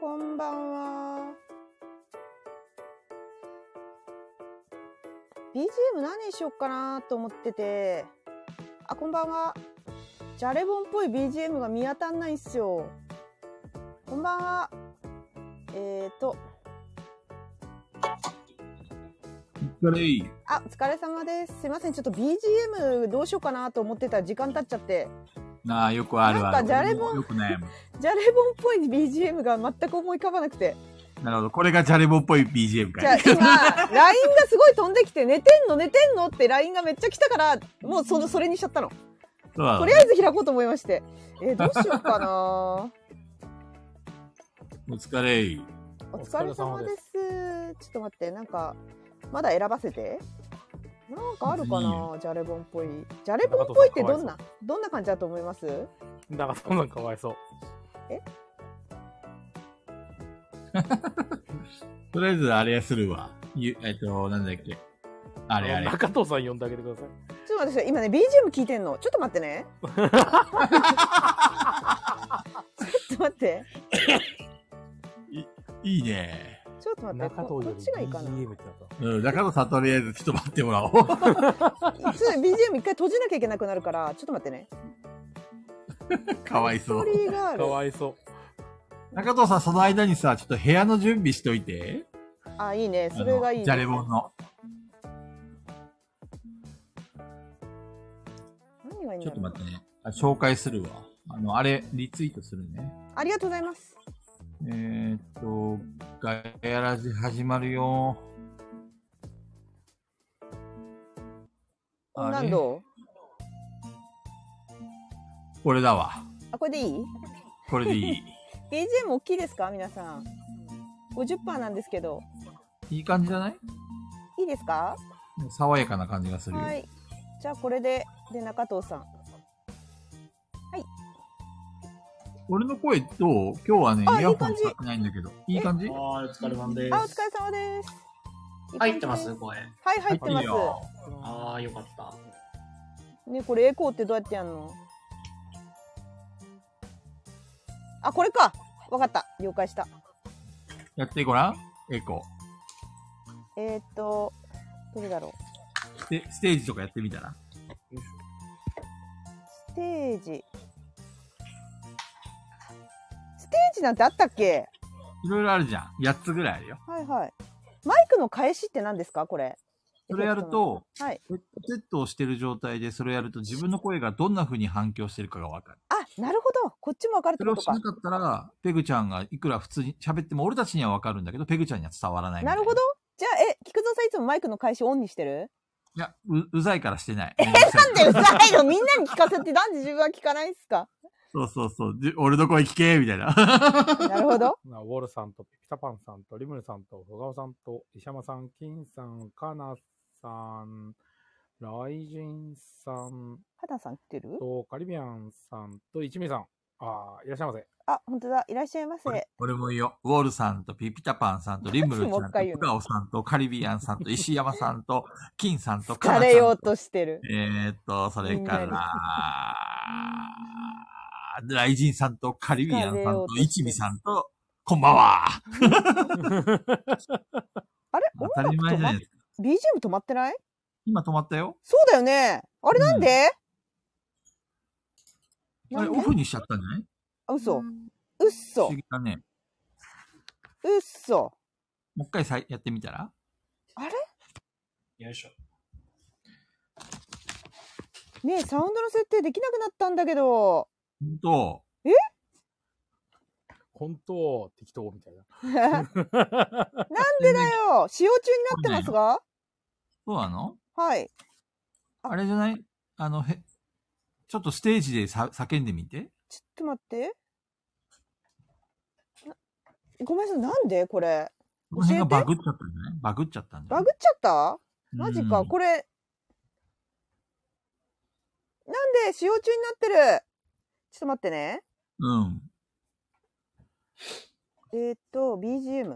こんばんは。BGM 何にしよっかなと思ってて。あ、こんばんは。じゃれぼんっぽい BGM が見当たんないんすよ。こんばんは。えーと、お疲れ。あ、お疲れ様です。すいません。ちょっと BGM どうしようかなと思ってたら時間経っちゃって。なあ、よくあるある。なんかじゃれぼんよく悩む。じゃれぼんっぽい BGM が全く思い浮かばなくて。なるほど。これがじゃれぼっぽい BGM じゃあかい。今、LINE がすごい飛んできて、寝てんの寝てんのって LINE がめっちゃ来たから、もうそのそれにしちゃったの。そうなとのりあえず開こうと思いまして。 えーどうしようかなお疲れ。お疲れ様です。ちょっと待って、なんか、まだ選ばせて。なんかあるかなじゃれぼんっぽい。じゃれぼんっぽいってどんな、どんな感じだと思います長友なんかわいそう。とりあえずあれやするわ。ゆえっと、なんだっけ。あれあれ。中藤さん呼んであげてください。ちょっと待って、今ね、BGM 聞いてんの。ちょっと待って ね。ちょっと待って。いいね。ちょっと待って。中こ藤こよっりちがいいかな。 BGM ってなった。うん。中野さんとりあえずちょっと待っても らおう。ちょっと BGM 一回閉じなきゃいけなくなるから、ちょっと待ってね。かわいスそうトー。リーがあるか。わいそう。中藤さん、その間にさ、ちょっと部屋の準備しといて。あ、いいね。それがいい、あのじゃれぼんの。何がいいんちだょっとろう待ってね。あ紹介するわ。あの、あれ、リツイートするね。ありがとうございます。えー、っと、ガヤラジ始まるよ。あ何れ度これだわ。あ、これでいいこれでいい。 ?BGM 大きいですか皆さん。50%なんですけど。いい感じじゃないいいですか爽やかな感じがするよ。はい。じゃあこれで、で、中藤さん。俺の声どう今日はねあ、イヤいホい感ンじ使ってないんだけど。いい感じはい、お疲れ様であ、おす疲。れ様です。入ってますは声。い、入ってまいいす。よああ、よかった。ねこれエコーってどうやってやんのあこれかわかった了解したやってごらん。エコえー、っとどれだろうー。で、ステージとかやってみたら。ステージステージなんてあったっけいろいろあるじゃん。8つぐらいあるよ。はいはいマイクの返しって何ですかこれそれやると、はいヘッドセットをしてる状態でそれやると自分の声がどんな風に反響してるかがわかる。あなるほどこっちもわかるってそれこをとしかなかったら、ペグちゃんがいくら普通に喋っても俺たちにはわかるんだけど、ペグちゃんには伝わらないみたないるほど。じゃあえ菊蔵さんいつもマイクの返しオンにして るいや、う、うざいからしてない。なんでうざいのみんなに聞かせてなんで自分は聞かないんすかそうそうそう。じ俺の声聞けみたいな。なるほどなウォルさんとピピタパンさんとリムルさんと小川さんと石山さん、金さん、カナさん、ライジンさん花さん来てるとカリビアンさんと一味さん。ああ、いらっしゃいませ。あ本当だいらっしゃいませ俺俺もいいよ。ウォールさんとピピタパンさんとリムルちゃんともう一回言うプのガオさんとカリビアンさんと石山さんと金さんとカナ疲さ。れようんとしてる。えー、っと、それかみんら、ライジンさんとカリビアン疲さんれよとうとしてる一味さんと、こんばんは。あれ当たり前じゃないですか。 BGM 止まってない今止まったよ。そうだよね。あれなんで、あれ、なんオでフにしちゃったんじゃないあ嘘。不嘘思。議だね。嘘。もう一回さやってみたらよいしょ。ねえ、サウンドの設定できなくなったんだけど。ほんと。本当、適 当みたいなな。んでだよ。使用中になってますが。そうなのはい。あれじゃないあの、へ、ちょっとステージでさ叫んでみて。ちょっと待って。なごめんなさい。なんでこれ。この辺が教えバてグっちゃったんじゃないバグっちゃったんじゃバないグっちゃったマジか。うんこれ。なんで使用中になってる。ちょっと待ってね。うん。えーっと、BGM。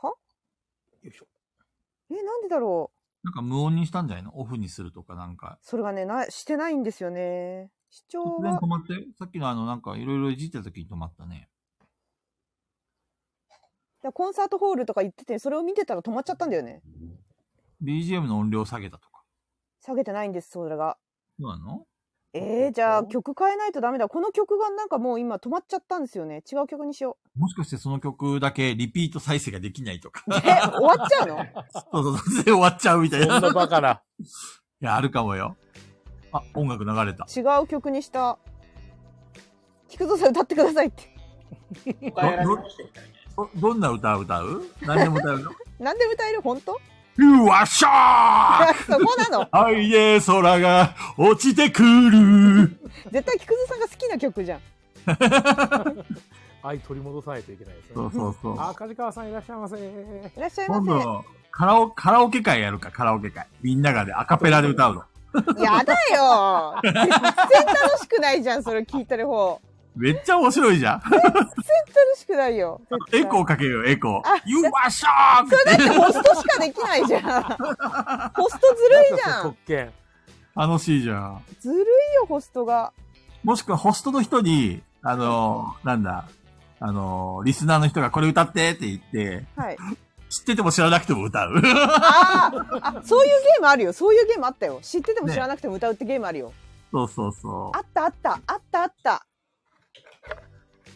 はよいしょ。え、なんでだろうなんか無音にしたんじゃないのオフにするとかなんか。それがね、な、してないんですよね。視聴突然は止、まってさっきのあのなんかいろいろいじってた時に止まったね。からコンサートホールとか行ってて、それを見てたら止まっちゃったんだよね。 BGM の音量下げたとか。下げてないんです、それが。そうなのえー、じゃあ曲変えないとダメだ。この曲がなんかもう今止まっちゃったんですよね。違う曲にしよもしかしてその曲だけリピート再生ができない とか。 う。え、終わっちゃうのそうそうそう、で終わっちゃうみたいそな。んいなバカ な。や、あるかもよ。あ、音楽流れた。違う曲にした。菊蔵さん歌ってくださいって。他選び直してみたいね。ど、どんな歌歌う何でも歌うのなんで歌える本当 You are shark! そこなの。愛で空が落ちてくる。絶対菊蔵さんが好きな曲じゃん。愛取り戻さないといけないですねそ。うそうそう。あ、梶川さんいらっしゃいませ。いらっしゃいま今せ。度、カラオ、カラオケ会やるか、カラオケ会。みんながで、アカペラで歌うの。やだよ。全然楽しくないじゃん、それ聞いてる方。めっちゃ面白いじゃん。楽しくないよ。エコーかけよう、エコあー。You are shark! だってホストしかできない じゃん。ホストずるいじゃん特。権。楽しいじゃん。ずるいよ、ホストが。もしくはホストの人に、あの、なんだ、あの、リスナーの人がこれ歌ってって言って、 はい。知ってても知らなくても歌う。 あーあ、そういうゲームあるよ。そういうゲームあったよ。知ってても知らなくても歌うってゲームあるよ。そうそうそうあ。ったあった、あったあった。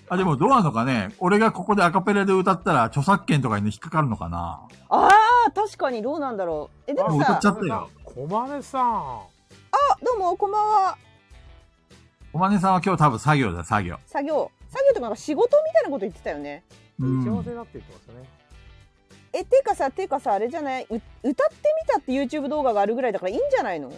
あ、でもどうなのかね俺がここでアカペラで歌ったら著作権とかに引っかかるのかなああ、確かにどうなんだろう。え、であも歌さっち、ゃったよ。小金さん。あ、どうも、こんばんは。おまねさんは今日多分作業だ、作業。作業。作業とかなんか仕事みたいなこと言ってたよね。う打ち合わんせ。だって言ってましたね。え、てかさ、てかさ、あれじゃないう歌ってみたって YouTube 動画があるぐらいだからいいんじゃないの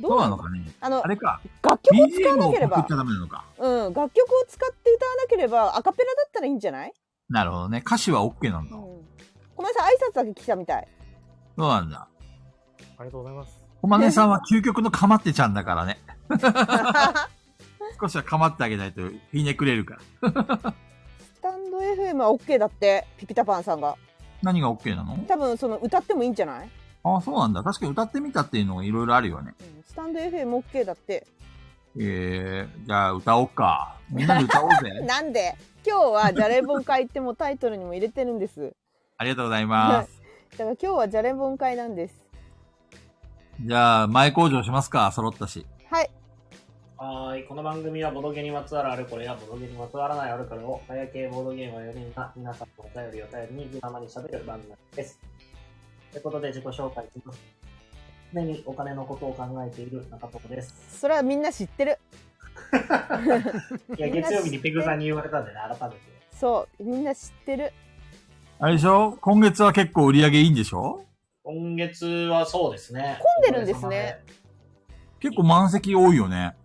どどううななののかかねあのあ、れか。楽曲を使わ BGM なをけれ送っばちゃ、ダメなのか。うん、楽曲を使って歌わなければアカペラだったらいいんじゃないなるほどね。歌詞は OK なんうだ。んそ。ごめんなさい、挨拶だけ来たみたい。うなんだ。ありがとうございます。おまねさんは究極のかまってちゃんだからね。少しはかまってあげないとひねくれるから。スタンド FM は OK だって、ピピタパンさんが。何が OK なの多分、その、歌ってもいいんじゃない、ああ、そうなんだ。確かに歌ってみたっていうのがいろいろあるよね。うん、スタンド FM OK だって。ええじゃあ歌おうか。みんなで歌おう ぜ。なんで今日はじゃれぼん会ってもうタイトルにも入れてるんです。ありがとうございます。だから今日はじゃれぼん会なんです。じゃあ、前工場しますか。揃ったし。はい。はーい。この番組はボドゲにまつわるあるこれやボドゲにまつわらないあるこれを、ガヤ系ボードゲームをよりな皆さんのお便りを頼りに気ままに喋る番組です。ということで自己紹介します。常にお金のことを考えている中友です。それはみんな知ってる。いや、月曜日にペグさんに言われたんでね、改めて。そう。みんな知ってる。あれでしょ今月は結構売り上げいいんでしょ今月はそうですね。混んでるんですね。結構満席多いよね。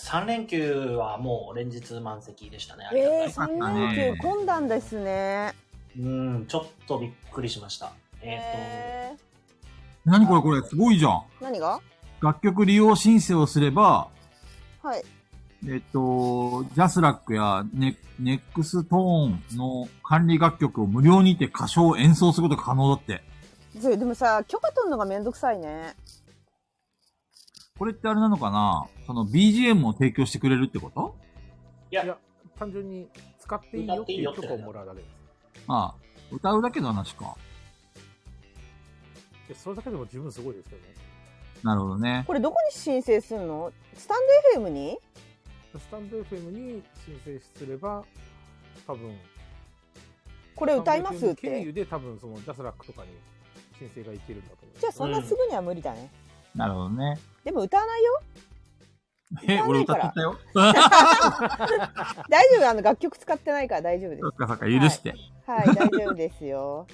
3連休はもう連日満席でしたね。ありがたえいー、3連休混んだんですね。うん、ちょっとびっくりしました。ええ何これこれ、すごいじゃん。ー、何が楽曲利用申請をすれば、はい。えっと、ジャスラックやネネックストーンの管理楽曲を無料にて歌唱演奏することが可能だって。それでもさ、許可取るのがめんどくさいね。これってあれなのかなその BGM を提供してくれるってことっと、いや、いや単純に使っていいよっていう許可をもらうだけです。ああ、歌うだけの話か。いやそれだけでも十分すごいですけどね。なるほどね。これどこに申請すんのスタンド FM にスタンド FM に申請すれば、多分。これ歌いまスすタンドっ FM 経由て。で多分そのジャスラックとかに申請がいけるんだと思う。じゃあそんなすぐには無理だね。なるほどね。でも歌わないよ。え、歌わ俺ない歌かっらちゃったよ。大丈夫あの楽曲使ってないから大丈夫ですそ。っかそっか、許して。はい、大丈夫ですよ。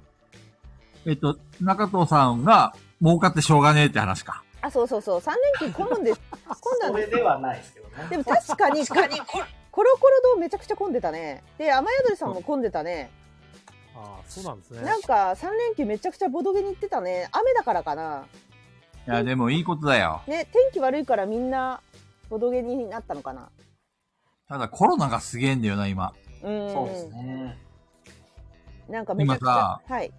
えっと、中藤さんが儲かってしょうがねえって話か。あ、そうそうそう、三連休混むんです。混んだんそでれすでよ。はないですけどね。でも確かに、確かにコロコロ堂めちゃくちゃ混んでたね。で、雨宿りさんも混んでたね。ああ、そうなんですね。なんか三連休めちゃくちゃボドゲに行ってたね。雨だからかな。いや、でもいいことだよ。ね、天気悪いからみんなボドゲになったのかな。ただコロナがすげえんだよな、今。うーん。そうですね。なんかめちゃくちゃ今。はい。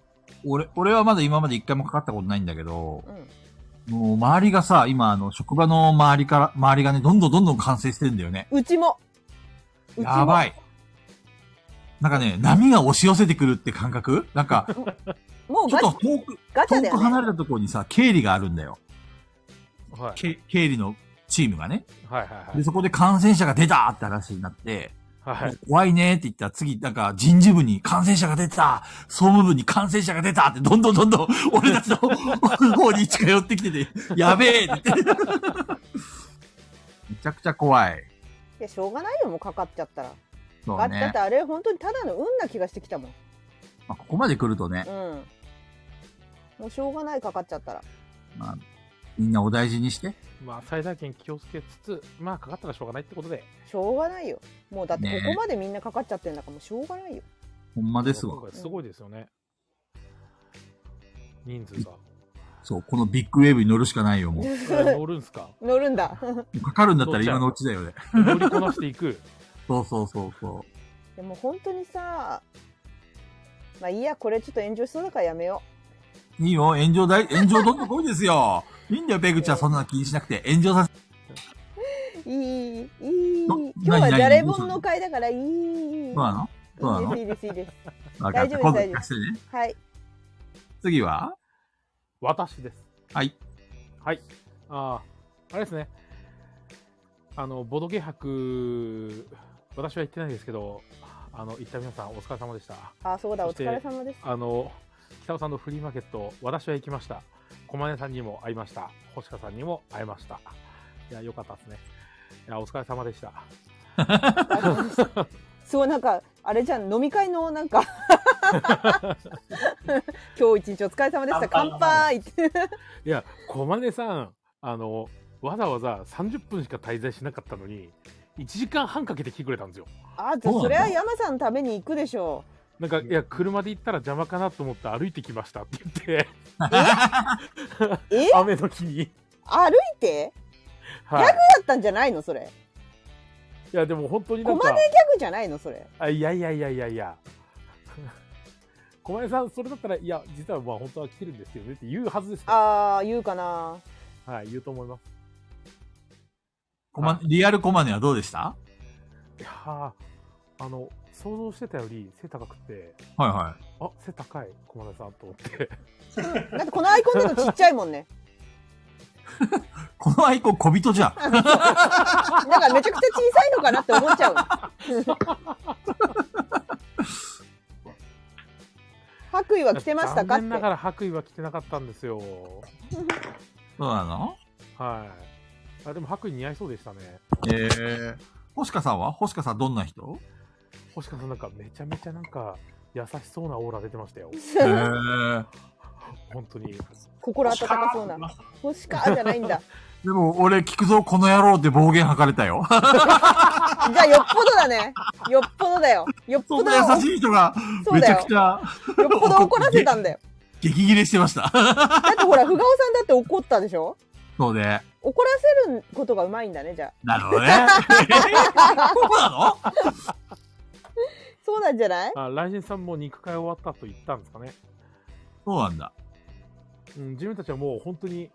俺、俺はまだ今まで一回もかかったことないんだけどう、ん。もう周りがさ、今あの、職場の周りから、周りがね、どんどんどんどん感染してるんだよね。うちも。うちもやばい。。なんかね、波が押し寄せてくるって感覚なんか、 もうちょっガチと遠く、ガチャだよ、遠くね。離れたところにさ、経理があるんだよ。はい。け経理のチームがね。はいはいで、そこで感染者が出たって話になって、はい。はい。怖いねって言ったら次、なんか人事部に感染者が出た総務部に感染者が出たってどんどんどんどん俺たちの方に近寄ってきてて、やべえって 言って。めちゃくちゃ怖い。いや、しょうがないよ、もうかかっちゃったら。そだうってだっねて。あれ、本当にただの運な気がしてきたも ん。まあ、ここまで来るとねう、ん。もうしょうがない、かかっちゃったら。まあ、みんなお大事にして。まあ、最大限気をつけつつ、まあ、かかったらしょうがないってことで。しょうがないよ。もうだってねここまでみんなかかっちゃってんだから、もうしょうがないよ。ほんまですわ今。回すごいですよね。人数が。そう、このビッグウェーブに乗るしかないよ、もう。あれ乗るんすか 乗るんだ。かかるんだったら今のうちだよね。乗りこなしていく。そうそうそうそでも本当にさ、まあいいや、これちょっと炎上しそうだからやめよう。いいよ、炎上大、炎上どんどん来いですよ。いいんだよ、ペグちゃん、そんなの気にしなくて。炎上させう。いい、いい。ど今日は何じゃれぼんどうすのる会だからいい。いいそうなのそうなでのす、いいです、いいです。わか大った。丈夫今度大丈夫聞かせてね。はい。次は私です。はい。はい。ああ、あれですね。あの、ボドゲ博、私は行ってないですけど、あの、行った皆さんお疲れ様でした。あ、そうだ、そおして疲れ様です。あの、北尾さんのフリーマーケット、私は行きました。駒根さんにも会いました。星香さんにも会えました。いや、良かったですね。いや、お疲れ様でした。すごいなんか、あれじゃん、飲み会のなんか。今日一日お疲れ様でした。乾杯乾杯って。いや、駒根さん、あの、わざわざ30分しか滞在しなかったのに、1時間半かけて来てくれたんですよ。あ、じそゃうあなんそだれは山さんのために行くでしょなんか、いや、車で行ったら邪魔かなと思って歩いてきましたって言って、う。え、雨の日に。歩いてはい。だったんじゃないのそれ。いや、でも本当になんコマかネ、ギャグじゃないのそれ。あいやいやいやいやいや。小林さん、それだったら、いや、実はまあ本当は来てるんですけどねって言うはずですよ。ああ、言うかな。はい、言うと思います。コマはリアルコマネはどうでしたいやーあの、想像してたより背高くて、はいはあ、背高い、小林さんと思って。だってこのアイコンだとちっちゃいもんね。い。このアイコン小人じゃん。だからめちゃくちゃ小さいのかなって思っちゃう。白衣は着てましたかっ残念ながて。ら白衣は着てなかったんですよ。そうなのはい。あでも白衣似合いそうでしたね。ええ。星香さんは星香さんどんな人星川さんなんかめちゃめちゃなんか優しそうなオーラ出てましたよ。ええ。本当に。 心温かそうな。星かじゃないんだ。でも、俺、聞くぞ、この野郎って暴言吐かれたよ。じゃあよっぽどだね。よっぽどだよ。よっそぽんど。なよ優しい人が、そうめだちゃよくちゃ、っぽど怒らせたん だよ。激切れしてました。だってほら、ふがおさんだって怒ったでしょそうね。怒らせることがうまいんだね、じゃあ。なるほどね。えーそうなのそうなんじゃないあ、来年さんも肉会終わったと言ったんですかね。そうなんだ。うん、自分たちはもう本当に、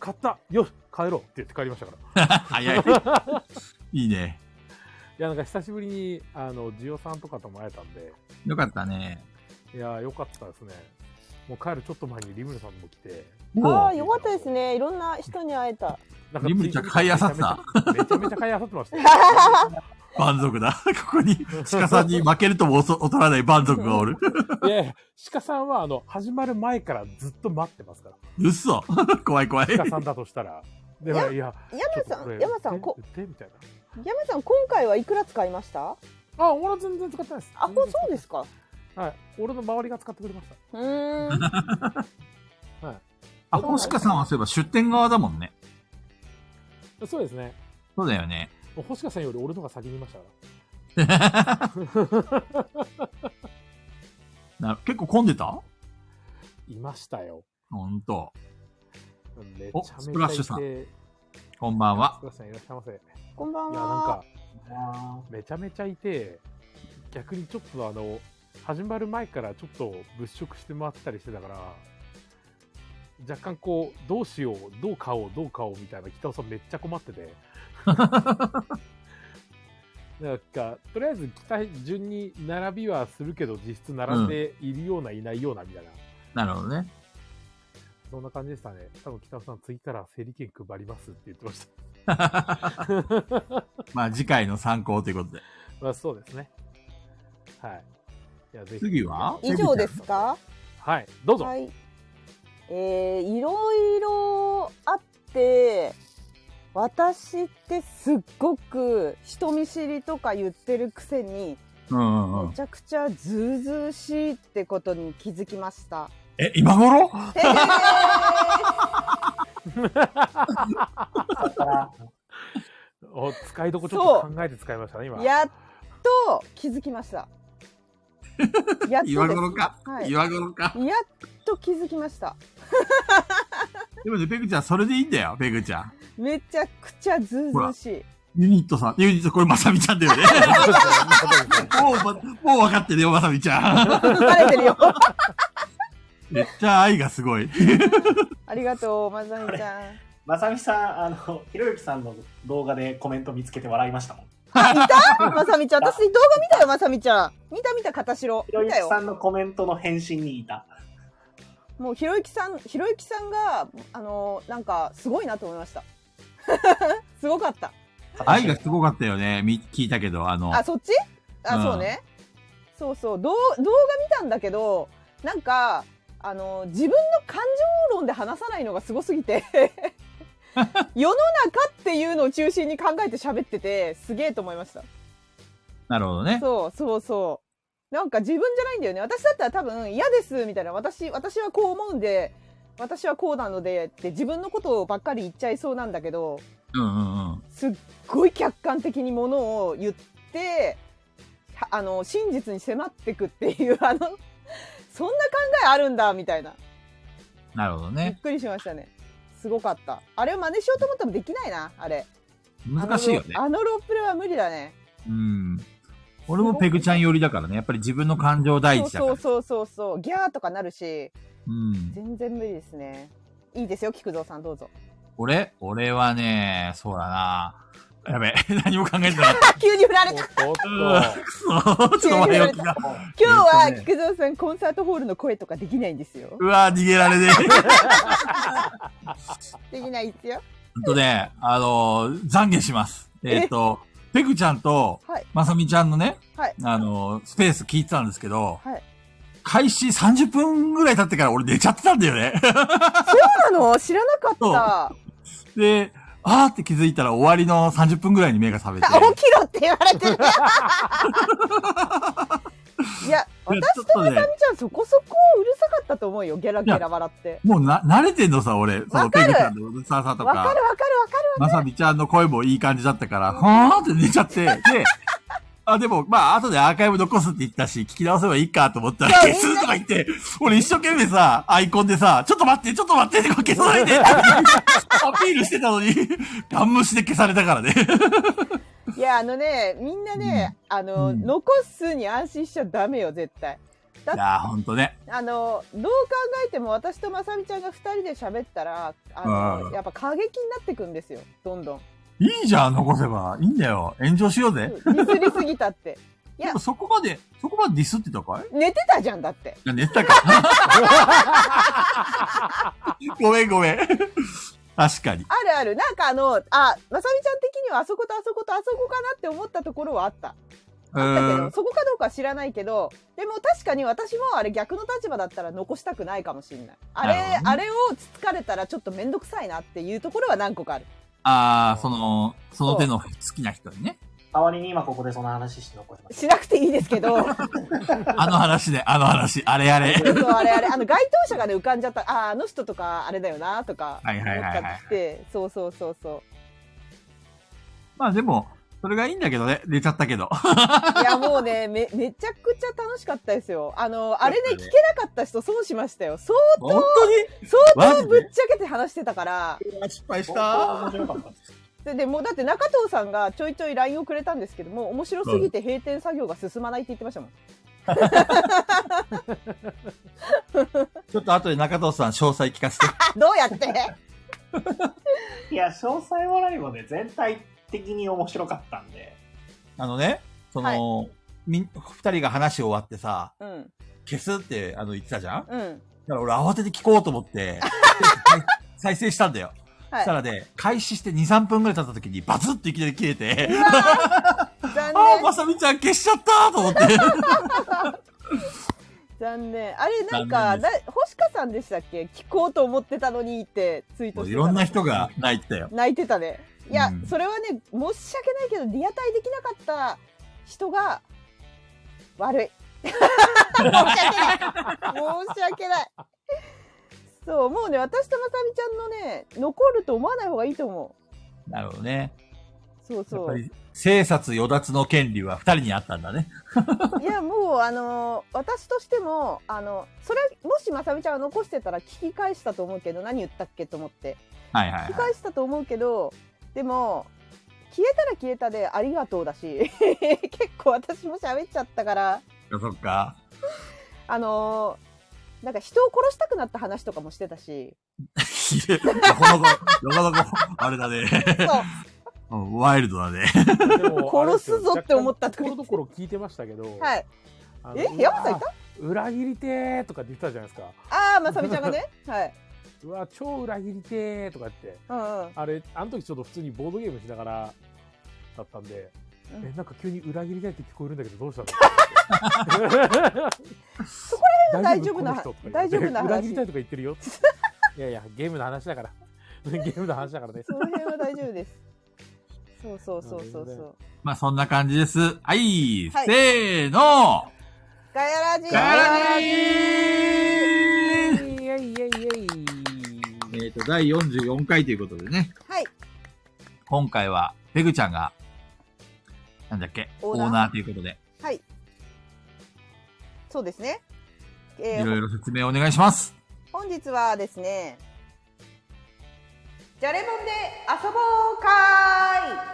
買ったよし帰ろうって言って帰りましたから。早い。いいね。いや、なんか久しぶりに、あの、ジオさんとかとも会えたんで、よかったね。いや、良かったですね。もう帰るちょっと前にリムルさんも来て、あもあ、よかったですね。いろんな人に会え た。なリムルちゃん買い漁っためちゃめちゃ買い漁ってましたよ。う、満足だ。ここに、鹿さんに負けるとも劣らない満足がおる。いやいや、鹿さんは、あの、始まる前からずっと待ってますから。嘘。怖い怖い。鹿さんだとしたら。でいやも、いや、山さん、山さん、ここ、で、みたい山さん、今回はいくら使いましたな。あ、俺は全然使ってないです。あ、こうそうですか。す。はい。俺の周りが使ってくれましう ーん。あ、星香さんはそういえば出店側だもんね。た。そうですね。そうだよね。もう星川さんより俺の方が先にいましたかな結構混んでたら。いましたよ。ほんと。めちゃおめちゃいて。スプラッシュさんスこんばんはプ。ラッシュさんいらっしゃいませ。いや、こんばんなんは。か、めちゃめちゃいて、逆にちょっとあの、始まる前からちょっと物色して回ってたりしてたから、若干こう、どうしよう、ど う買おう、どう買おうみたいな北尾さんめっちゃ困ってて。なんか、とりあえず来た順に並びはするけど、実質並んでいるような、いないようなみたいな。なるほどね。そんな感じでしたね。多分北尾さん、次から整理券配りますって言ってました。まあ次回の参考ということで。まあ、そうですね。はい。いやぜひ次は以上ですかはい、どうぞ。はい。えー、いろいろあって、私ってすっごく人見知りとか言ってるくせに、うんうんうめん。ちゃくちゃずうずうしいってことに気づきました。え、今頃へーだから、お使いどこちょっと考えて使いましたね、今。やっと気づきま した。やっとです今頃か、はい今頃か。やっと気づきました。でもね、ペグちゃん、それでいいんだよ、ペグちゃん。めちゃくちゃずうずうしい。ユニットさん、ユニット、これまさみちゃんだよね。もう、もう分かってるよ、まさみちゃん。 バレてるよ。めっちゃ愛がすごい。ありがとう、まさみちゃん。まさみさん、あの、ひろゆきさんの動画でコメント見つけて笑いましたもん。あまさみちゃん、私動画見たよ、まさみちゃん。見た見た、片白ひ。ろ見ゆきたよさ。んのコメントの返信にいた。もうひろゆきさん、ひろゆきさんが、あの、なんか、すごいなと思いました。 すごかった。愛がすごかったよね、み聞いたけど、あの、あ、そっちあ、うんそうね。そうそう。動動画見たんだけど、なんか、あの、自分の感情論で話さないのがすごすぎて、 世の中っていうのを中心に考えて喋ってて、すげえと思いました。なるほどね。そうそうそう。なんか自分じゃないんだよね。私だったら多分嫌ですみたいな。私、私はこう思うんで、私はこうなのでって自分のことばっかり言っちゃいそうなんだけど、うんうんうん。すっごい客観的にものを言って、はあの、真実に迫ってくっていう、あの、そんな考えあるんだみたいな。なるほどびっね。くりしましたね。すごかった。あれを真似しようと思ってもできないな、あれ。難しいよねあ。のあのロープレは無理だね。うん。俺もペグちゃん寄りだからね。やっぱり自分の感情第一だから。そうそうそうそう。ギャーとかなるし。うん。全然無理ですね。いいですよ、菊蔵さん、どうぞ。俺俺はね、そうだな。やべ、何も考えてな かっあ、急に振られおた。っとおっとた。くそ ちょっと前置きが。今日はえっとね菊蔵さん、コンサートホールの声とかできないんですよ。うわ、逃げられねえ。できないですよ。ほんとね、あのー、懺悔します。えっ、と、ペグちゃんとはい、まさみちゃんのね、はいあのー、スペース聞いてたんですけど、はい開始30分ぐらい経ってから俺寝ちゃってたんだよね。 そうなの知らなかった。で、あーって気づいたら終わりの30分ぐらいに目が 覚めて。起きろって言われ てる。いや、いや私ちょっととまねさみちゃん、そこそこうるさかったと思うよ。ゲラゲラ笑って。もうな、慣れてんのさ、俺。そわの、かるペグちゃんのささとわかるわかかる、わかる。まさみちゃんの声もいい感じだったから、はーって寝ちゃって、で、あ、でも、まあ、後でアーカイブ残すって言ったし、聞き直せばいいかと思ったら、そう消すとか言って、俺一生懸命さ、アイコンでさ、ちょっと待って、ちょっと待って、これ消さない でってアピールしてたのに、ガン無視で消されたからね。いや、あのね、みんなね、あの、うん残すに安心しちゃダメよ、絶対。いやー、ほんとね。あのどう考えても私とまさみちゃんが2人で喋ったらあのうんやっぱ過激になってくんですよどんどんいいじゃん、残せば。いいんだよ。炎上しようデぜ。ィスりすぎたっていやでもそこまで、そこまでディスってたかい寝てたじゃんだっていや、寝て たか。ごめんごめん。確かに。あるあるなんかあのあまさみちゃん的にはあそことあそことあそこかなって思ったところはあったうだけーどん。そこかどうかは知らないけどでも確かに私もあれ逆の立場だったら残したくないかもしれないあれなるほどねあれをつつかれたらちょっと面倒くさいなっていうところは何個かあるああ、その、その手の好きな人にね。代わりに今ここでその話して残します。しなくていいですけどあの話ね、あの話、あれあれ。 そうそうあれあれあの該当者がね浮かんじゃったあーあの人とかあれだよなとかはいはいはいはい思っちゃってそうそうそうそまあでも、それがいいんだけどね、寝ちゃったけうど。いやもうねめめちゃくちゃ楽しかったですよあのあれねやっ聞ぱけねなかった人損しましたよそう本当に相マ当ジぶでっちゃけて話してたから失敗し面。白かったです。ででもうだって中藤さんがちょいちょい LINE をくれたんですけども面白すぎて閉店作業が進まないって言ってましたもんちょっと後で中藤さん詳細聞かせて。あどうやって いや、詳細はないもね、全体的に面白かったんで、あのね、その、みん二人が話し終わってさ、うん。消すってあの言ってたじゃんだかうん。ら俺慌てて聞こうと思 って、再生したんだよ。そしたはらね、開始して2、3分ぐらい経った時にバツッといきなり消えて、い。 残ああ、念ま。さみちゃん消しちゃったと 思って。残念。あれ、なんか、残念だ星香さんでしたっけ聞こうと思ってたのにってツイートもうしいてたろんな人が泣いてたよ。泣いてたね。いや、うんそれはね、申し訳ないけど、リアタイできなかった人が悪い。申し訳ない。申し訳ない。そう、もうね、私とまさみちゃんのね、残ると思わない方がいいと思なるほどね。う。そうやっそぱう。り、生殺与奪の権利は二人にあったんだね。いや、もう、あの、私としても、あの、それ、もしまさみちゃんが残してたら聞き返したと思うけど、何言ったっけと思って。はいはい、聞きはい。返したと思うけどでも消えたら消えたでありがとうだし 結構私も喋っちゃったからそっか。 あのーなんか人を殺したくなった話とかもしてた しいやなかなか、なかなか、あれだね。そううんワイルドだね。でもあれです殺よすぞって思った若干ところどころ聞いてましたけど、はいあのえ山さんいた裏切りてーとかって言ってたじゃないですかああまさみちゃんがねはいうわ超裏切りてーとかってうんうんあれあの時ちょっと普通にボードゲームしながらだったんで、うんえなんか急に裏切りたいって聞こえるんだけどどうしたら辺のそこは大丈夫な大丈夫な話裏切りたいとか言ってるよいやいやゲームの話だから ゲームの話だからねその辺は大丈夫ですそうそうそうそうそうまあそんな感じです。はい、はいせーのガヤラジーガラジーイエイエイエイえっ、と、第44回ということでね、はい今回は、ペグちゃんが、なんだっけ、オーオーナーナーということで、はいそうですねえーいろいろ説明お願いします。本日はですね、じゃれもんで遊ぼうか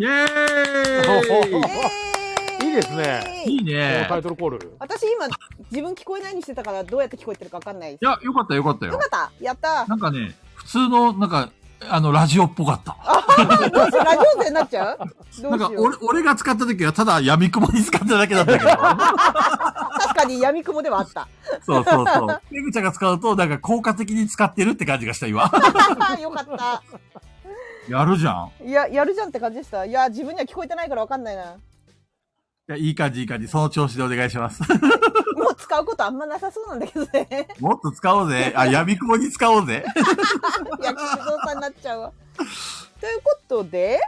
イェーーいいいですねイいいもうねタイトルコール私今、自分聞こえないにしてたから、どうやって聞こえてるかわかんないです。いや、よかったよかったよよか。ったやったなんかね、普通の、なんか、あの、ラジオっぽかった。ーどうしようラジオ勢になっちゃうどうなんかしよう俺、俺が使った時はただ闇雲に使っただけだったけど。確かに闇雲ではあった。そうそうそう。ペグちゃんが使うと、なんか効果的に使ってるって感じがした、今。よかった。やるじゃん。いいや、やるじゃんって感じでした。いや、自分には聞こえてないからわかんないな。や、いい感じ、いい感じ。その調子でお願いします。もう使うことあんまなさそうなんだけどね。もっと使おうぜ。あ、闇雲に使おうぜ。焼き不動産になっちゃうわ。ということで、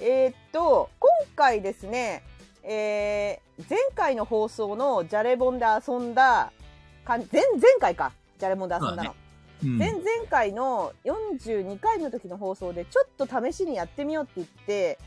えーっと、今回ですね、えー前回の放送のじゃれぼんで遊んだ、か前、前回か。じゃれぼんで遊んだの。そうん。前々回の42回の時の放送で、ちょっと試しにやってみようって言って、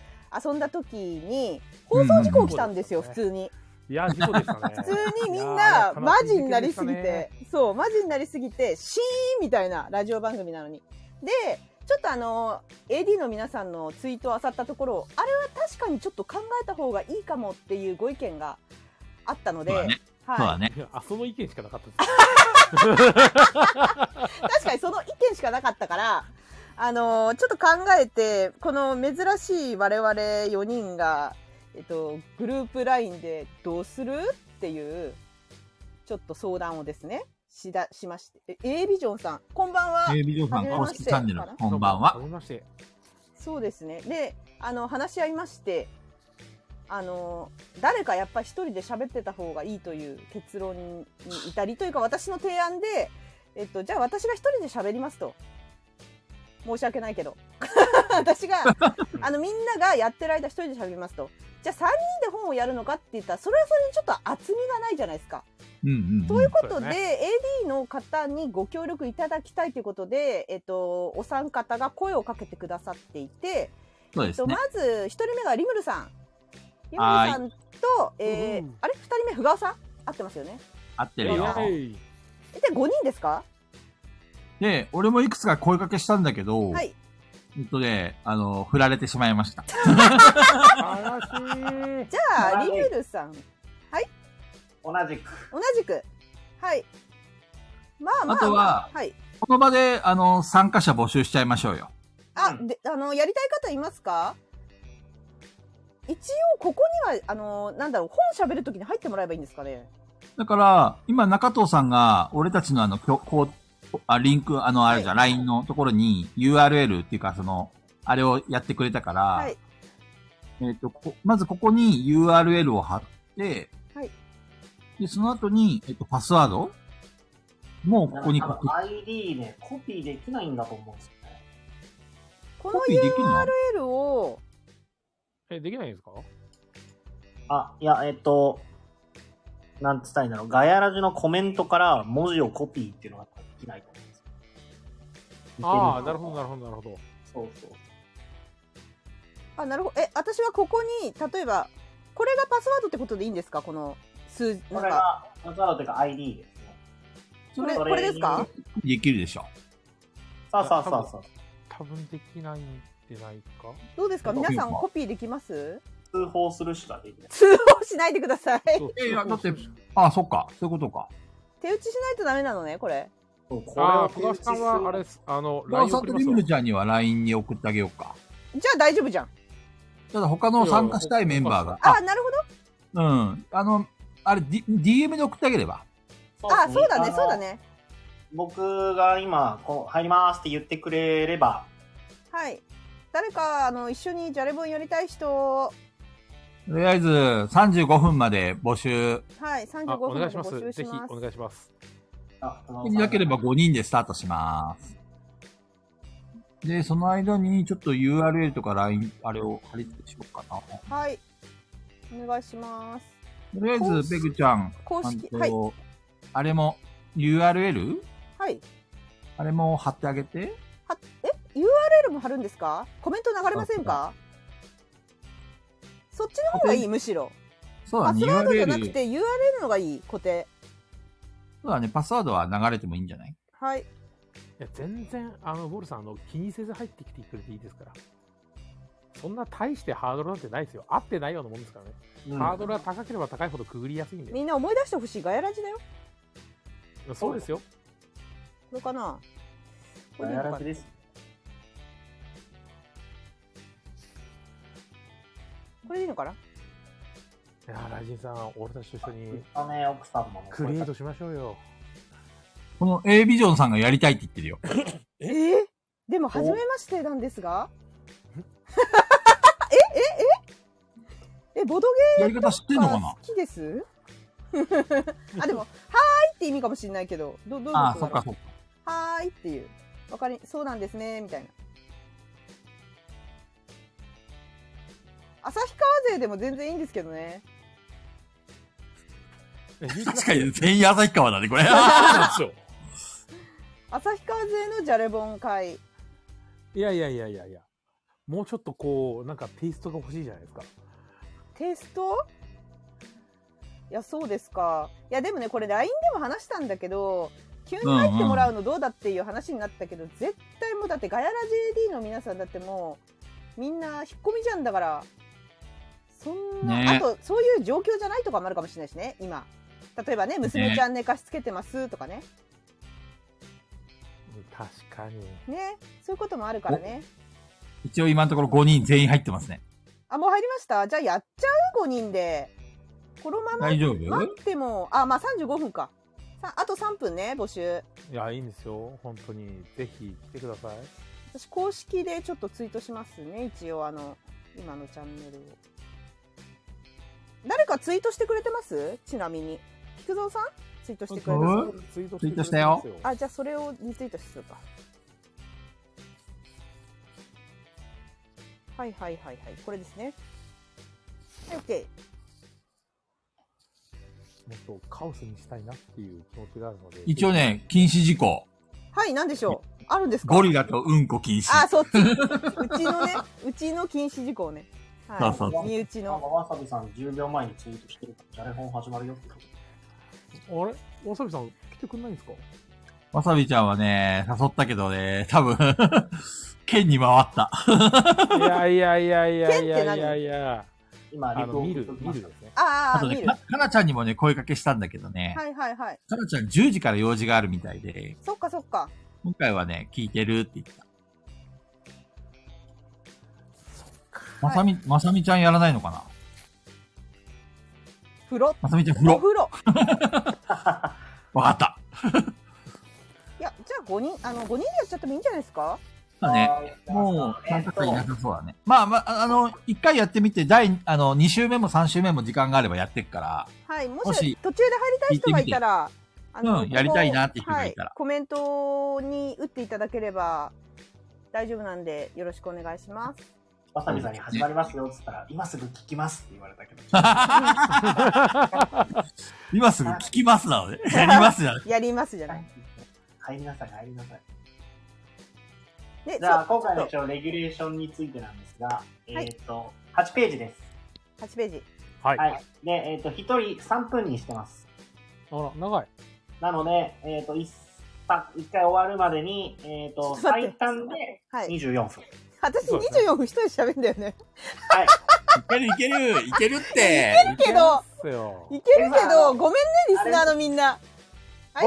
遊んだ時に、放送事故起きたんですよ、うん普通に。いや事故でしたね普通にみんいやなーマジになりすぎ悲しい事件でて、そう、マジになりすぎて、シーンみたいなラジオ番組なのに。で、ちょっとあの、AD の皆さんのツイートを漁ったところ、あれは確かにちょっと考えた方がいいかもっていうご意見があったので、そうだねはいそうだね。いやあその意見しかなかったです確かにその意見しかなかったから、あのーちょっと考えて、この珍しい我々4人が、えっと、グループ LINE でどうするっていう、ちょっと相談をですね、しだ、しまして。え A ビジョンさん、こんばんは。えー、ビデオさん公式チャンネル、こんばんどはう。もはじめましてそうですね。で、あの、話し合いまして、あのー誰かやっぱ一人で喋ってた方がいいという結論に至りというか、私の提案で、えっと、じゃあ私が一人で喋りますと。申し訳ないけど。 私 が、あの、みんながやってる間一人で喋りますと。じゃあ3人で本をやるのかって言ったら、それはそれにちょっと厚みがないじゃないですか。うんうんとういんう。ことで、そうだ AD の方にご協力いただきたいということで、えっと、お三方が声をかけてくださっていて、そうでえっすとねま。ず一人目がリムルさん。リムルはーいさんと、えーうんあれ二人目、ふがおさん合ってますよね。合ってイるよ。エイえで、五人ですかで、俺もいくつか声かけしたんだけど、はい。えっとね、あの、振られてしまいました。じゃ悲しいあ、はいリムルさん、同じく。同じく。はい。まあまあ、あとははい。この場で、あの、参加者募集しちゃいましょうよ。あ、うんで、あの、やりたい方いますか一応ここには、あのーなんだろう、本喋るときに入ってもらえばいいんですかね。だから、今中藤さんが、俺たちのあの、きょこう、あ、リンク、あの、あれじゃん、LINE のところに URL っていうか、その、あれをやってくれたから、はい。えっ、とこ、まずここに URL を貼って、はい。で、その後に、えっ、と、パスワードもうここに多書く分 ID ね、コピーできないんだと思うんですよね。このコピーできるの URL を、え、できないんですかあ、いや、えっと、なんつったらいいんだろう。ガヤラジのコメントから文字をコピーっていうのができないと思うんですよ。ああ、なるほど、なるるほど、なるほど。ほど。そうそう。あ、なるほど。え、私はここに、例えば、これがパスワードってことでいいんですかこの数字、なこんれか、が、わざわざというか ID ですこね。れ、そこれれですかできるでしょ。さあさあさあさあ。多分できないんじゃないかどうですかコピー皆さかんコピーできます通報するしかできない。通報しないでください。そうえいやだってそうそうそうあそっか。そういうことか。手打ちしないとダメなのね、これ。そうこああ、を小川さんは、あれです、あの、まあ、 LINE サ送ンりトまリすムわルちゃんには LINE に送ってあげようか。じゃあ大丈夫じゃん。ただ他の参加したいメンバーが。あ、なるほど。あ、うん。あの、あれ、D、DM で送ってあげれば。あ、そうだね、そうだ。ですね。僕が今、こう、入りますって言ってくれれば、はい。誰か、あの、一緒にじゃれぼんやりたい人、とりあえず、35分まで募集。はい、あ35お分願まいしでます。募集ぜしひます。お願いします。あ、いなければ5人でスタートします。で、その間に、ちょっと URL とか LINE、あれを貼り付けしようかな。はい。お願いします。とりあえず、ペグちゃん、公あ式、のはい。あれも、URL? はい。あれも貼ってあげて。は、え ?URL も貼るんですかコメント流れませんかそっちの方がいい、むしろ。そうだパね、スワードじゃなく URL。て URL のがいい、固定。そうだね、パスワードは流れてもいいんじゃないはい。いや、全然、あの、ボルさん、あの、気にせず入ってきてくれていいですから。そんな大してハードルなんてないですよ。合ってないようなもんですからね。うんハードルは高ければ高いほどくぐりやすいんで。みんな思い出してほしい、ガヤラジだよ。そうですよ。これかなこれでいいやのからなせです。これでいいのかないや、ライジンさん、俺たちと一緒にあね、奥さんもね。クリエイトしましょうよ。この A ビジョンさんがやりたいって言ってるよ。えーでも、初めましてなんですが。え、え、ええ、ボドやり方知ってんゲーム のかがな好きですあ、で も、はーいって意味かもしれないけど、ど、どういうことああ、だそろっうかそっか。はーいっていう。わかり、そうなんですね、みたいな。旭川勢でも全然いいんですけどね。確かに全員旭川だね、これ。そうでし旭川勢のじゃれぼん会。ょ。いやいやいやいやいや。もうちょっとこう、なんかテイストが欲しいじゃないですか。テイストいや、そうですか。いや、でもね、これ LINE でも話したんだけど、急に入ってもらうのどうだっていう話になったけど、絶対もうだってガヤラ JD の皆さんだってもう、みんな引っ込みじゃんだから、そんな、ねあと、そういう状況じゃないとかもあるかもしれないしね、今。例えばね、娘ちゃん寝かしつけてますとかね。うん確かに。ね。そういうこともあるからね。一応今のところ5人全員入ってますね。あ、もう入りましたじゃあやっちゃう ?5 人で。このまま大丈夫待っても、あ、まあ35分か。さあと3分ね、募集。いや、いいんですよ。本当に。ぜひ来てください。私、公式でちょっとツイートしますね、一応、あの、今のチャンネルを。誰かツイートしてくれてますちなみに。菊蔵さんツイートしてくれてまうすんツイートツイートしたよしてくれてますあ、じゃあそれをリツイートするか。はいはいはいはい。これですね。はい、OK。もっとカオスにしたいなっていう気持ちがあるので。一応ね、禁止事項。はい、なんでしょうあるんですかゴリラとうんこ禁止。あ、そっち。うちのね、うちの禁止事項ね。そうそうそはうい。身内なんのか。わさびさん10秒前にツイートしてるから、じゃれ本始まるよってこと。あれわさびさん、来てくんないんですかわさびちゃんはね、誘ったけどね、多分、 剣に回った。いやいやいやいやい剣ってや何いやいや。今、あリプの、を見送っるて、き見ましるたですね。あああ、と見ね、るか。かなちゃんにもね、声かけしたんだけどね、はいはいはい。かなちゃん10時から用事があるみたいで、そっかそっか。今回はね、聞いてるって言ってた。まさみ、まさみちゃんやらないのかな風呂。まさみちゃん風お呂。風呂。わかった。いや、じゃあ5人、あの、5人でやっちゃってもいいんじゃないですかだね。はいもう、え参っ加と者いなさそうだね。まあまあ、あの、一回やってみて、第、あの、二週目も三週目も時間があればやってっから、はい。ももしし、途中で入りたい人がいたら、あうんやりたいなって人がいたらはいコメントに打っていただければ大丈夫なんで、よろしくお願いします。わさびさんに始まりますよっつったら、今すぐ聞きますって言わ れたけど。今すぐ聞きますなの で、やりますなので。やりますじゃない。入りなさい、入りなさい。で、じゃあ、そう今回のそう一応、レギュレーションについてなんですが、えっと、8ページです。 8ページ。はい。はい。で、えっと、1人3分にしてます。あら、長い。なので、えっと、1回終わるまでに、えっと、ちょっと待っ最て短ではい。 24分。 私そうですね24分一人で喋んだよね。はい。いけるいけるいけるって。けどいますよいけるけでもあど、のごめんね、リスナーのみんな。はい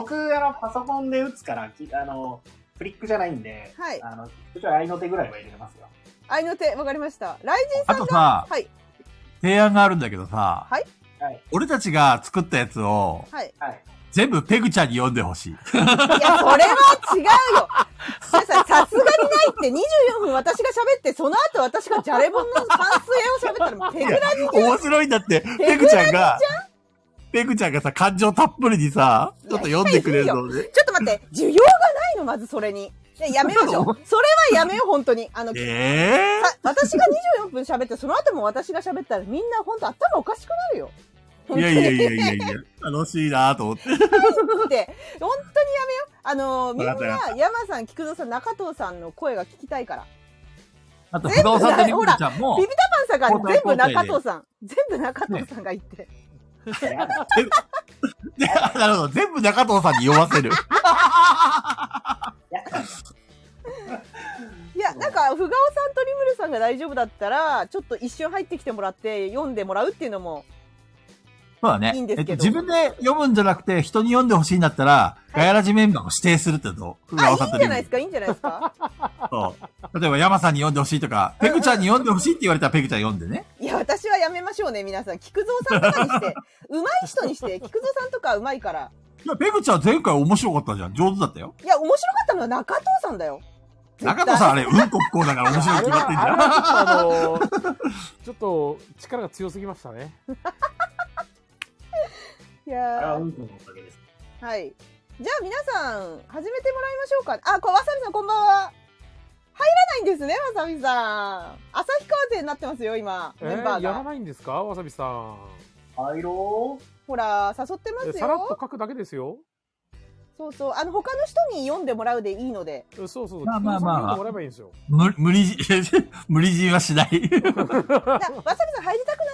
僕、あの、パソコンで打つから、きあの、フリックじゃないんで、はいあの、ちょい合いの手ぐらいは入れれますよ。愛の手、わかりました。ライジンさあんが。とさ、はい。提案があるんだけどさ、はい はい俺たちが作ったやつを、はい。はい。全部ペグちゃんに読んでほしい。いや、それは違うよ。さささすがにないって、24分私が喋って、その後私がじゃれ本の関数絵を喋ったら、もうペグラジじゃん面白いんだって、ペグちゃんが、ペグちゃんがさ、感情たっぷりにさ、ちょっと読んでくれるので。ちょっと待って、需要がないの、まずそれに。ねやめまし ょう。それはやめよう、本当に。あの、さえ私が24分喋って、その後も私が喋ったら、みんな本当頭おかしくなるよ。えいやいやいやいやいや、楽しいなと思って。 って、本当にやめよう。あのー、みんわかったわな、山さん、菊蔵さん、中藤さんの声が聞きたいから。あと、不動産とみくちゃんもビビ、タパンさんが交代全部交代で中藤さん。全部中藤さんが言って。やだで なるほど、全部中藤さんに読ま せる。やだいや、なんか、ふがおさんとリムルさんが大丈夫だったら、ちょっと一瞬入ってきてもらって、読んでもらうっていうのも、そうだね。いいんですえっと、けど自分で読むんじゃなくて、人に読んでほしいんだったら、ガヤラジメンバーを指定するってどうあ、いいんじゃないいですか、いいんじゃないです か。そう。例えば、山さんに読んでほしいとか、ペグちゃんに読んでほしいって言われたらペグちゃん読んでね。いや、私はやめましょうね、皆さん。菊蔵さんとかにして、上手い人にして、菊蔵さんとかは上手いから。いや、ペグちゃん前回面白かったじゃん。上手だったよ。いや、面白かったのは中藤さんだよ。中藤さんあれ、うんこっこうだから面白いあってれ言 ってんじゃん。は、あのー、ちょっと力が強すぎましたね。いあれやはーうんこのおかげです。はい。じゃあ皆さん、始めてもらいましょうか。あ、こわさびさんこんばんは。入らないんですね、わさびさん。旭川勢になってますよ、今、えメンバー、ーやらが。ないんですかわさびさん。入ろう。ほら、誘ってまえすさらっとよ。書くだけですよ。そうそう。あの、他の人に読んでもらうでいいので。そうそうそう。まあまあまあまあ菊蔵さんに読んでもらえばいいんですよ。無無理 じ、無理じはしない。なわさびさん入りたくなっ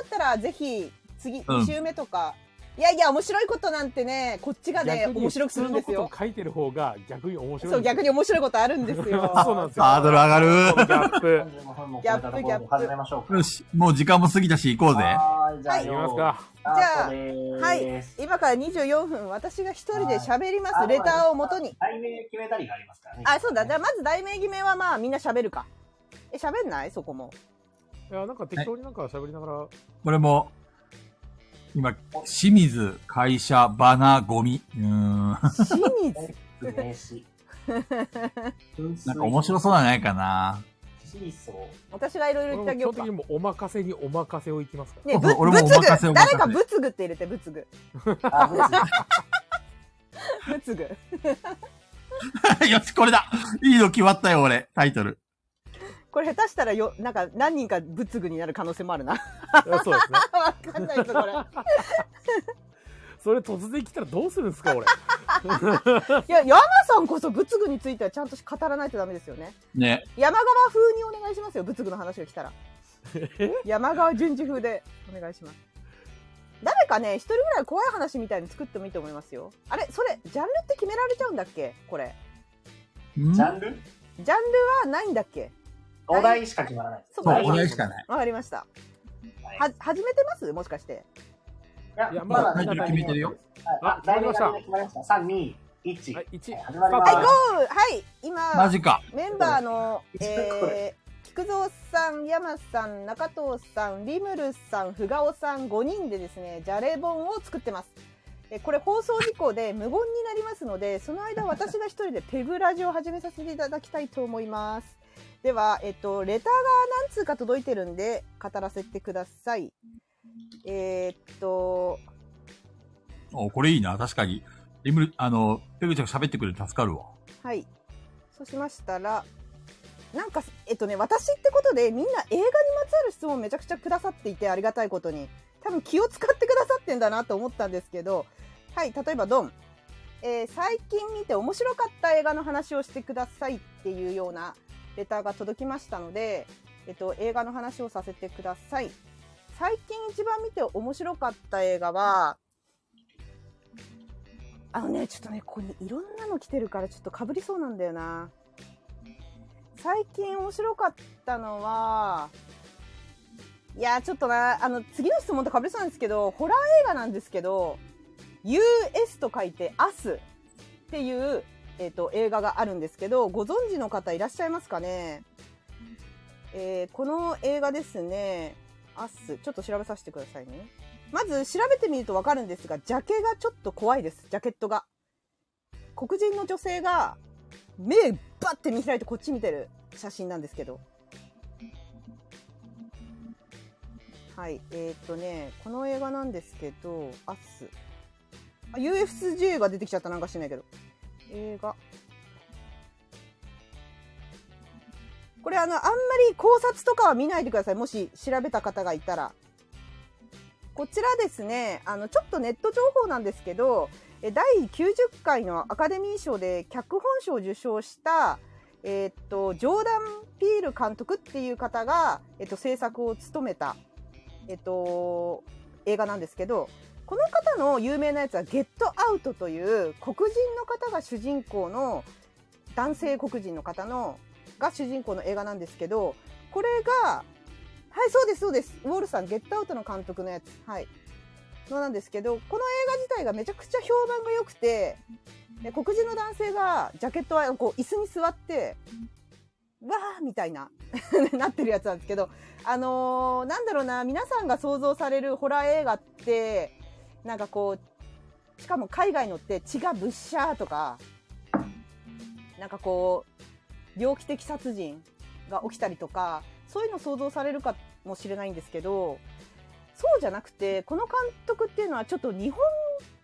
たら、ぜひ、次、うん2週目とか。いやいや、面白いことなんてね、こっちがね、逆に面白くするんです普通のよこ。と書いてる方が逆に面白い。そう、逆に。に面白いことあるんです そよ。うなんですよ。ハードル上がこのる。ギ ャップ。 35分も超えたところで始めましょうか。よし、もう時間も過ぎたし行こうぜ。はーい、じゃあ、はいいきますか。スタートではいーす。今から24分、私が一人で喋ります。はいレターを元に。題名決めたりがありますからね。あ、そうだ。じゃあ、まず題名決めはまあ、みんな喋るか。え、喋んないそこも。いや、なんか適当になんか喋りながら、これも、今、清水、会社、バナ、ゴミ。うーん。なん清水。 名詞。なんか面白そうなのないかな。 シーソー。私がいろいろ言ってあげ基よう本的か。にね、もうお任せにお任せをいきますから。ぶ、ぶつ俺もお任せお任せぐ。誰かぶつぐって入れて、ぶつぐ。あ、そうですぶつぐ。よし、これだいいの決まったよ、俺。タイトル。これ下手したらよ、なんか何人かぶつぐになる可能性もあるな。 いやそうですね。わかんないぞ、これ。いそれ突然来たらどうするんです か、俺。や、山さんこそぶつぐについてはちゃんと語らないとダメですよね。ね。山川風にお願いしますよ、ぶつぐの話が来た ら。山川淳二風でお願いします。誰かね、一人ぐらい怖い話みたいに作ってもいいと思いますよ。あれ、それ、ジャンルって決められちゃうんだっけこれ。んジャンルジャンルはないんだっけお題しか決まらない。。そうそう、これしかないい。わかりました。はいは、始めてますもしかして。いや、まだタイトル決めてるよ。あ、題名が決まりました。3、2、1。はい、1。始まりますはい、ゴあーはい、今、マジか。メンバーの、えー、菊蔵さん、山さん、中藤さん、リムルさん、ふがおさん5人でですね、じゃれ本を作ってます。えこれ放送事項で無言になりますので、その間私が一人でペグラジを始めさせていただきたいと思います。では、えっと、レターが何通か届いてるんで、語らせてください。えーっと、おこれいいな、確かに。リムル、あの、ペグちゃんが喋ってくれる助かるわ。はい。そうしましたら、なんか、えっとね、私ってことで、みんな映画にまつわる質問をめちゃくちゃくださっていて、ありがたいことに。多分気を使ってくださってんだなと思ったんですけど、はい、例えばドン。えー最近見て面白かった映画の話をしてくださいっていうようなレターが届きましたので、えっと、映画の話をさせてください。最近一番見て面白かった映画は、あのね、ちょっとね、ここにいろんなの来てるから、ちょっとかぶりそうなんだよな。最近面白かったのは、いや、ちょっとな、あの、次の質問とかぶりそうなんですけど、ホラー映画なんですけど、US と書いて、アスっていう、えっ、と、映画があるんですけど、ご存知の方いらっしゃいますかねえーこの映画ですね、アス、ちょっと調べさせてくださいね。まず調べてみるとわかるんですが、ジャケがちょっと怖いです、ジャケットが。黒人の女性が、目バッて見開いてこっち見てる写真なんですけど。はい、えー、っとね、この映画なんですけど、アス。あ、UFJ が出てきちゃったなんかしないけど。映画。これあの、あんまり考察とかは見ないでください。もし調べた方がいたら。こちらですね、あの、ちょっとネット情報なんですけど、え第90回のアカデミー賞で脚本賞を受賞した、えーっと、ジョーダン・ピール監督っていう方が、えっと、制作を務めた、えっと、映画なんですけど、この方の有名なやつは、ゲットアウトという黒人の方が主人公の、男性黒人の方の、が主人公の映画なんですけど、これが、はい、そうです、そうです。ウォールさん、ゲットアウトの監督のやつ。はい。のなんですけど、この映画自体がめちゃくちゃ評判が良くて、で黒人の男性がジャケットはこう椅子に座って、わーみたいな、 なってるやつなんですけど、あのーなんだろうな、皆さんが想像されるホラー映画って、なんかこう、しかも海外のって血がぶっしゃーとか、なんかこう、猟奇的殺人が起きたりとか、そういうの想像されるかもしれないんですけど、そうじゃなくて、この監督っていうのはちょっと日本っ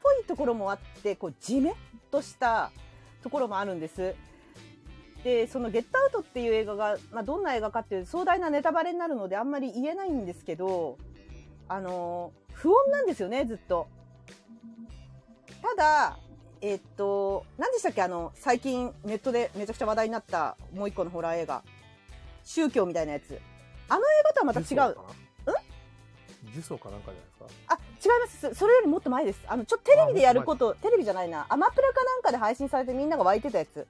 ぽいところもあって、こう、じめっとしたところもあるんです。で、そのゲットアウトっていう映画が、まあ、どんな映画かっていう壮大なネタバレになるのであんまり言えないんですけど、あの、不穏なんですよね、ずっと。ただ、えっと、何でしたっけあの、最近ネットでめちゃくちゃ話題になったもう一個のホラー映画。宗教みたいなやつ。あの映画とはまた違う。うん呪詛かなんかじゃないですかあ、違います。そそれよりもっと前です。あの、ちょっとテレビでやること、テレビじゃないな。アマプラかなんかで配信されてみんなが湧いてたやつ。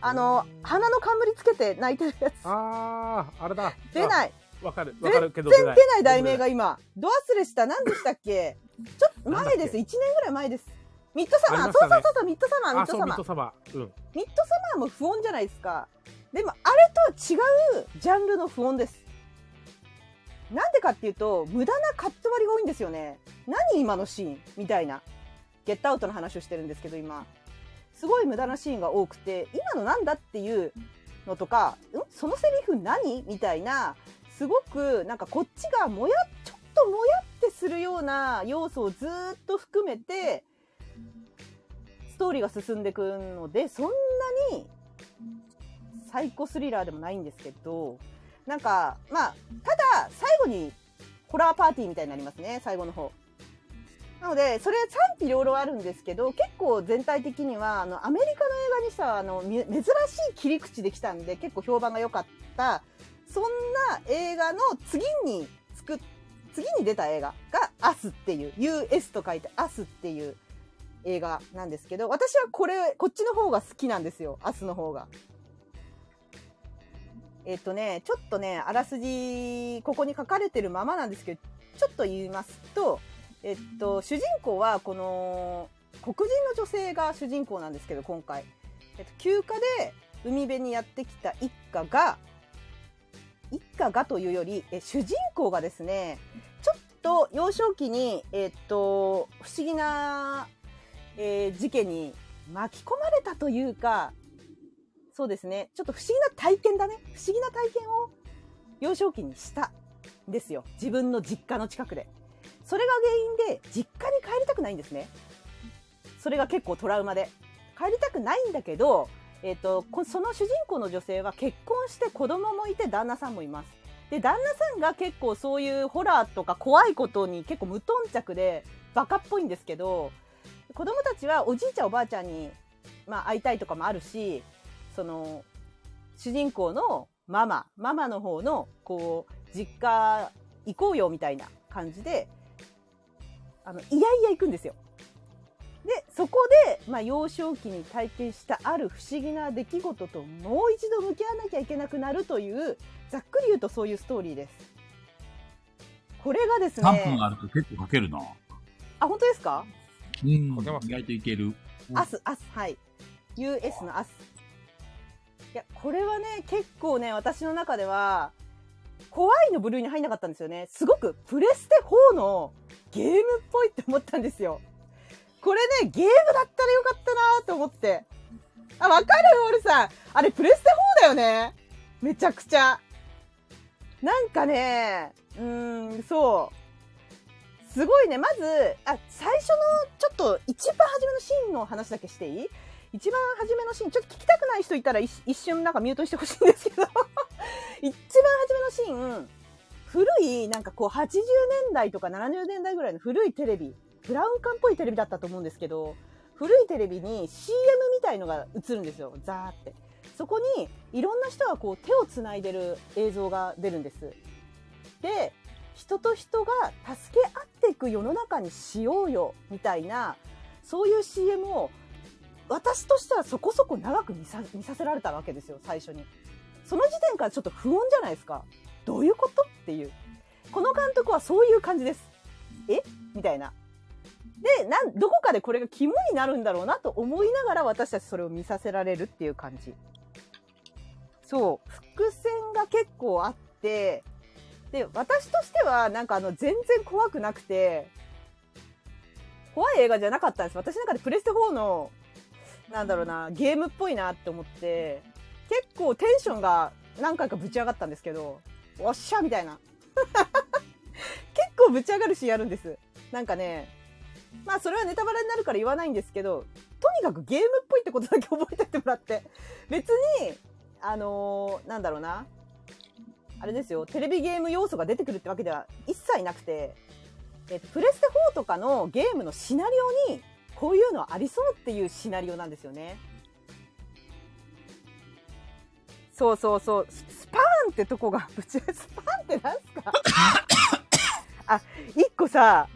あのう、ん鼻の冠つけて泣いてるやつ。あああれだ出いない。わかるわかるけど全然出ない題名出ながい今。ド忘れした。何でしたっけちょっと前でなんだっす。け1年ぐらい前です。ミッドサマー、ありましそたうねそうそうそう、ミッドサマー、ミあッドそうサミマッード。サマーうんミッドサマーも不穏じゃないですか。でも、あれとは違うジャンルの不穏です。なんでかっていうと、無駄なカット割りが多いんですよね。何今のシーンみたいな。ゲットアウトの話をしてるんですけど、今。すごい無駄なシーンが多くて、今のなんだっていうのとか、んそのセリフ何みたいな、すごくなんかこっちがもや、ちょっともやってするような要素をずーっと含めて、ストーリーが進んでくるので、そんなにサイコスリラーでもないんですけど、なんか、まあ、ただ、最後にホラーパーティーみたいになりますね、最後の方。なので、それ賛否両論あるんですけど、結構全体的には、あの、アメリカの映画にしたあの、み珍しい切り口できたんで、結構評判が良かった、そんな映画の次に作っ、次に出た映画が、アスっていう、US と書いてアスっていう映画なんですけど、私はこれ、こっちの方が好きなんですよ、アスの方が。えっとね、ちょっとね、あらすじ、ここに書かれてるままなんですけど、ちょっと言いますと、えっと、主人公は、この、黒人の女性が主人公なんですけど、今回。えっと、休暇で海辺にやってきた一家が、一家がというより、え主人公がですね、ちょっと幼少期に、えっと、不思議な、えー事件に巻き込まれたというか、そうですね、ちょっと不思議な体験だね。不思議な体験を幼少期にしたんですよ。自分の実家の近くで。それが原因で、実家に帰りたくないんですね。それが結構トラウマで。帰りたくないんだけど、えっとこその主人公の女性は結婚して子供もいて旦那さんもいますで旦那さんが結構そういうホラーとか怖いことに結構無頓着でバカっぽいんですけど子供たちはおじいちゃんおばあちゃんに、まあ、会いたいとかもあるしその主人公のママママの方のこう実家行こうよみたいな感じであのいやいや行くんですよ。でそこで、まあ、幼少期に体験したある不思議な出来事ともう一度向き合わなきゃいけなくなるというざっくり言うとそういうストーリーです。これがです3分ねあると結構かけるな。あ本当ですかうん。意かけます外といける。うんアス、アス、はい。US のアス。いや、これはね、結構ね、私の中では、怖いの部類に入んなかったんですよね。すごくプレステ4のゲームっぽいって思ったんですよ。これね、ゲームだったらよかったなーと思って。あ、わかるオルさん。あれ、プレステ4だよね。めちゃくちゃ。なんかね、うーん、そう。すごいね、まず、あ、最初のちょっと一番初めのシーンの話だけしていい一番初めのシーン、ちょっと聞きたくない人いたら一一瞬なんかミュートしてほしいんですけど、 一番初めのシーン、古い、なんかこう80年代とか70年代ぐらいの古いテレビ、ブラウン管っぽいテレビだったと思うんですけど、古いテレビに CM みたいのが映るんですよ、ザーって。そこにいろんな人がこう手をつないでる映像が出るんです。で、人と人が助け合っていく世の中にしようよみたいなそういう CM を私としてはそこそこ長く見さ見させられたわけですよ最初にその時点からちょっと不穏じゃないですかどういうことっていうこの監督はそういう感じですえみたいなでなんどこかでこれが肝になるんだろうなと思いながら私たちそれを見させられるっていう感じそう伏線が結構あってで私としてはなんかあの全然怖くなくて怖い映画じゃなかったんです私の中でプレステ4のなんだろうなゲームっぽいなって思って結構テンションが何回かぶち上がったんですけどおっしゃみたいな 結構ぶち上がるしやるんですなんかねまあそれはネタバレになるから言わないんですけどとにかくゲームっぽいってことだけ覚えてってもらって別にあのーなんだろうなあれですよ、テレビゲーム要素が出てくるってわけでは一切なくて、えっと、プレステ4とかのゲームのシナリオに、こういうのありそうっていうシナリオなんですよね。そうそうそう、ススパーンってとこが、 ぶち、スパーンってなんすかあ、一個さ、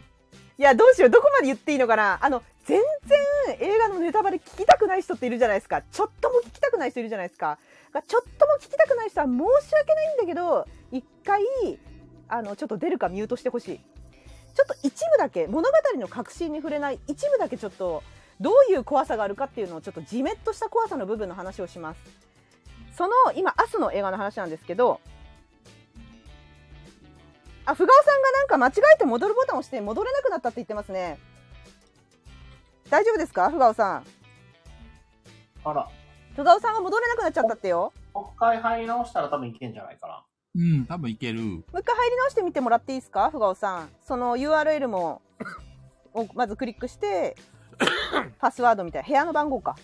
いや、どうしよう、どこまで言っていいのかなあの、全然映画のネタバレ聞きたくない人っているじゃないですか。ちょっとも聞きたくない人いるじゃないですか。がちょっとも聞きたくない人は申し訳ないんだけど一回あのちょっと出るかミュートしてほしいちょっと一部だけ物語の核心に触れない一部だけちょっとどういう怖さがあるかっていうのをちょっとじめっとした怖さの部分の話をしますその今明日の映画の話なんですけどあふがおさんがなんか間違えて戻るボタンを押して戻れなくなったって言ってますね大丈夫ですかふがおさんあら、ふがおさんが戻れなくなっちゃったってよもう一回入り直したら多分いけんじゃないかな。うん、多分いける。もう一回入り直してみてもらっていいですか、ふがおさん。その URL も、をまずクリックして、パスワードみたいな、部屋の番号か。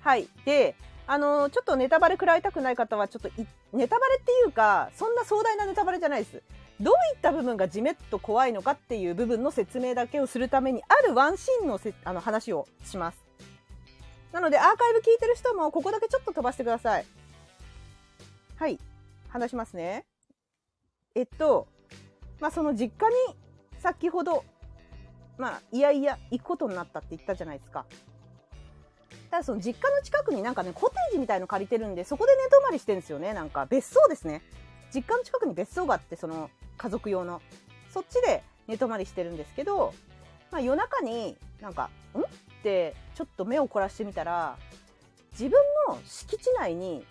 はい。で、あのちょっとネタバレ食らいたくない方は、ちょっとい、ネタバレっていうか、そんな壮大なネタバレじゃないです。どういった部分がじめっと怖いのかっていう部分の説明だけをするために、あるワンシーンのせあの話をします。なので、アーカイブ聞いてる人も、ここだけちょっと飛ばしてください。はい。話しますね。えっと、まあ、その実家に先ほど、まあ、いやいや行くことになったって言ったじゃないですか。ただその実家の近くになんかね、コテージみたいの借りてるんで、そこで寝泊まりしてるんですよね。なんか別荘ですね。実家の近くに別荘があって、その家族用の。そっちで寝泊まりしてるんですけど、まあ夜中になんか、んってちょっと目を凝らしてみたら、自分の敷地内に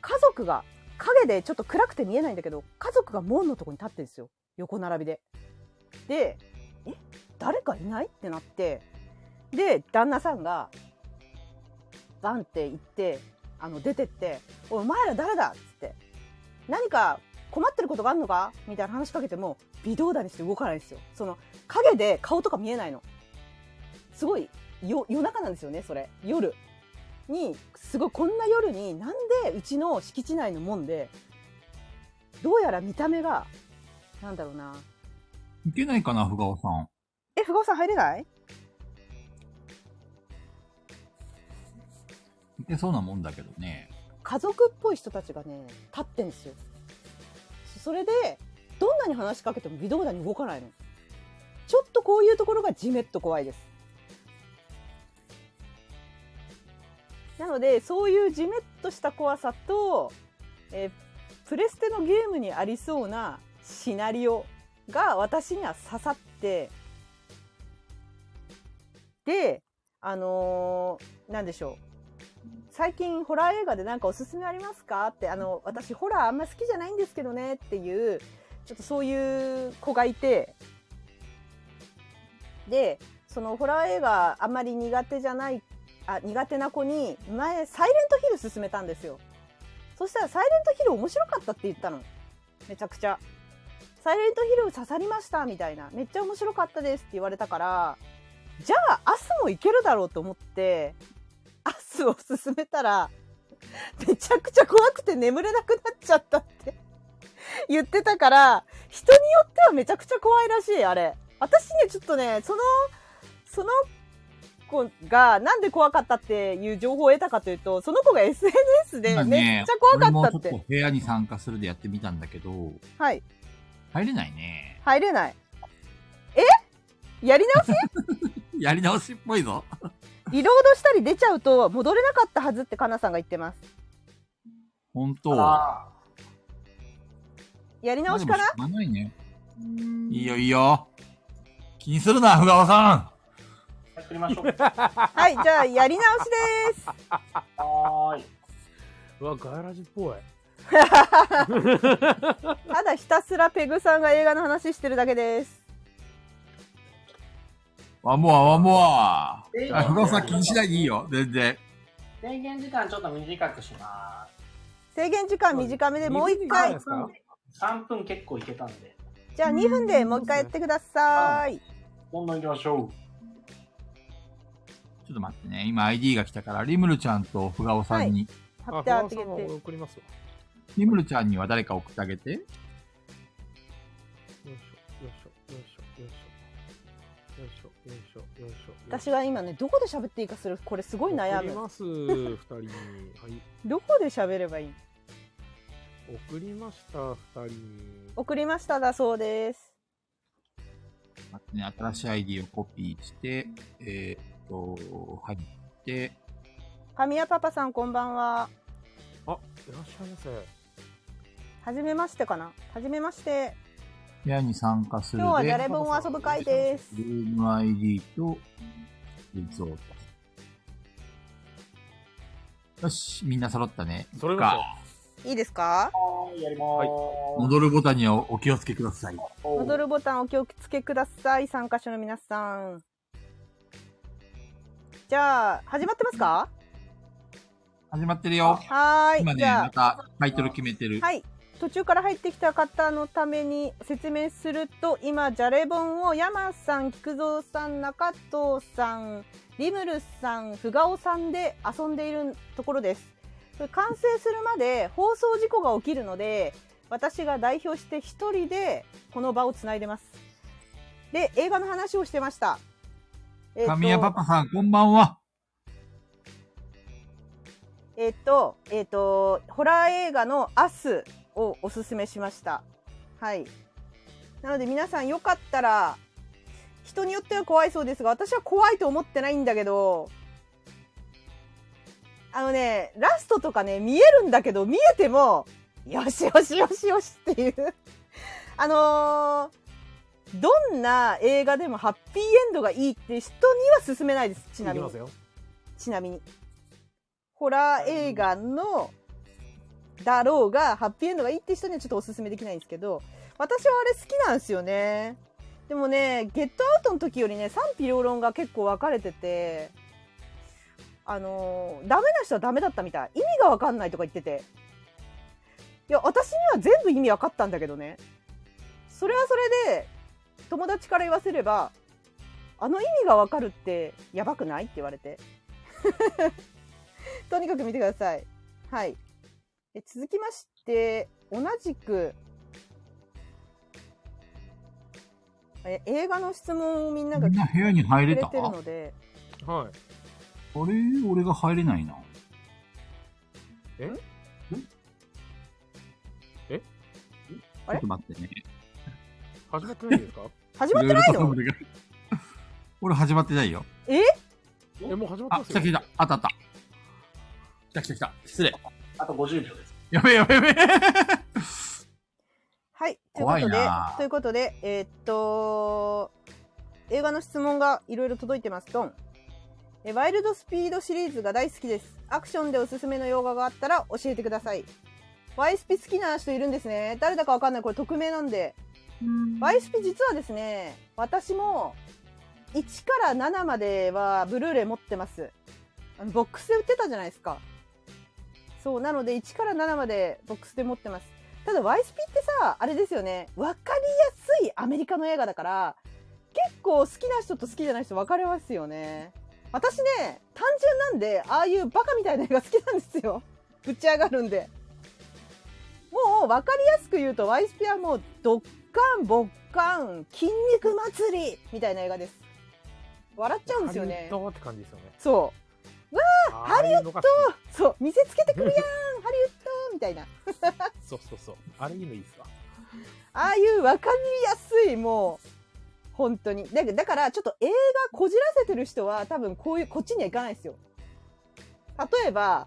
家族が影でちょっと暗くて見えないんだけど家族が門のとこに立ってるんですよ横並びで。で「え誰かいない?」ってなってで旦那さんがバンって行ってあの出てって「おいお前ら誰だ?」っつって「何か困ってることがあるのか?」みたいな話しかけても微動だにして動かないんですよ。その影で顔とか見えないの。すごいよ夜中なんですよねそれ夜にすごいこんな夜になんでうちの敷地内のもんでどうやら見た目がなんだろうないけないかな、ふがおさん。え不合さん入れないいけそうなもんだけどね。家族っぽい人たちがね立ってんですよそそれでどんなに話しかけても微動だに動かないのちょっとこういうところがジメッと怖いですなのでそういうジメッとした怖さと、えープレステのゲームにありそうなシナリオが私には刺さってであのーなんでしょう最近ホラー映画でなんかおすすめありますかってあの私ホラーあんま好きじゃないんですけどねっていうちょっとそういう子がいてでそのホラー映画あんまり苦手じゃないあ苦手な子に前「サイレントヒル」勧めたんですよそしたら「サイレントヒル面白かった」って言ったのめちゃくちゃ「サイレントヒル刺さりました」みたいな「めっちゃ面白かったです」って言われたからじゃあ明日もいけるだろうと思ってアスを勧めたら、めちゃくちゃ怖くて眠れなくなっちゃったって言ってたから、人によってはめちゃくちゃ怖いらしい、あれ。私ね、ちょっとね、その、その子がなんで怖かったっていう情報を得たかというと、その子が SNS で今めねっちゃ怖かったっ俺もちょて。っと部屋に参加するでやってみたんだけど、はい。入れないね。入れない。えやり直し やり直しっぽいぞ。リロードしたり出ちゃうと戻れなかったはずってカナさんが言ってます。ほんと。あやり直しかなまあでもしょうがないね。いいよいいよ。気にするな、ふがおさー作りましょう。はい、じゃあやり直し です。はーい。うわ、ガヤラジっぽい。ただひたすらペグさんが映画の話してるだけです。ん。ワンモア、ワンモア。え いあふがおさん気にしないでいいよ。全然。制限時間ちょっと短くしま制限時間短めでもう一いい回で。すす。か3分結構いけたんで、じゃあ2分でもう一回やってください。どんどん行きましょう。ちょっと待ってね。今 ID が来たから、リムルちゃんとふがおさんに、貼あ、っフてラあンげスての。方送りますわ。リムルちゃんには誰か送ってあげて。よいしょ、よいしょ、よいしょ、よいしょ。よいしょ、よいしょ、よいしょ。私は今ね、どこで喋っていいかする、これすごい悩送りむ。ます、二人に。はい。どこで喋ればいい送りました、二人に。送りましただそうです。待ってね、新しい ID をコピーして、えーっと、入って、ファミヤパパさんこんばんは。あ、いらっしゃいませ。はじめましてかなはじめまして。部屋に参加する今日はで、誰分を遊ぶ会です。ルーム ID と、リゾート。よし、みんな揃ったね。それか。いいですかはーい、やりまーす。戻るボタンにはお気をつけください。戻るボタンお気をつけください。参加者の皆さん。じゃあ、始まってますか始まってるよ。はー今い。ね、じゃあま。たタイトル決めてる。はい。途中から入ってきた方のために説明すると、今、じゃれぼんを山さん、菊蔵さん、中藤さん、リムルさん、ふがおさんで遊んでいるところです。これ完成するまで放送事故が起きるので、私が代表して一人でこの場をつないでます。で、映画の話をしてました。えっと神谷パパさん、こんばんは。えっと、えっと、ホラー映画のアスをおすすめしました。はい。なので皆さんよかったら、人によっては怖いそうですが、私は怖いと思ってないんだけど、あのね、ラストとかね、見えるんだけど、見えても、よしよしよしよしっていう。 あのーどんな映画でもハッピーエンドがいいって人には勧めないです、ちなみいにきます。よ。ちなみに。ホラー映画のだろうがハッピーエンドがいいって人にはちょっとおすすめできないんですけど私はあれ好きなんですよねでもねゲットアウトの時よりね賛否両論が結構分かれててあのーダメな人はダメだったみたい意味が分かんないとか言ってていや私には全部意味分かったんだけどねそれはそれで友達から言わせればあの意味が分かるってやばくないって言われて とにかく見てくださいはいえ続きまして同じくえ映画の質問をみんながみんな部屋に入くれれたてるのではい。あれ俺が入れないな。えんえんあちょれっと待ってね。始まってないん ですか始まってないのいろいろ頼むんだけど 俺始まってないよ。え、もう始まってあ、ま来すたよ来。た。あったあった。来た来た来た。失礼。あと50秒です。やべえやべえやべえ。はい。というこ怖いとでな、ということで、えーっと、映画の質問がいろいろ届いてます。ドン。えワイルドスピードシリーズが大好きです。アクションでおすすめの洋画があったら教えてください。ワイスピ好きな人いるんですね。誰だかわかんない。これ匿名なんで。ワイスピ実はですね、私も1から7まではブルーレイ持ってます。あのボックスで売ってたじゃないですか。そう、なので1から7までボックスで持ってます。ただワイスピってさ、あれですよね、わかりやすいアメリカの映画だから、結構好きな人と好きじゃない人分かれますよね。私ね、単純なんで、ああいうバカみたいな映画好きなんですよ。ぶち上がるんで。もう分かりやすく言うと、ワイスピはもう、ドッカン、ボッカン、筋肉祭りみたいな映画です。笑っちゃうんですよハリウねッ。ドって感じですよね。そう。ハリウッドそう見せつけてくるやんハリウッドみたいなそうそうそう。あれいいのいいっすかああいう分かりやすいもう本当にだだからちょっと映画こじらせてる人は多分こういうこっちには行かないですよ例えば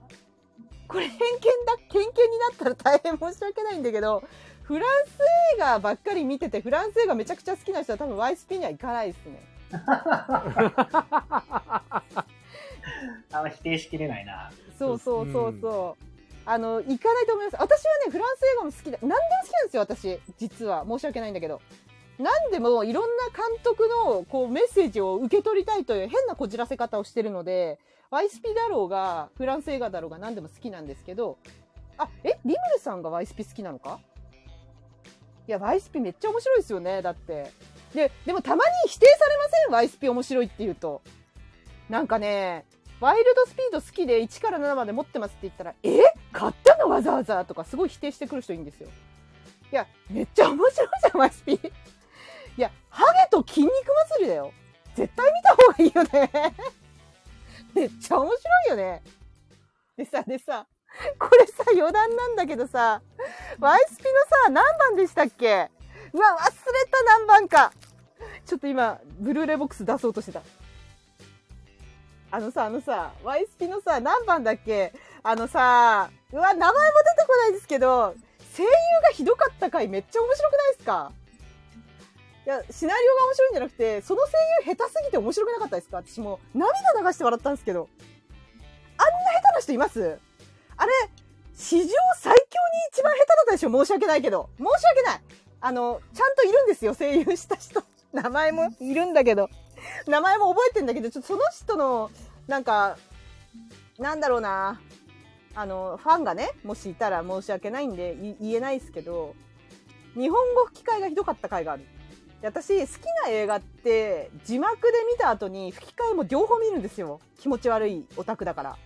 これ偏見だ偏見になったら大変申し訳ないんだけどフランス映画ばっかり見ててフランス映画めちゃくちゃ好きな人は多分 YSP には行かないですね あんま否定しきれないな。そうそうそうそう。あの行かないと思います。私はねフランス映画も好きだ。何でも好きなんですよ私。実は申し訳ないんだけど。何でもいろんな監督のこうメッセージを受け取りたいという変なこじらせ方をしてるので、YSP だろうがフランス映画だろうが何でも好きなんですけど、あえリムルさんが YSP 好きなのか？いや YSP めっちゃ面白いですよねだって。ででもたまに否定されません YSP 面白いって言うと。なんかねワイルドスピード好きで1から7まで持ってますって言ったら、え買ったのわざわざとかすごい否定してくる人いるんですよ。いや、めっちゃ面白いじゃん、ワイスピ。いや、ハゲと筋肉祭りだよ。絶対見た方がいいよね。 めっちゃ面白いよね。でさ、でさ、これさ、余談なんだけどさ、ワイスピのさ、何番でしたっけうわ、忘れた何番か。ちょっと今、ブルーレイボックス出そうとしてた。あのさ、あのさ、ワイスピのさ、何番だっけあのさ、うわ、名前も出てこないですけど、声優がひどかった回めっちゃ面白くないですかいや、シナリオが面白いんじゃなくて、その声優下手すぎて面白くなかったですか私もう涙流して笑ったんですけど。あんな下手な人いますあれ、史上最強に一番下手だったでしょ申し訳ないけど。申し訳ない。あの、ちゃんといるんですよ、声優した人。名前もいるんだけど。名前も覚えてんだけど、ちょっとその人の、なんか、なんだろうな、あの、ファンがね、もしいたら申し訳ないんで、い言えないですけど、日本語吹き替えがひどかった回がある。で私、好きな映画って、字幕で見た後に吹き替えも両方見るんですよ。気持ち悪いオタクだから。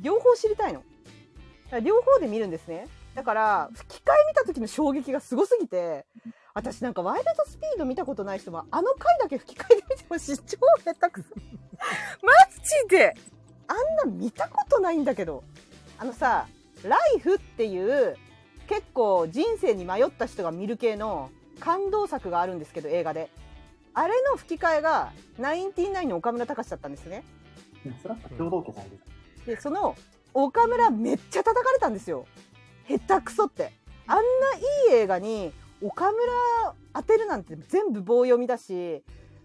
両方知りたいの。だから両方で見るんですね。だから、吹き替え見た時の衝撃がすごすぎて、私なんかワイルドスピード見たことない人は、あの回だけ吹き替えで見てほしい。超下手くそ。マジであんな見たことないんだけど。あのさ、ライフっていう、結構人生に迷った人が見る系の感動作があるんですけど、映画で。あれの吹き替えが、ナインティナインの岡村隆史だったんですね。それは共同家さんです。でその岡村めっちゃ叩かれたんですよ下手くそってあんないい映画に岡村当てるなんて全部棒読みだし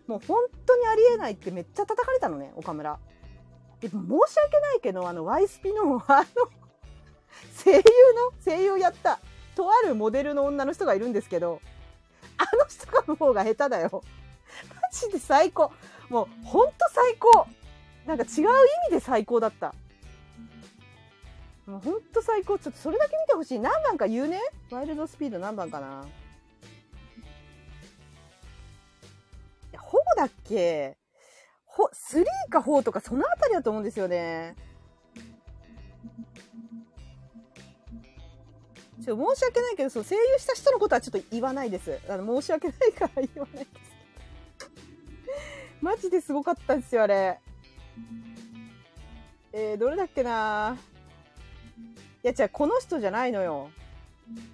もう本当にありえないってめっちゃ叩かれたのね岡村で申し訳ないけどあの Y スピのあの声声優の声優やったとあるモデルの女の人がいるんですけどあの人がの方が下手だよマジで最高もうほんと最高なんか違う意味で最高だったもうほんと最高ちょっとそれだけ見てほしい何番か言うねワイルドスピード何番かないやほぼだっけほ3か4とかそのあたりだと思うんですよねちょっと申し訳ないけど、そう声優した人のことはちょっと言わないです。あの申し訳ないから言わないです。マジですごかったんですよ、あれ。えー、どれだっけないや、じゃこの人じゃないのよ。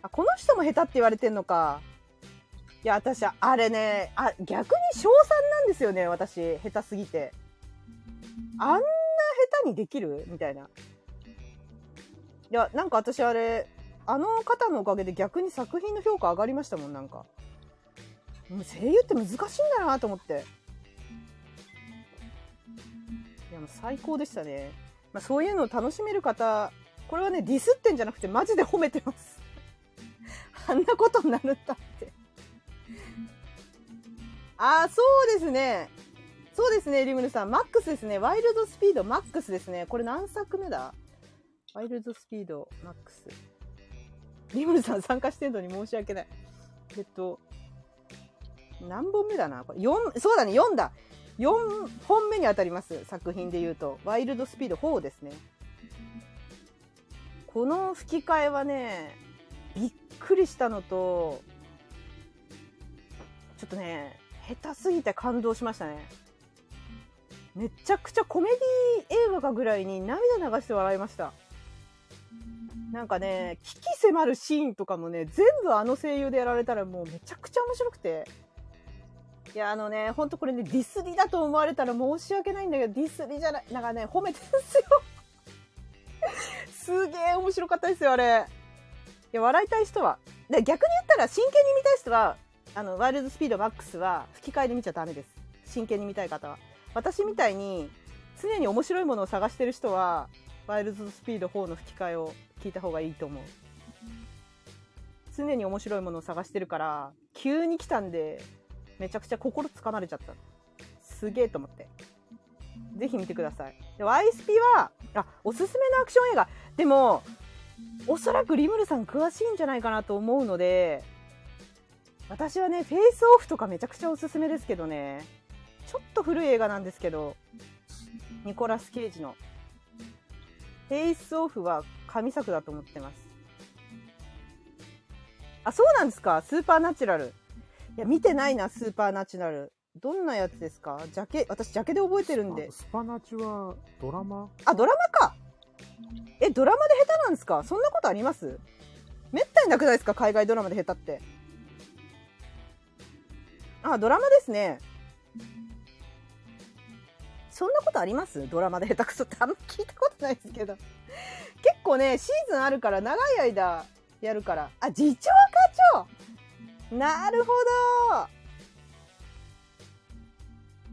あ、この人も下手って言われてんのか。いや、私、あれね、あ、逆に賞賛なんですよね、私。下手すぎて。あんな下手にできるみたいな。いや、なんか私あれ、あの方のおかげで逆に作品の評価上がりましたもんなんかもう声優って難しいんだなと思っていやもう最高でしたね、まあ、そういうのを楽しめる方これはねディスってんじゃなくてマジで褒めてますあんなことになるんだってああそうですねそうですねリムルさんマックスですねワイルドスピードマックスですねこれ何作目だワイルドスピードマックスリムルさん参加してんのに申し訳ない。えっと、何本目だなこれ4、そうだね、4だ。4本目に当たります。作品で言うと。ワイルドスピード4ですね。この吹き替えはね、びっくりしたのと、ちょっとね、下手すぎて感動しましたね。めちゃくちゃコメディ映画かぐらいに涙流して笑いました。なんかね、危機迫るシーンとかもね、全部あの声優でやられたらもうめちゃくちゃ面白くて。いや、あのね、ほんとこれね、ディスりだと思われたら申し訳ないんだけど、ディスりじゃない、なんかね、褒めてるんですよ。すげえ面白かったですよ、あれ。いや、笑いたい人は。で逆に言ったら、真剣に見たい人は、あの、ワイルドスピードマックスは吹き替えで見ちゃダメです。真剣に見たい方は。私みたいに、常に面白いものを探してる人は、ワイルドスピード4の吹き替えを聞いた方がいいと思う常に面白いものを探してるから急に来たんでめちゃくちゃ心つかまれちゃったすげえと思ってぜひ見てくださいで YSP はあおすすめのアクション映画でもおそらくリムルさん詳しいんじゃないかなと思うので私はねフェイスオフとかめちゃくちゃおすすめですけどねちょっと古い映画なんですけどニコラス・ケイジのフェイスオフは神作だと思ってます。あ、そうなんですかスーパーナチュラル。いや、見てないな、スーパーナチュラル。どんなやつですかジャケ、私ジャケで覚えてるんであ。スパナチはドラマあ、ドラマかえ、ドラマで下手なんですかそんなことありますめったになくないですか海外ドラマで下手って。あ、ドラマですね。そんなことありますドラマで下手くそってあんま聞いたことないですけど。結構ね、シーズンあるから、長い間やるから。あ、次長課長なるほど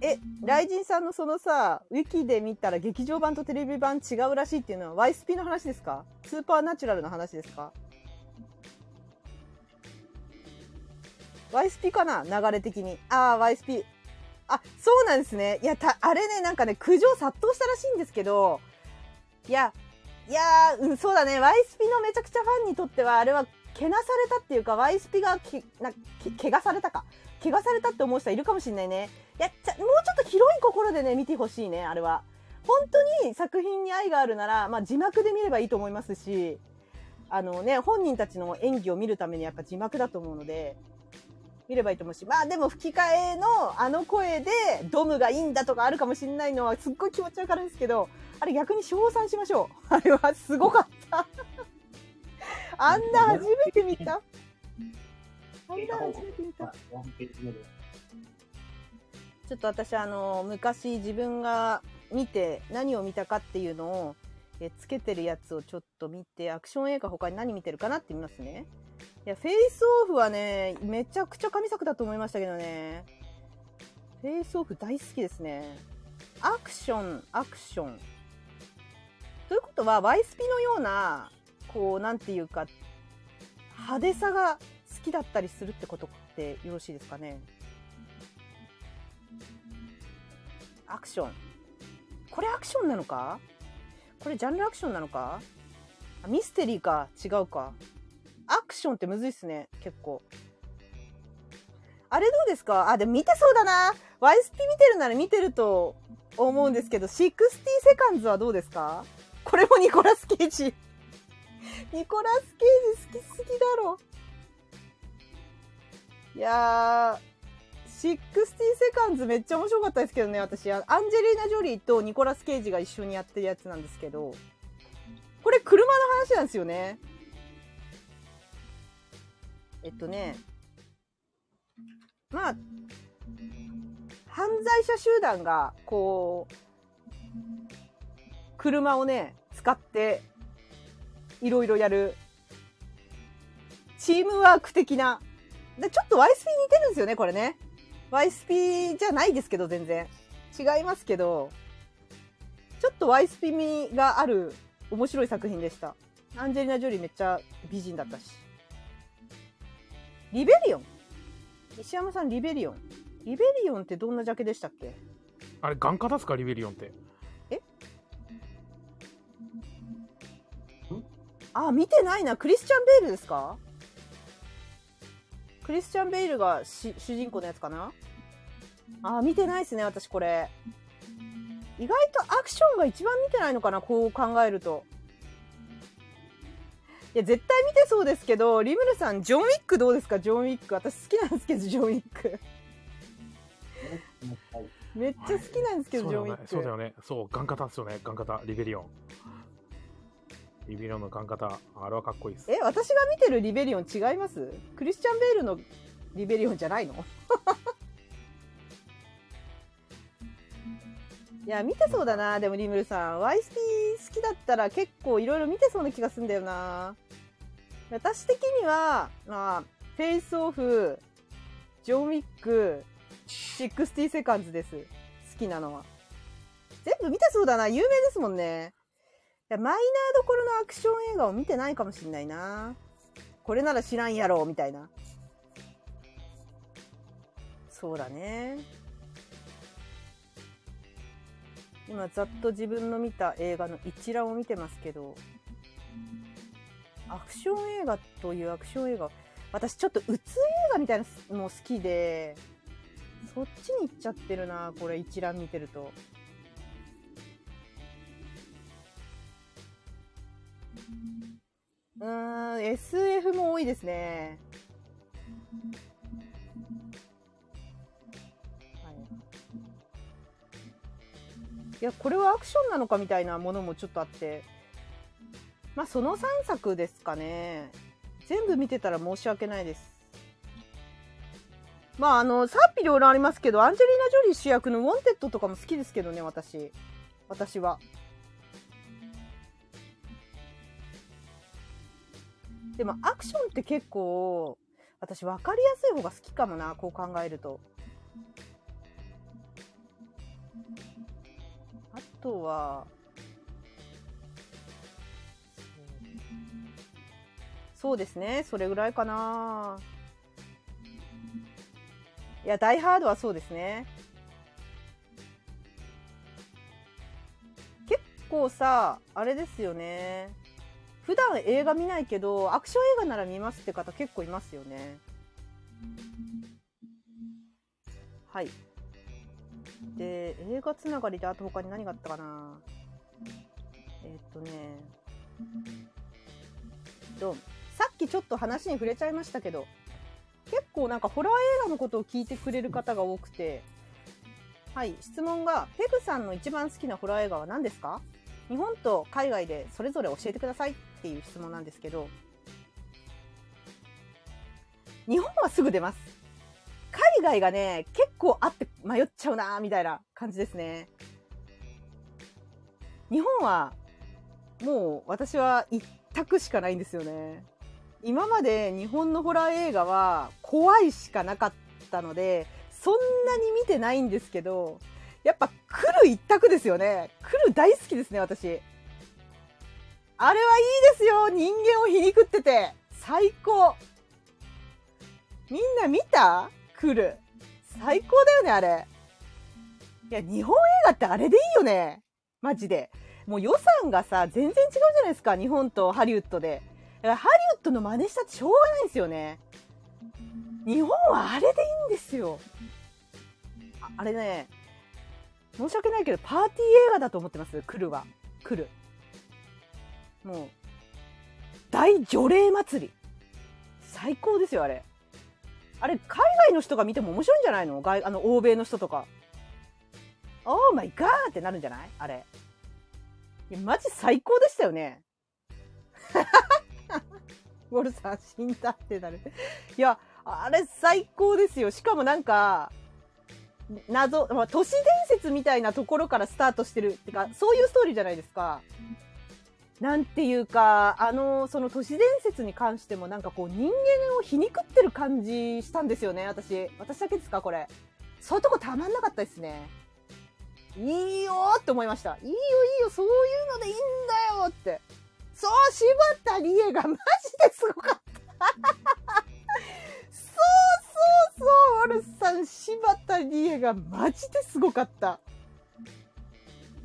え、雷神さんのそのさ、ウィキで見たら劇場版とテレビ版違うらしいっていうのは YSP の話ですかスーパーナチュラルの話ですか ?YSP かな流れ的に。ああ、YSP。あ、そうなんですね。いや、た、あれね、なんかね、苦情殺到したらしいんですけど、いや、いやー、うん、そうだね。ワイスピのめちゃくちゃファンにとっては、あれは、けなされたっていうか、ワイスピがけ、な、け、怪我されたか。怪我されたって思う人はいるかもしれないね。いや、ちゃもうちょっと広い心でね、見てほしいね、あれは。本当に作品に愛があるなら、まあ、字幕で見ればいいと思いますし、あのね、本人たちの演技を見るためにやっぱ字幕だと思うので、見ればいいと思うし、まあでも吹き替えのあの声でドムがいいんだとかあるかもしれないのはすっごい気持ちわかるんですけど、あれ逆に称賛しましょう。 あれはすごかった。あんな初めて見た。あんな初めて見た。ワンピース見るちょっと私あの昔自分が見て何を見たかっていうのをえつけてるやつをちょっと見てアクション映画他に何見てるかなって見ますねいやフェイスオフはねめちゃくちゃ神作だと思いましたけどねフェイスオフ大好きですねアクションアクションということは YSP のようなこうなんていうか派手さが好きだったりするってことってよろしいですかねアクションこれアクションなのかこれジャンルアクションなのかあミステリーか違うかアクションってむずいっすね結構あれどうですかあでも見てそうだな YSP 見てるなら見てると思うんですけど60セカンズはどうですかこれもニコラス・ケイジ ニコラス・ケイジ好きすぎだろいやー60セカンズめっちゃ面白かったですけどね私あアンジェリーナ・ジョリーとニコラス・ケイジが一緒にやってるやつなんですけどこれ車の話なんですよねえっとねまあ犯罪者集団がこう車をね使っていろいろやるチームワーク的なでちょっと YSP 似てるんですよねこれね YSP じゃないですけど全然違いますけどちょっと YSP 味がある面白い作品でしたアンジェリーナ・ジョリーめっちゃ美人だったしリベリオン石山さんリベリオンリベリオンってどんなジャケでしたっけあれ、眼科ですか、リベリオンって。あ、見てないな。クリスチャン・ベールですかクリスチャン・ベールがし主人公のやつかなあ、見てないですね、私これ。意外とアクションが一番見てないのかな、こう考えると。いや、絶対見てそうですけど、リムルさん、ジョン・ウィックどうですかジョン・ウィック。私好きなんですけど、ジョン・ウィック。めっちゃ好きなんですけど、そうジョン・だよウィッねク。。そうだよね。そう、ガンカタですよね。ガンカタ、リベリオン。リベリオンのガンカタ、あれはかっこいいです。え私が見てるリベリオン違いますクリスチャン・ベールのリベリオンじゃないの いや見てそうだなでもリムルさん YSP 好きだったら結構いろいろ見てそうな気がすんだよな私的にはまあフェイスオフジョン・ウィック60セカンズです好きなのは全部見てそうだな有名ですもんねいやマイナーどころのアクション映画を見てないかもしんないなこれなら知らんやろみたいなそうだね今ざっと自分の見た映画の一覧を見てますけどアクション映画というアクション映画私ちょっとうつ映画みたいなのも好きでそっちに行っちゃってるなこれ一覧見てるとうーん SF も多いですね。はい、いやこれはアクションなのかみたいなものもちょっとあってまあその3作ですかね全部見てたら申し訳ないですまああの賛否両論ありますけどアンジェリーナ・ジョリー主役の「ウォンテッド」とかも好きですけどね私私はでもアクションって結構私分かりやすい方が好きかもなこう考えるとあとはそうですねそれぐらいかないや「ダイ・ハード」はそうですね結構さあれですよね普段映画見ないけどアクション映画なら見ますって方結構いますよねはいで映画つながりであと他に何があったかなえーっとねどんさっきちょっと話に触れちゃいましたけど結構なんかホラー映画のことを聞いてくれる方が多くてはい質問が「ペグさんの一番好きなホラー映画は何ですか?」日本と海外でそれぞれ教えてくださいっていう質問なんですけど日本はすぐ出ます海外がね結構あって迷っちゃうなーみたいな感じですね日本はもう私は一択しかないんですよね今まで日本のホラー映画は怖いしかなかったのでそんなに見てないんですけどやっぱ来る一択ですよね。来る大好きですね、私。あれはいいですよ人間を皮肉ってて最高みんな見た来る最高だよねあれいや日本映画ってあれでいいよねマジでもう予算がさ全然違うじゃないですか日本とハリウッドでだからハリウッドの真似したってしょうがないんですよね日本はあれでいいんですよああれね申し訳ないけどパーティー映画だと思ってます来るは来るもう大除霊祭り最高ですよあれあれ海外の人が見ても面白いんじゃないの外あの欧米の人とか「オーマイガー!」ってなるんじゃないあれいやマジ最高でしたよね ウォルさん死んだってなるいやあれ最高ですよしかもなんか謎、まあ、都市伝説みたいなところからスタートしてるってかそういうストーリーじゃないですか。なんていうかあのその都市伝説に関してもなんかこう人間を皮肉ってる感じしたんですよね私私だけですかこれそういうとこたまんなかったですねいいよーって思いましたいいよいいよそういうのでいいんだよってそう柴田理恵がマジですごかったそうそうそう、ワルさん、柴田理恵がマジですごかった。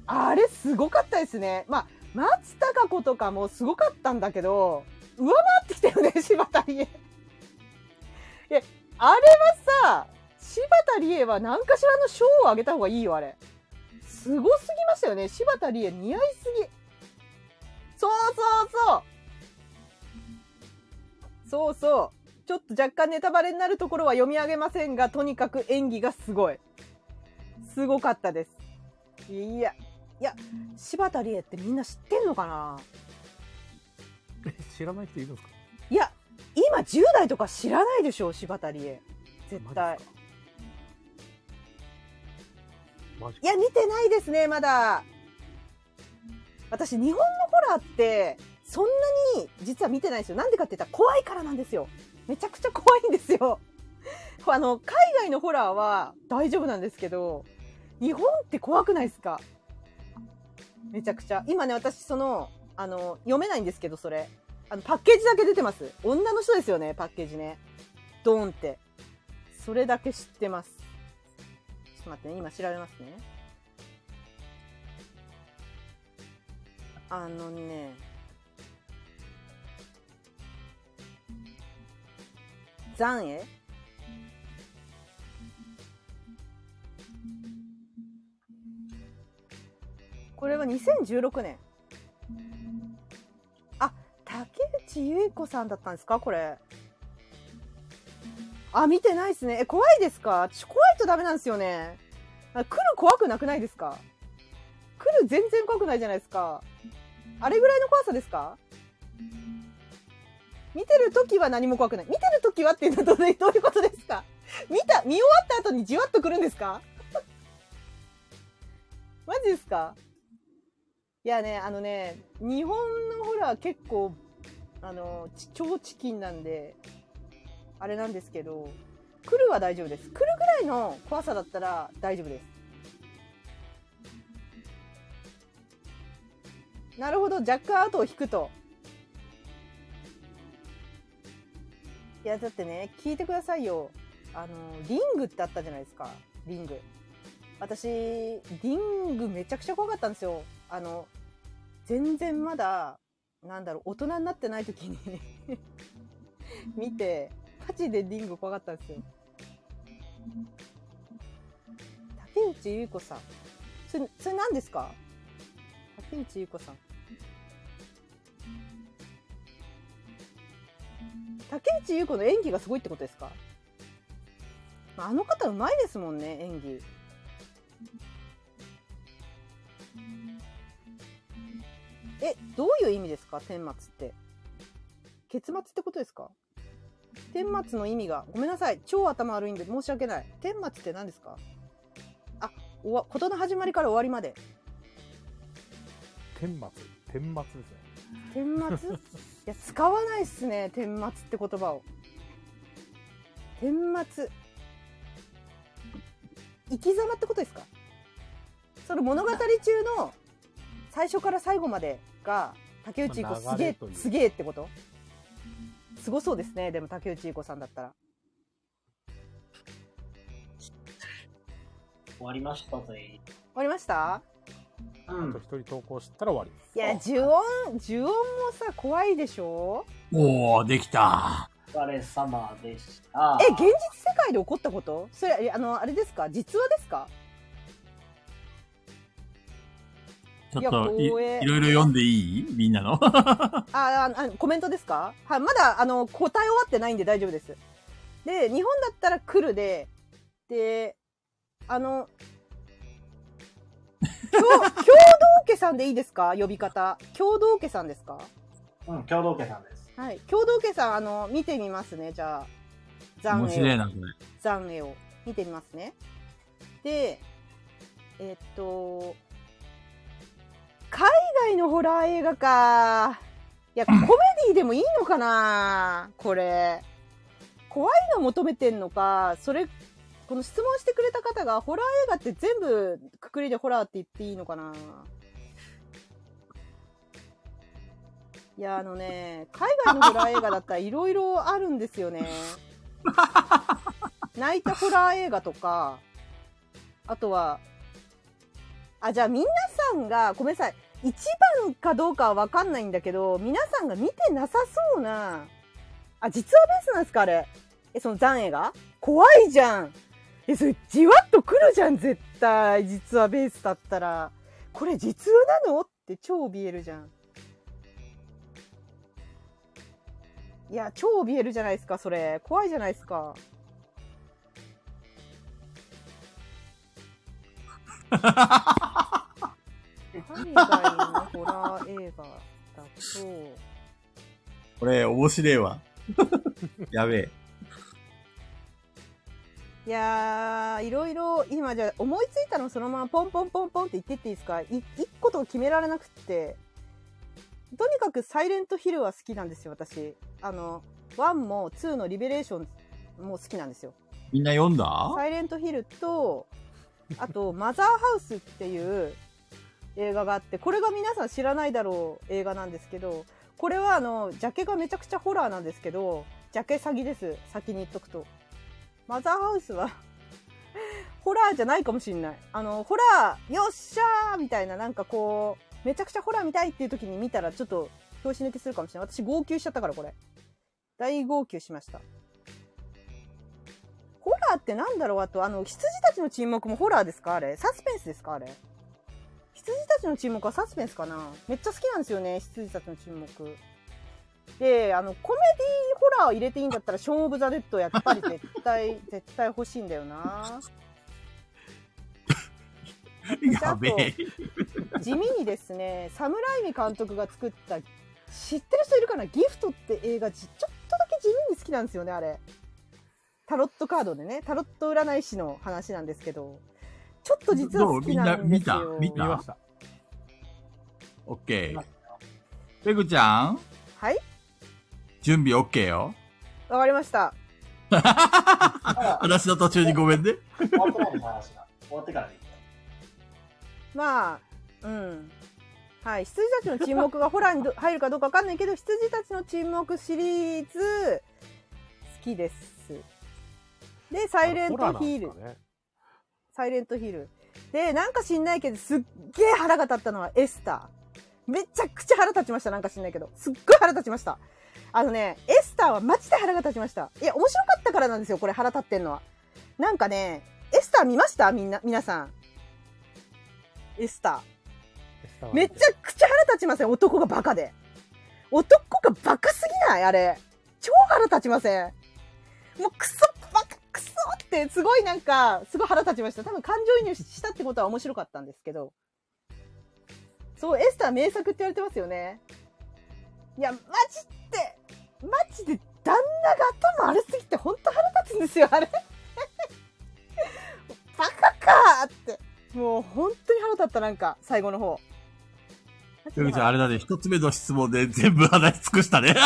あれ、すごかったですね。まあ、松たか子とかもすごかったんだけど、上回ってきたよね、 柴田理恵。いや、あれはさ、柴田理恵は何かしらの賞をあげた方がいいよ、あれ。すごすぎましたよね。柴田理恵似合いすぎ。そうそうそう。そうそう。ちょっと若干ネタバレになるところは読み上げませんが、とにかく演技がすごい。すごかったです。いや、いや、柴田理恵ってみんな知ってんのかな 知らない人いるんですかいや、今10代とか知らないでしょ、柴田理恵。絶対。マジいかや、見てないですね、まだ。私、日本のホラーって、そんなに実は見てないんですよ。なんでかって言ったら怖いからなんですよ。めちゃくちゃ怖いんですよ。 あの、海外のホラーは大丈夫なんですけど、日本って怖くないですかめちゃくちゃ。今ね、私、その、あの、読めないんですけど、それ。あの、パッケージだけ出てます。女の人ですよね、パッケージね。ドーンって。それだけ知ってます。ちょっと待ってね、今調べますね。あのね、残影これは2016年。あ、竹内結子さんだったんですかこれ。あ、見てないですね。え、怖いですか私怖いとダメなんですよね。あ来る怖くなくないですか来る全然怖くないじゃないですか。あれぐらいの怖さですか見てる時は何も怖くない。見てる時はっていうのはどうどういうことですか見た、見終わった後にじわっと来るんですか マジですかいやね、あのね、日本のホラー結構、あの、ち超チキンなんで、あれなんですけど、来るは大丈夫です。来るぐらいの怖さだったら大丈夫です。なるほど、若干後を引くと。いや、だってね、聞いてくださいよ。あの、リングってあったじゃないですか。リング。私、リングめちゃくちゃ怖かったんですよ。あの、全然まだ、なんだろう、大人になってない時に、 見て、マジでリング怖かったんですよ。竹内結子さん。それ、それ何ですか竹内結子さん。竹内結子の演技がすごいってことですかまああの方うまいですもんね、演技。え、どういう意味ですか天末って。結末ってことですか天末の意味がごめんなさい超頭悪いんで申し訳ない天末って何ですかあおわ事の始まりから終わりまで天末天末ですね天末 いや使わないっすね天末って言葉を天末生き様ってことですかその物語中の最初から最後までが竹内ま子あす流げれえというすげえってことすごそうですねでも竹内子さんだったら終わりましたといい。終わりましたあうとん。一人投稿したら終わいりや呪音呪音もさ怖いでしょおおできた。お疲れ様でした。え現実世界で起こったことそれえあのあれですか実話ですかちょっといいいや光栄ろいろ読んでいいみんなの。あああコメントですかはいまだあの答え終わってないんで大丈夫ですで日本だったら来るでであ の共共同家さんでいいですか呼び方共同家さんですかうん、共同家さんです。はい共同家さんあの見てみますねじゃあ残面白影をいな、これ。残影を見てみますねでえっと海外のホラー映画かいやコメディでもいいのかなこれ怖いの求めてんのかそれこの質問してくれた方がホラー映画って全部くくりでホラーって言っていいのかないやあのね海外のホラー映画だったらいろいろあるんですよね泣いたホラー映画とかあとはあじゃあ皆さんがごめんなさい一番かどうかは分かんないんだけど皆さんが見てなさそうなあ実はベースなんですかあれえその残影が怖いじゃんえそれじわっとくるじゃん絶対実はベースだったらこれ実話なのって超怯えるじゃんいや超怯えるじゃないですかそれ怖いじゃないですか海外のホラー映画だとこれ、面白いわ。 やべえ。いやーいろいろ今じゃあ思いついたのそのままポンポンポンポンって言ってっていいですかい一個と決められなくってとにかく「サイレントヒル」は好きなんですよ私あの1も2の「リベレーション」も好きなんですよみんな読んだ「サイレントヒルと」あと「マザーハウス」っていう映画があってこれが皆さん知らないだろう映画なんですけどこれはあのジャケがめちゃくちゃホラーなんですけどジャケ詐欺です先に言っとくとマザーハウスは ホラーじゃないかもしんないあのホラーよっしゃーみたいななんかこうめちゃくちゃホラー見たいっていう時に見たらちょっと拍子抜けするかもしれない私号泣しちゃったからこれ大号泣しましたホラーってなんだろうあと、あの、羊たちの沈黙もホラーですかあれ。サスペンスですかあれ。羊たちの沈黙はサスペンスかなめっちゃ好きなんですよね、羊たちの沈黙。で、あの、コメディホラーを入れていいんだったら、ショーン・オブ・ザ・デッドやっぱり絶対、絶対欲しいんだよな。やべえ。地味にですね、サムライミ監督が作った、知ってる人いるかなギフトって映画、じちょっとだけ地味に好きなんですよね、あれ。タロットカードでね、タロット占い師の話なんですけど、ちょっと実は好きなんですよ。どうみんな見見ましたオッケー。ペグちゃん、はい準備オッケーよ。わかりました。まだ話の途中にごめんね。終わってないです、話が。終わってからでいいよまあ、うん。はい。羊たちの沈黙がホラーにど入るかどうかわかんないけど、羊たちの沈黙シリーズ、好きです。で、サイレントヒール。ホラーなんですかねサイレントヒル。で、なんか知んないけど、すっげえ腹が立ったのはエスター。めちゃくちゃ腹立ちました。なんか知んないけど。すっごい腹立ちました。あのね、エスターはマジで腹が立ちました。いや、面白かったからなんですよ。これ腹立ってんのは。なんかね、エスター見ましたみんな、皆さん。エスター。めちゃくちゃ腹立ちません。男がバカで。男がバカすぎないあれ。超腹立ちません。もうクソバカクソってすごいなんかすごい腹立ちました多分感情移入したってことは面白かったんですけどそうエスター名作って言われてますよねいやマジってマジで旦那が頭荒れすぎて本当腹立つんですよあれ バカかーってもう本当に腹立ったなんか最後の方ペグちゃん、あれだね、一つ目の質問で全部話し尽くしたね。え こ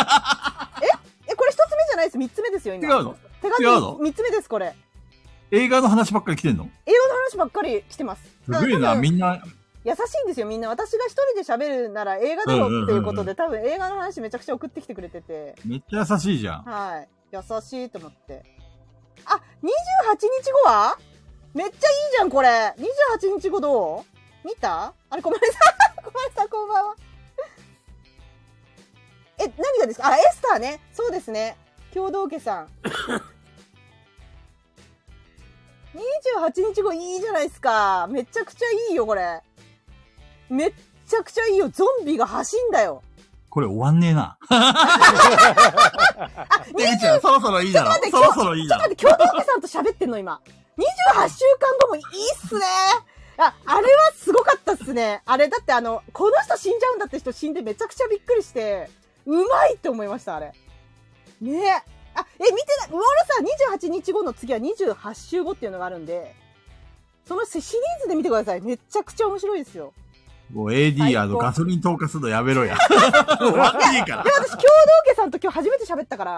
れ一つ目じゃないです三つ目ですよ違今うの手違うの紙三つ目ですこれ映画の話ばっかり来てんの英語の話ばっかり来てますすごいだから多な、分みんな、優しいんですよ、みんな。私が一人で喋るなら映画だろっていうことで、多分映画の話めちゃくちゃ送ってきてくれてて、めっちゃ優しいじゃん。はい。優しいと思って。あ、28日後はめっちゃいいじゃん、これ。28日後どう見たあれ、小林さん 小林さん、こんばんは。え、何がですかあ、エスターね。そうですね。共同家 さん。28日後いいじゃないですか。めちゃくちゃいいよ、これ。めっちゃくちゃいいよ。ゾンビが走んだよ。これ終わんねえな。あ、てみちゃん、そろそろいいだろちょっと待っ。てそろそろいいだだっろ。て京都家さんと喋ってんの今。28週間後もいいっすね。あ、あれはすごかったっすね。あれ、だってあの、この人死んじゃうんだって人死んでめちゃくちゃびっくりして、うまいって思いました、あれ。ねえ。あ、え、見てない。ウォルさん28日後の次は28週後っていうのがあるんで、そのシリーズで見てください。めちゃくちゃ面白いですよ。もう AD、あ最の、高ガソリン投下するのやめろ や。終わっていいかで、私、共同家さんと今日初めて喋ったから、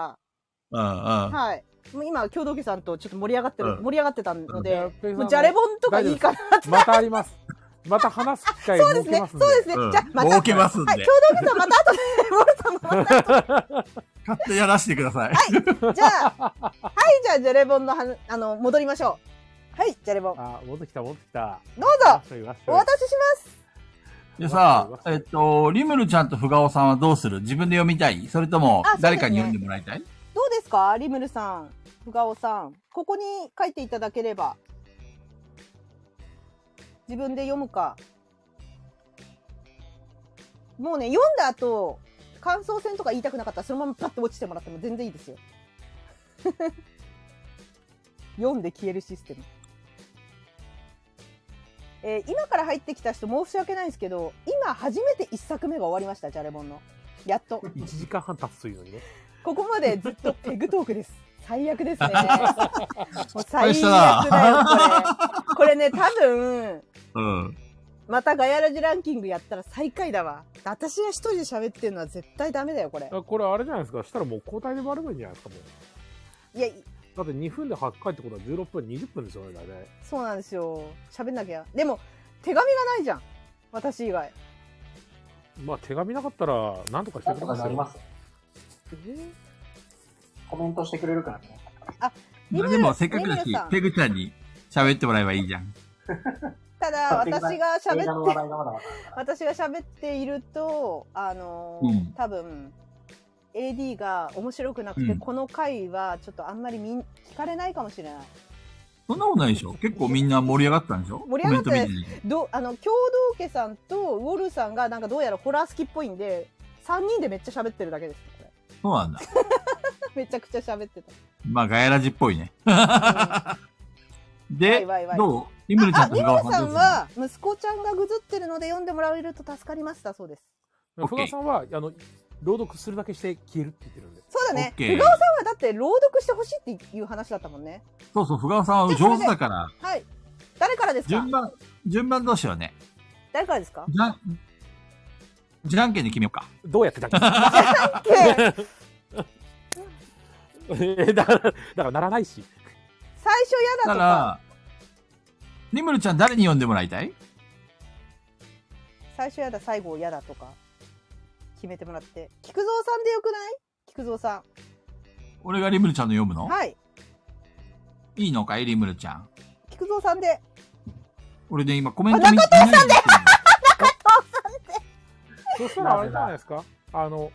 ら。うんうん。はい。もう今、共同家さんとちょっと盛り上がってる、うん盛り上がってたのいやでペイさ、んもうじゃれぼんとかいいかなまたあります。また話す機会そうです設けね。ますそんうで。ですね。うんじゃあ、また。儲けますんではい、共同家さんまた後で、モルさんもまた勝手にやらしてください。じゃあ、はい、じゃあ、ジャレボンのはな、あの、戻りましょう。はい、ジャレボン。どあ、戻ってきた、戻ってきた。うぞ、そう言わせてお渡しします。でさわか、るえっと、リムルちゃんとフガオさんはどうする自分で読みたいそれともあそうですね誰かに読んでもらいたいどうですかリムルさん、フガオさん。ここに書いていただければ。自分で読むか。もうね、読んだ後、感想戦とか言いたくなかったら、そのままパッと落ちてもらっても全然いいですよ。 読んで消えるシステム。えー今から入ってきた人申し訳ないんですけど、今初めて1作目が終わりました、ジャレボンの。やっと。 1時間半経つというのにね。ここまでずっとペグトークです。最悪ですね。もう最大悪しだよ、たこれ。これね、多分、うん。またガヤラジランキングやったら最下位だわ。私が一人で喋ってるのは絶対ダメだよ、これ。あこれあれじゃないですか。したらもう交代で割ればいいんじゃないですか、もう。いや、だって2分で8回ってことは16分、20分でしょうね、大体。そうなんですよ。喋んなきゃ。でも、手紙がないじゃん。私以外。まあ手紙なかったら、なんとかしてなくれんとかまなすりよ。ます。コメントしてくれるからね。リムルでも、せっかくだリしムルさ、んペグちゃんに喋ってもらえばいいじゃん。ただ、私が映画の喋っ話て、題がまだまだ。私が喋っていると、あの、うん多分、AD が面白くなくて、うんこの回はちょっとあんまりみん聞かれないかもしれない。そんなことないでしょ結構みんな盛り上がったんでしょ盛り上がったコメント見ててどあの共同家さんとウォルさんがなんかどうやらホラー好きっぽいんで3人でめっちゃ喋ってるだけですこそうなんだ。れ めちゃくちゃ喋ってまあ、ガヤラジっぽいね。 た、でわいわいわい、どうリうんムルちあゃんあとリフムガオルささんどうんするは息子ちゃんがぐずってるので読んでもらえると助かりましたそうですオッケ福ー田さんは、あの、朗読するだけして消えるって言ってるんで。そうだねオッ不動ケーさんはだって朗読してほしいっていう話だったもんねそうそう、フガオさんは上手だから、はい誰からですか順番、順番どうしようね。誰から ですかじゃん、じゃんけんで決めようか。どうやってだっけ OK えだから、だからならないし。最初嫌だだか、とからリムルちゃん誰に読んでもらいたい最初嫌だ最後嫌だとか決めてもらって菊蔵さんでよくない菊蔵さ俺がリムルちゃんの読むんのはいいいのかいリムルちゃん。菊蔵さんで俺ね、今コメント見てないんですよ。そしたらあれじゃないですか。あの、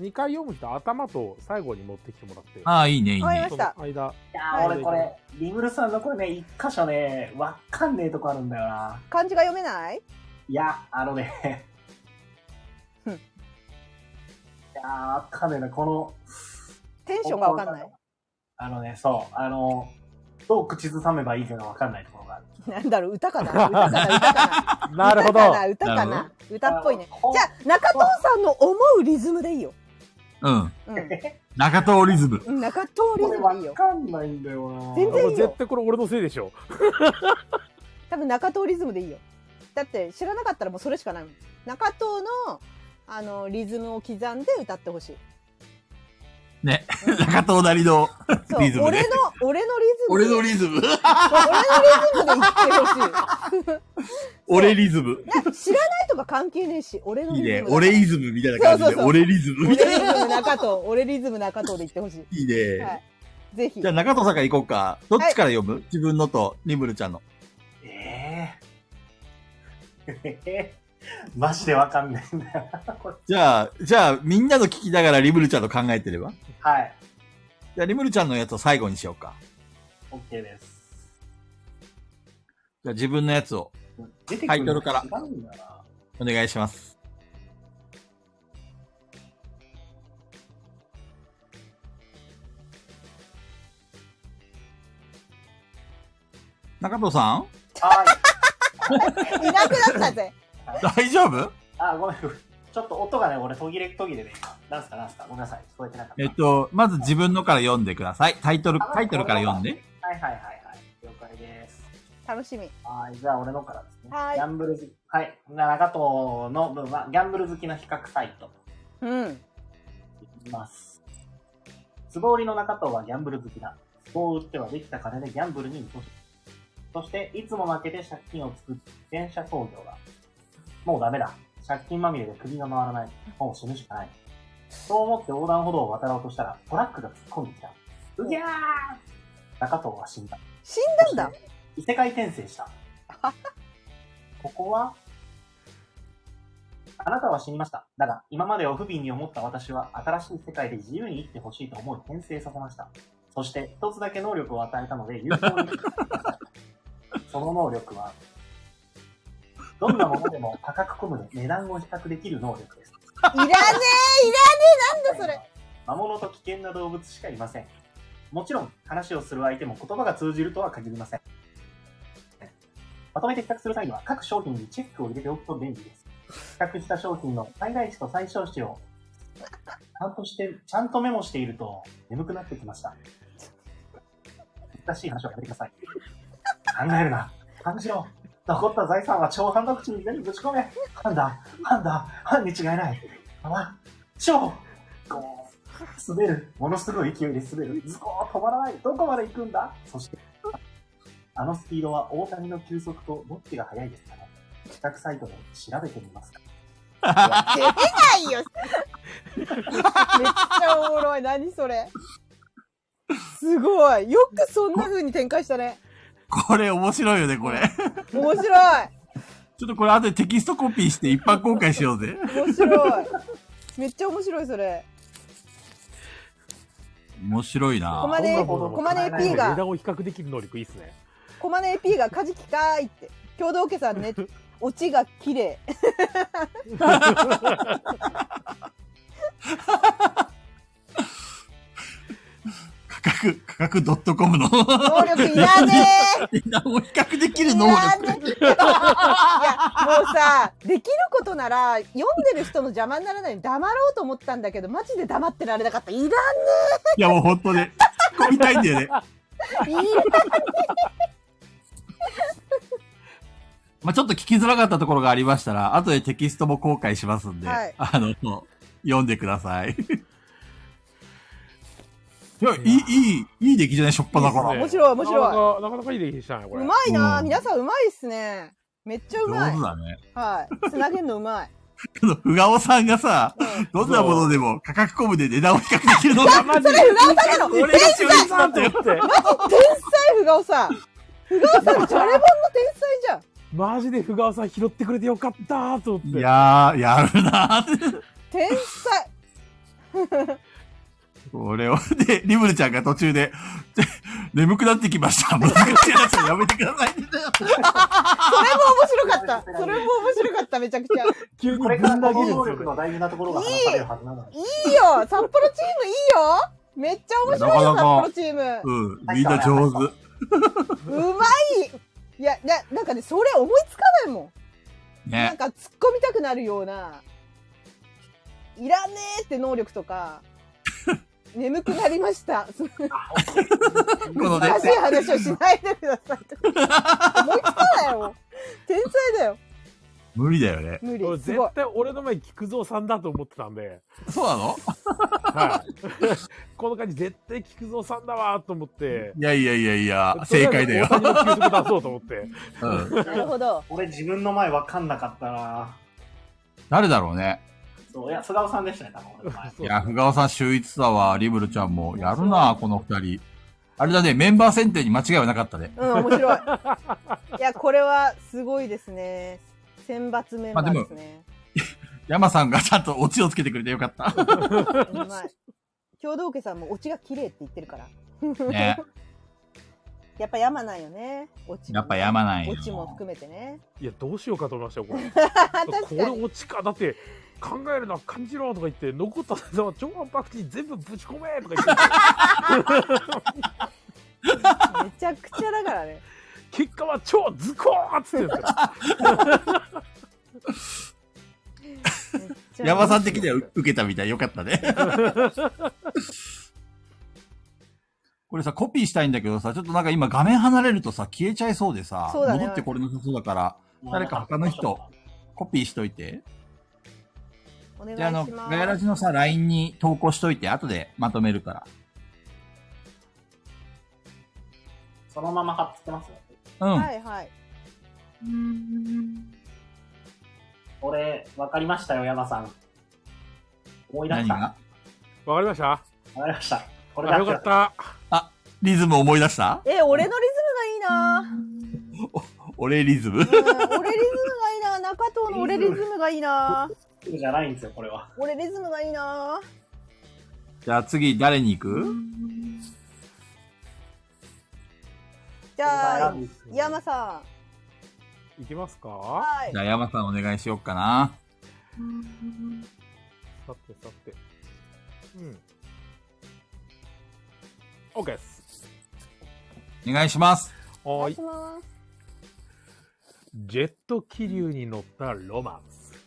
2回読む人、頭と最後に持ってきてもらって。ああ、いいね、いいわかりまし。ねそたの間、いやーはい俺これ、リムルさんのこれね、一箇所ね、わかんねえとこあるんだよな。漢字が読めないいや、あのね。うんいやー、わかんねえな、この。テンションがわかんない。あのね、そう、あの、どう口ずさめばいいかがわかんないところがある。 なんだろう、歌か な歌かな歌かななるほど。歌かな歌かなるな歌っぽいねあ。のじゃあ、中藤さんの思うリズムでいいよ。うん。う中東リズム。ん。中藤リこズれムでいいよわ。かんないんだよな。全然いいよもう絶対これ俺のせいでしょ。多分中藤リズムでいいよ。だって、知らなかったらもうそれしかないもん。中藤の、あの、リズムを刻んで歌ってほしい。ね。中となりのそう、リズム俺での。、俺のリズム。俺のリズム。そう俺のリズムで言ってほしい。 俺リズム。なんか知らないとか関係ねえし、俺のいいリズムだね。俺イズムみたいな感じそうで、そうそう俺リズムみたい俺リズム中藤、俺リズム中藤で言ってほしな。いいい。はね。い。ぜひ。じゃあ中藤さんから行こうか。どっちから読む、自分のと、リムルちゃんの。えええー マジでわかんないんだよなこれじゃあ、じゃあ、みんなの聞きながらリムルちゃんの考えてれば。はい。じゃあ、リムルちゃんのやつを最後にしようか。 OK です。じゃあ、自分のやつを出てタイトルから違うんだな。お願いします。中藤さんあいなくなったぜ。大丈夫あ、ごめん。ちょっと音がね、俺途切れ途切れで今。なんすかなんすかごめんなさい。聞こえてなかった。えっと、まず自分のから読んでください。タイトル、あタイトルから読んで。。はいはいはいはい。了解です。楽しみ。はい、じゃあ俺のからですね。はいギャンブル好き。はい。中藤の分は、ギャンブル好きの比較サイト。うん。いきます。壺売りの中藤はギャンブル好きだ。壺を売ってはできた金でギャンブルに行く。そして、いつも負けて借金を作って自転車操業だ。もうダメだ。借金まみれで首が回らない。もう死ぬしかない。そう思って横断歩道を渡ろうとしたら、トラックが突っ込んできた。うぎゃー中藤は死んだ。死んだんだ。異世界転 生した。ここはあなたは死にました。だが、今までを不憫に思った私は、新しい世界で自由に生きてほしいと思い転生させました。そして、一つだけ能力を与えたので、有 効に生きてください。その能力は、どんなものでも価格込むで値段を比較できる能力です。いらねえ、いらねえ、なんだそれ。魔物と危険な動物しかいません。もちろん、話をする相手も言葉が通じるとは限りません。まとめて比較する際には、各商品にチェックを入れておくと便利です。比較した商品の最大値と最小値を、ちゃんとして、ちゃんとメモしていると、眠くなってきました。難しい話はやめてください。考えるな。感じろ。残った財産は超反口に全部ぶち込め。判断、判断、判に違いない。あ、超こう滑る。ものすごい勢いで滑る。ズコー止まらない。どこまで行くんだそして、あのスピードは大谷の球速とどっちが速いですかね比較サイトで調べてみますか出てないよ。めっちゃおもろい。何それ。すごい。よくそんな風に展開したね。これ面白いよね、これ。面白い。ちょっとこれ後でテキストコピーして一般公開しようぜ。面白い。めっちゃ面白い、それ。面白いコなマネ、そんなこともコマネい AP いね値が、段を比較できる能力いいっすね。コマネ AP がカジキかーいって。共同家さんね、オチが綺麗。価格、価格 .com の能力いらね値段を比較できえるい能ら力。ねえいや、もうさ、できることなら、読んでる人の邪魔にならないように黙ろうと思ったんだけど、マジで黙ってられなかった。いらねいやもう本当ね、突っ込みたいんだよね。えいらねまあちょっと聞きづらかったところがありましたら、後でテキストも公開しますんで、はいあの、読んでくだ さい。いや、いい、いい、いい出来じゃない、しょっぱだから。えいいっ面すね白い、面白い。なかなかなかなかいい出来でしたね、これ。うまいなうぁ。ん皆さんうまいっすね。めっちゃうまい上手。だね。はい。つなげんのうまい。この、ふがおさんがさ、うんどんなものでも価格コムで値段を比較できるのが、マジでなの俺が中立なんだよ。天才ふがおさん。ふがおさん、チャレボンの天才じゃん。マジでふがおさん拾ってくれてよかったーと思っいて。やー、やるなーって。天才。俺を、で、リムルちゃんが途中で、 で眠くなってきま した。難しい話はやめてください。それも面白かった。それも面白かった、めちゃくちゃ。い急にこぶれんから投こげのるん能ですよね。力の大事なところが話されるはずなのに。いよ、札幌チームいいよ。めっちゃ面白いよ、札なかなか幌チーム。うん、みんな上手。うまい。いや、な、なんかね、それ思いつかないもん。なねん。か突っ込みたくなるような。いらねえって能力と か。眠くなりました。そのこのね難、しい話をしないでくださいとか。思いつかないよ。天才だよ。無理だよね。無俺理。す絶ごい。対俺の前菊蔵さんだと思ってたんで、そうなのはい、 この感じ絶対菊蔵さんだわーと思っていやいやいやいや、正解だよ。とりあえず大谷の球速出そうと思ってうん。なるほど。俺自分の前分かんなかったな誰だろうね。そういや菅尾さんでしたね多分俺の前いや、ふがおさん秀逸だわ。リブルちゃんも。やるな、この二人。あれだね、メンバー選定に間違いはなかったね。うん、面 白い。いや、これはすごいですね。選抜メンバーですね。山さんがちゃんとオチをつけてくれてよかった。うまい。共同家さんもオチが綺麗って言ってるから。ね。やっぱ山ないよね。オチもね。やっぱ山ないよオチも含めてね。いやどうしようかと思いましたよこれ あ 確かこれに。落ちかだって考えるな感じろとか言って残った技は超音パクチー全部ぶち込めとか言って めちゃくちゃだからね。結果は超ズコーンっつってんですよめっちゃ 山さん的には受けたみたい。よかったね。これさ、コピーしたいんだけどさ、ちょっとなんか今画面離れるとさ、消えちゃいそうでさ、そうだね戻ってこれなさそうだから、誰か他の人コピーしといて。お願いじゃあ、あの、します。ガヤラジのさ、LINE に投稿しといて、後でまとめるから。そのまま貼っつけますようん。はいはい。俺分かりましたよ山さん思い出し何たがわかりました分かりましたこれあだよかったリズム思い出したえ、俺のリズムがいいな。俺リズムうん、俺リズムがいいな。中藤の俺リズムがいいな。けじゃないんですよこれは俺リズムがいいな。じゃあ次、誰に行くじゃあ選、ぶんですよ山さいきますん。かはいじゃ。あ山さんお願いしよっかな。さてさてうん OK ですお願いします。お願はーいいします。ジェット気流に乗ったロマンス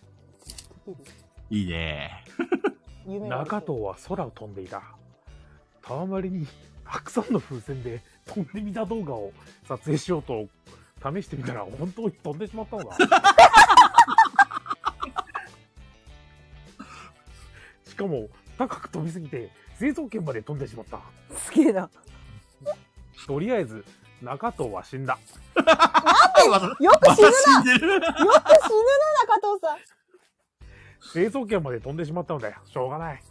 いいね。夢がある中藤は空を飛んでいた戯れにたくさんの風船で飛んでみた動画を撮影しようと試してみたら本当に飛んでしまったのだしかも高く飛びすぎて製造圏まで飛んでしまったすげえな。とりあえず中藤は死んだよくま死ぬたよ死んでる。く死ぬな、中藤さん。製造圏まで飛んでしまったのだよしょうがない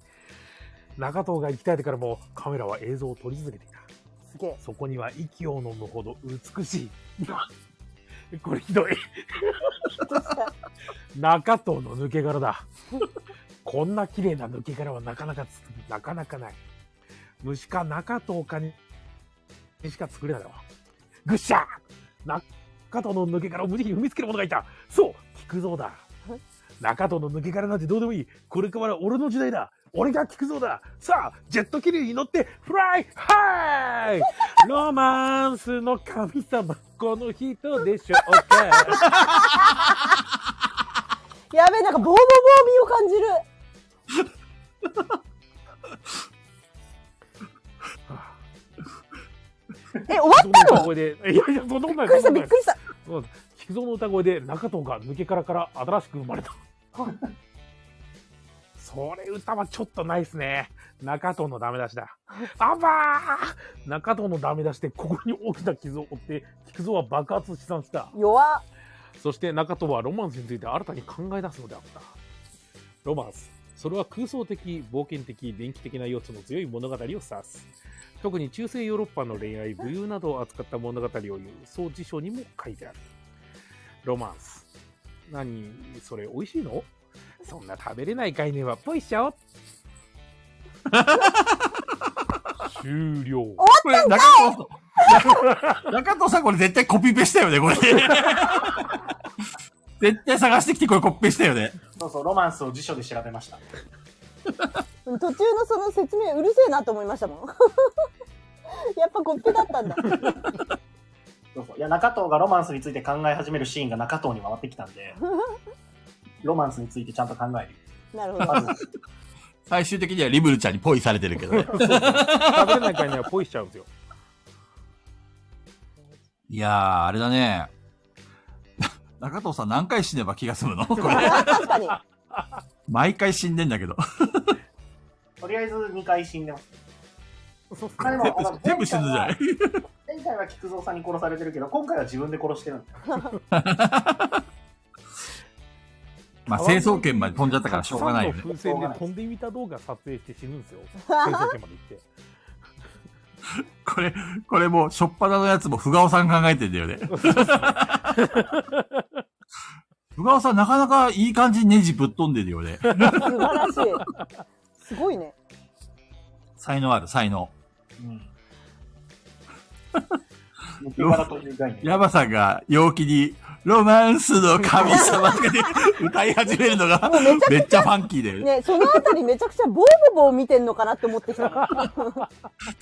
中藤が行き絶えてからもカメラは映像を撮り続けていたすげえ。そこには息を呑むほど 美しい。これひどい。中藤の抜け殻だ。こんな綺麗な抜け殻はなかなかつなかなかない。虫か中藤かににしか作れないだろう。ぐっしゃ中藤の抜け殻を無慈悲に踏みつける者がいた。そう、菊蔵だ。中藤の抜け殻なんてどうでもいい。これから俺の時代だ。俺が菊蔵だ。さあ、ジェット気流に乗って、フライハイロマンスの神様、この人でしょうか。やべえ、なんかボーボーボービーを感じる。え、終わ菊蔵の歌声で、いやいや、そんなことなびい。っくりしそた、んなびっくことないりした。そう菊蔵の歌声で中藤が抜け殻から新しく生まれた。それ歌はちょっとないですね。中藤のダメ出しだ。あばー中藤のダメ出しでここに大きな傷を負って、菊蔵は爆発死産した。弱っ。そして中藤はロマンスについて新たに考え出すのであった。ロマンス。それは空想的、冒険的、電気的な要素の強い物語を指す。特に中世ヨーロッパの恋愛、武勇などを扱った物語を言う、そう辞書にも書いてある。ロマンス。何それ美味しいのそんな食べれない概念はポイしちゃおう終了。これ、中藤さん、中藤さんこれ絶対コピペしたよね、こ れ。絶対探してきてこれコピペしたよね。そうそうロマンスを辞書で調べました途中のその説明うるせえなと思いましたもん。 やっぱコップだったんだ。そうそういや中藤がロマンスについて考え始めるシーンが中藤に回ってきたん でロマンスについてちゃんと考えるなるほまど。ず最終的にはリブルちゃんにポイされてるけどね。食べれない概念はポイしちゃうんですよ。いやー、あれだね。 中藤さん何回死ねば気が済む のこれ。確かに。毎回死んでんだ けど。とりあえず2回死んでます。そうっすまあでねもあの全部死ぬじゃない前回は菊蔵さんに殺されてるけど、今回は自分で殺してるんだ。まあ、成層圏まで飛んじゃったからしょうがないよねサ。ンの風船で飛んでみた動画撮影して死ぬんですよ。成層圏まで行って。これ、これもう、しょっぱなのやつも、ふがおさん考えてんだ よね。ふがおさん、なかなかいい感じにネジぶっ飛んでるよね。素晴らしい。すごいね。才能ある、才能。うん。抜け殻という概念。ヤバさんが、陽気に、ロマンスの神様とかで歌い始めるのが、めっちゃファンキーだよね。ね、そのあたりめちゃくちゃボーボボー見てんのかなって思ってきた。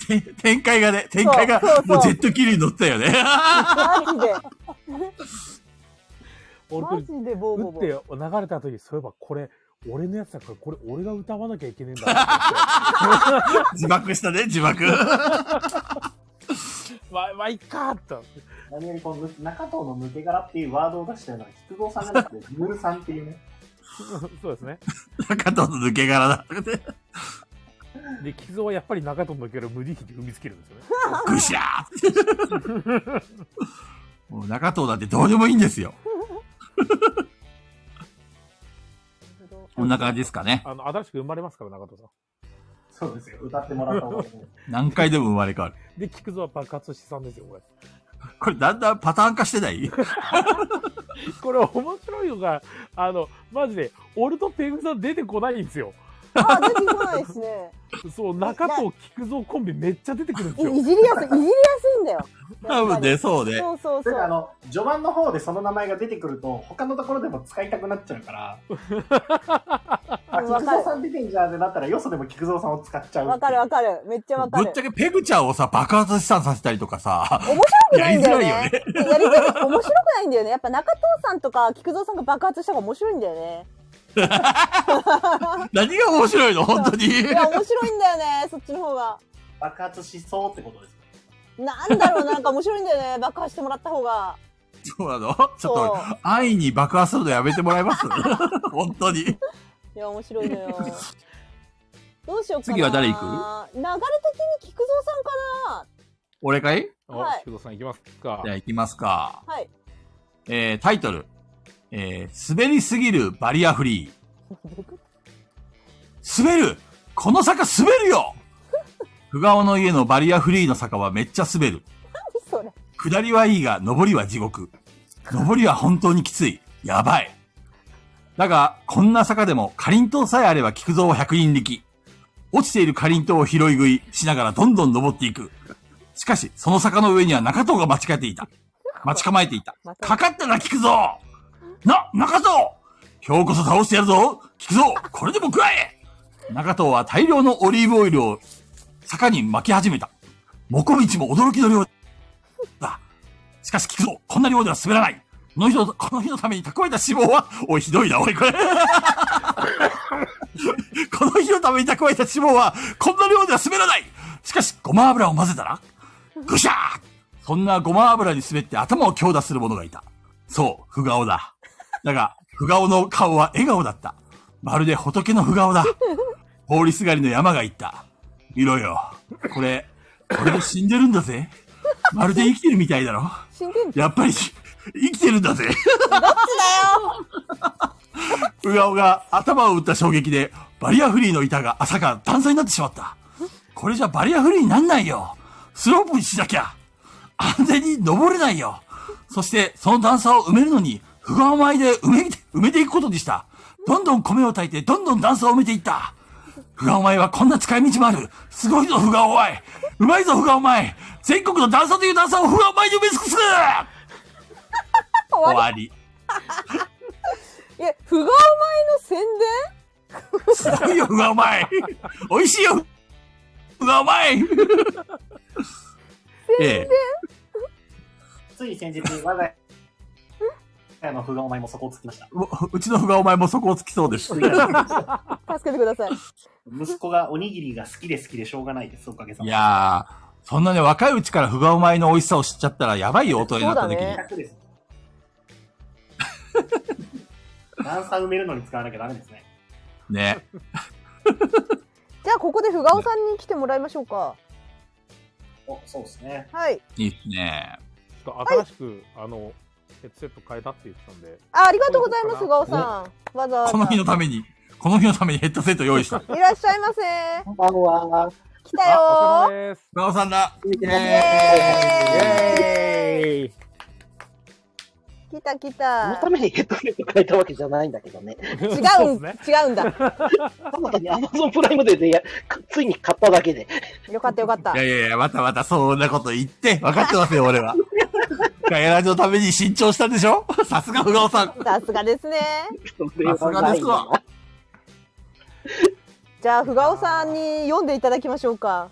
て展開がね、展開がそうそうそ、うもうジェット気流に乗ったよね。 マジで。俺こマれジでボーボ打ボっーて。流れた時そういえばこれ俺のやつだからこれ俺が歌わなきゃいけねえんだ自爆したね、自爆。わわいっかーって何よりこの中藤の抜け殻っていうワードを出したのは菊蔵さんじゃなくて、ムルさんっていうね。 そうですね中藤の抜け殻 だ。で木造はやっぱり中と抜ける無慈悲で踏みつけるんですよねぐしゃーって。もう中藤だってどうでもいいんですよ。こんな感じですかね。あの新しく生まれますから中戸さそうですよ。歌ってもらった方がいいね。何回でも生まれ変わる。んで木造は爆発資産ですよこれこれだんだんパターン化してないこれ面白いのがあのマジで俺とペグさん出てこないんですよあ、出てこないですね。そう中と菊蔵コンビめっちゃ出てくるんですいよじりやすい、いじりやすいんだよ。多分ね、そうね。そうそうそそれうで。あの、序盤の方でその名前が出てくると、他のところでも使いたくなっちゃうから。あ、菊蔵さん出てんじゃんってなったら、よそでも菊蔵さんを使っちゃう。わかるわかる。めっちゃわかぶっるち。ゃけペグちゃんをさ、爆発資産させたりとかさ、面白くないんだよね。ややりりづらい、面白くないんだよね。やっぱ中藤さんとか菊蔵さんが爆発した方が面白いんだよね。何が面白いの本当に。いや、面白いんだよね。そっちの方が。爆発しそうってことです。なんだろう、なんか面白いんだよね。爆破してもらった方が。そうなのちょっそと、安易に爆発するのやめてもらえます本当に。う。いや、面白いのよ。どうしようかな。次は誰行く流れ的に菊蔵さんか俺かいゃはいお菊蔵さんいきますかじゃあ行きますか。な。はい。えー、タイトル。えー、滑りすぎるバリアフリー。滑るこの坂滑るよ 不顔の家のバリアフリーの坂はめっちゃ滑る。何それ。下りはいいが、上りは地獄。上りは本当にきつい。やばい。だが、こんな坂でも、かりんとうさえあれば菊蔵は百人力。落ちているかりんとうを拾い食いしながらどんどん登っていく。しかし、その坂の上には中藤が待ちかえていた。 待ち構えていた。またかかったな、菊蔵な、中藤今日こそ倒してやるぞ菊蔵これでも食らえ中藤は大量のオリーブオイルを坂に巻き始めた。もこみちも驚きの量だ。しかし菊蔵、こんな量では滑らない。この日の、この日のために蓄えた脂肪は、おい、ひどいな、おい、これ。 この日のために蓄えた脂肪は、こんな量では滑らない。しかし、ごま油を混ぜたら、ぐしゃーそんなごま油に滑って頭を強打する者がいた。そう、不顔だ。だが、不顔の顔は笑顔だった。まるで仏の不顔だ。通りすがりの山が言った。見ろよ。これ、これで死んでるんだぜ。まるで生きてるみたいだろ。死んでんじやっぱり、生きてるんだぜ。うがおが頭を打った衝撃で、バリアフリーの板が朝から段差になってしまった。これじゃバリアフリーになんないよ。スロープにしなきゃ。安全に登れないよ。そして、その段差を埋めるのに、不顔米で埋めて、埋めていくことにした。どんどん米を炊いて、どんどん段差を埋めていった。ふがお前はこんな使い道もある。すごいぞ、ふがお前。うまいぞ、ふがお前。全国の段差という段差をふがお前に埋め尽くす終わり。ゃん。いや、不合前の宣伝すごいよ、ふがお前。美味しいよ、ふがお前。ええ、つい先日、我が家の不がお前もそこをつき ました。ううちのふがお前もそこをつきそうです。助けてください。息子がおにぎりが好きで好きでしょうがないです、おかげさいまで。やー、そんなね、若いうちからふがお前の美味しさを知っちゃったらやばいよ、大人になった時に。そうだね100です。段差埋めるのに使わなきゃダメですね。ね。じゃあここでふがおさんに来てもらいましょうか。お、そうですね。はい。いいっすね。ちょっと新しく、あのヘッドセット変えたって言ってたんであ、ありがとうございます、ふがおさん。わざわざ。この日のために、この日のためにヘッドセット用意した。いらっしゃいませ。こんばんは。来たあおよ疲れ様ですバオさんだ。ー。イイエーイエーイ来た来そたのた。めにヘッドセット変えたわけじゃないんだけ どね。違そううっん、すね違うんだ。ただ単に Amazon プライムデーでやついに買っただけで。よかったよかったいや。いやいや、またまたそんなこと言って、分かってますよ、俺は。ガヤラジのために慎重したんでしょさすが不顔さん。さすがですね。ささすがですわ。じゃあ、ふがおさんに読んでいただきましょうか。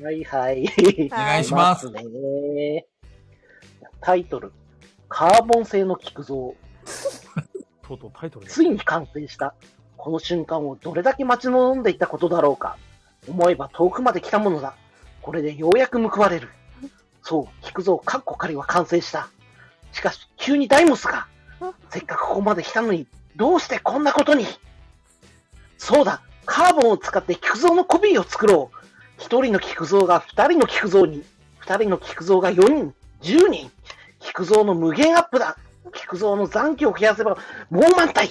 はいはい。お願いしはます。ねタイトル。カーボン製の木造。とうとうタイトルついに完成した。この瞬間をどれだけ待ち望んでいたことだろうか。思えば遠くまで来たものだ。これでようやく報われる。そう、菊蔵かっこ仮は完成した。しかし、急にダイモスが。せっかくここまで来たのに、どうしてこんなことにそうだ、カーボンを使って菊蔵のコピーを作ろう。一人の菊蔵が二人の菊蔵に、二人の菊蔵が四人、十人。菊蔵の無限アップだ。菊蔵の残機を増やせばもう満体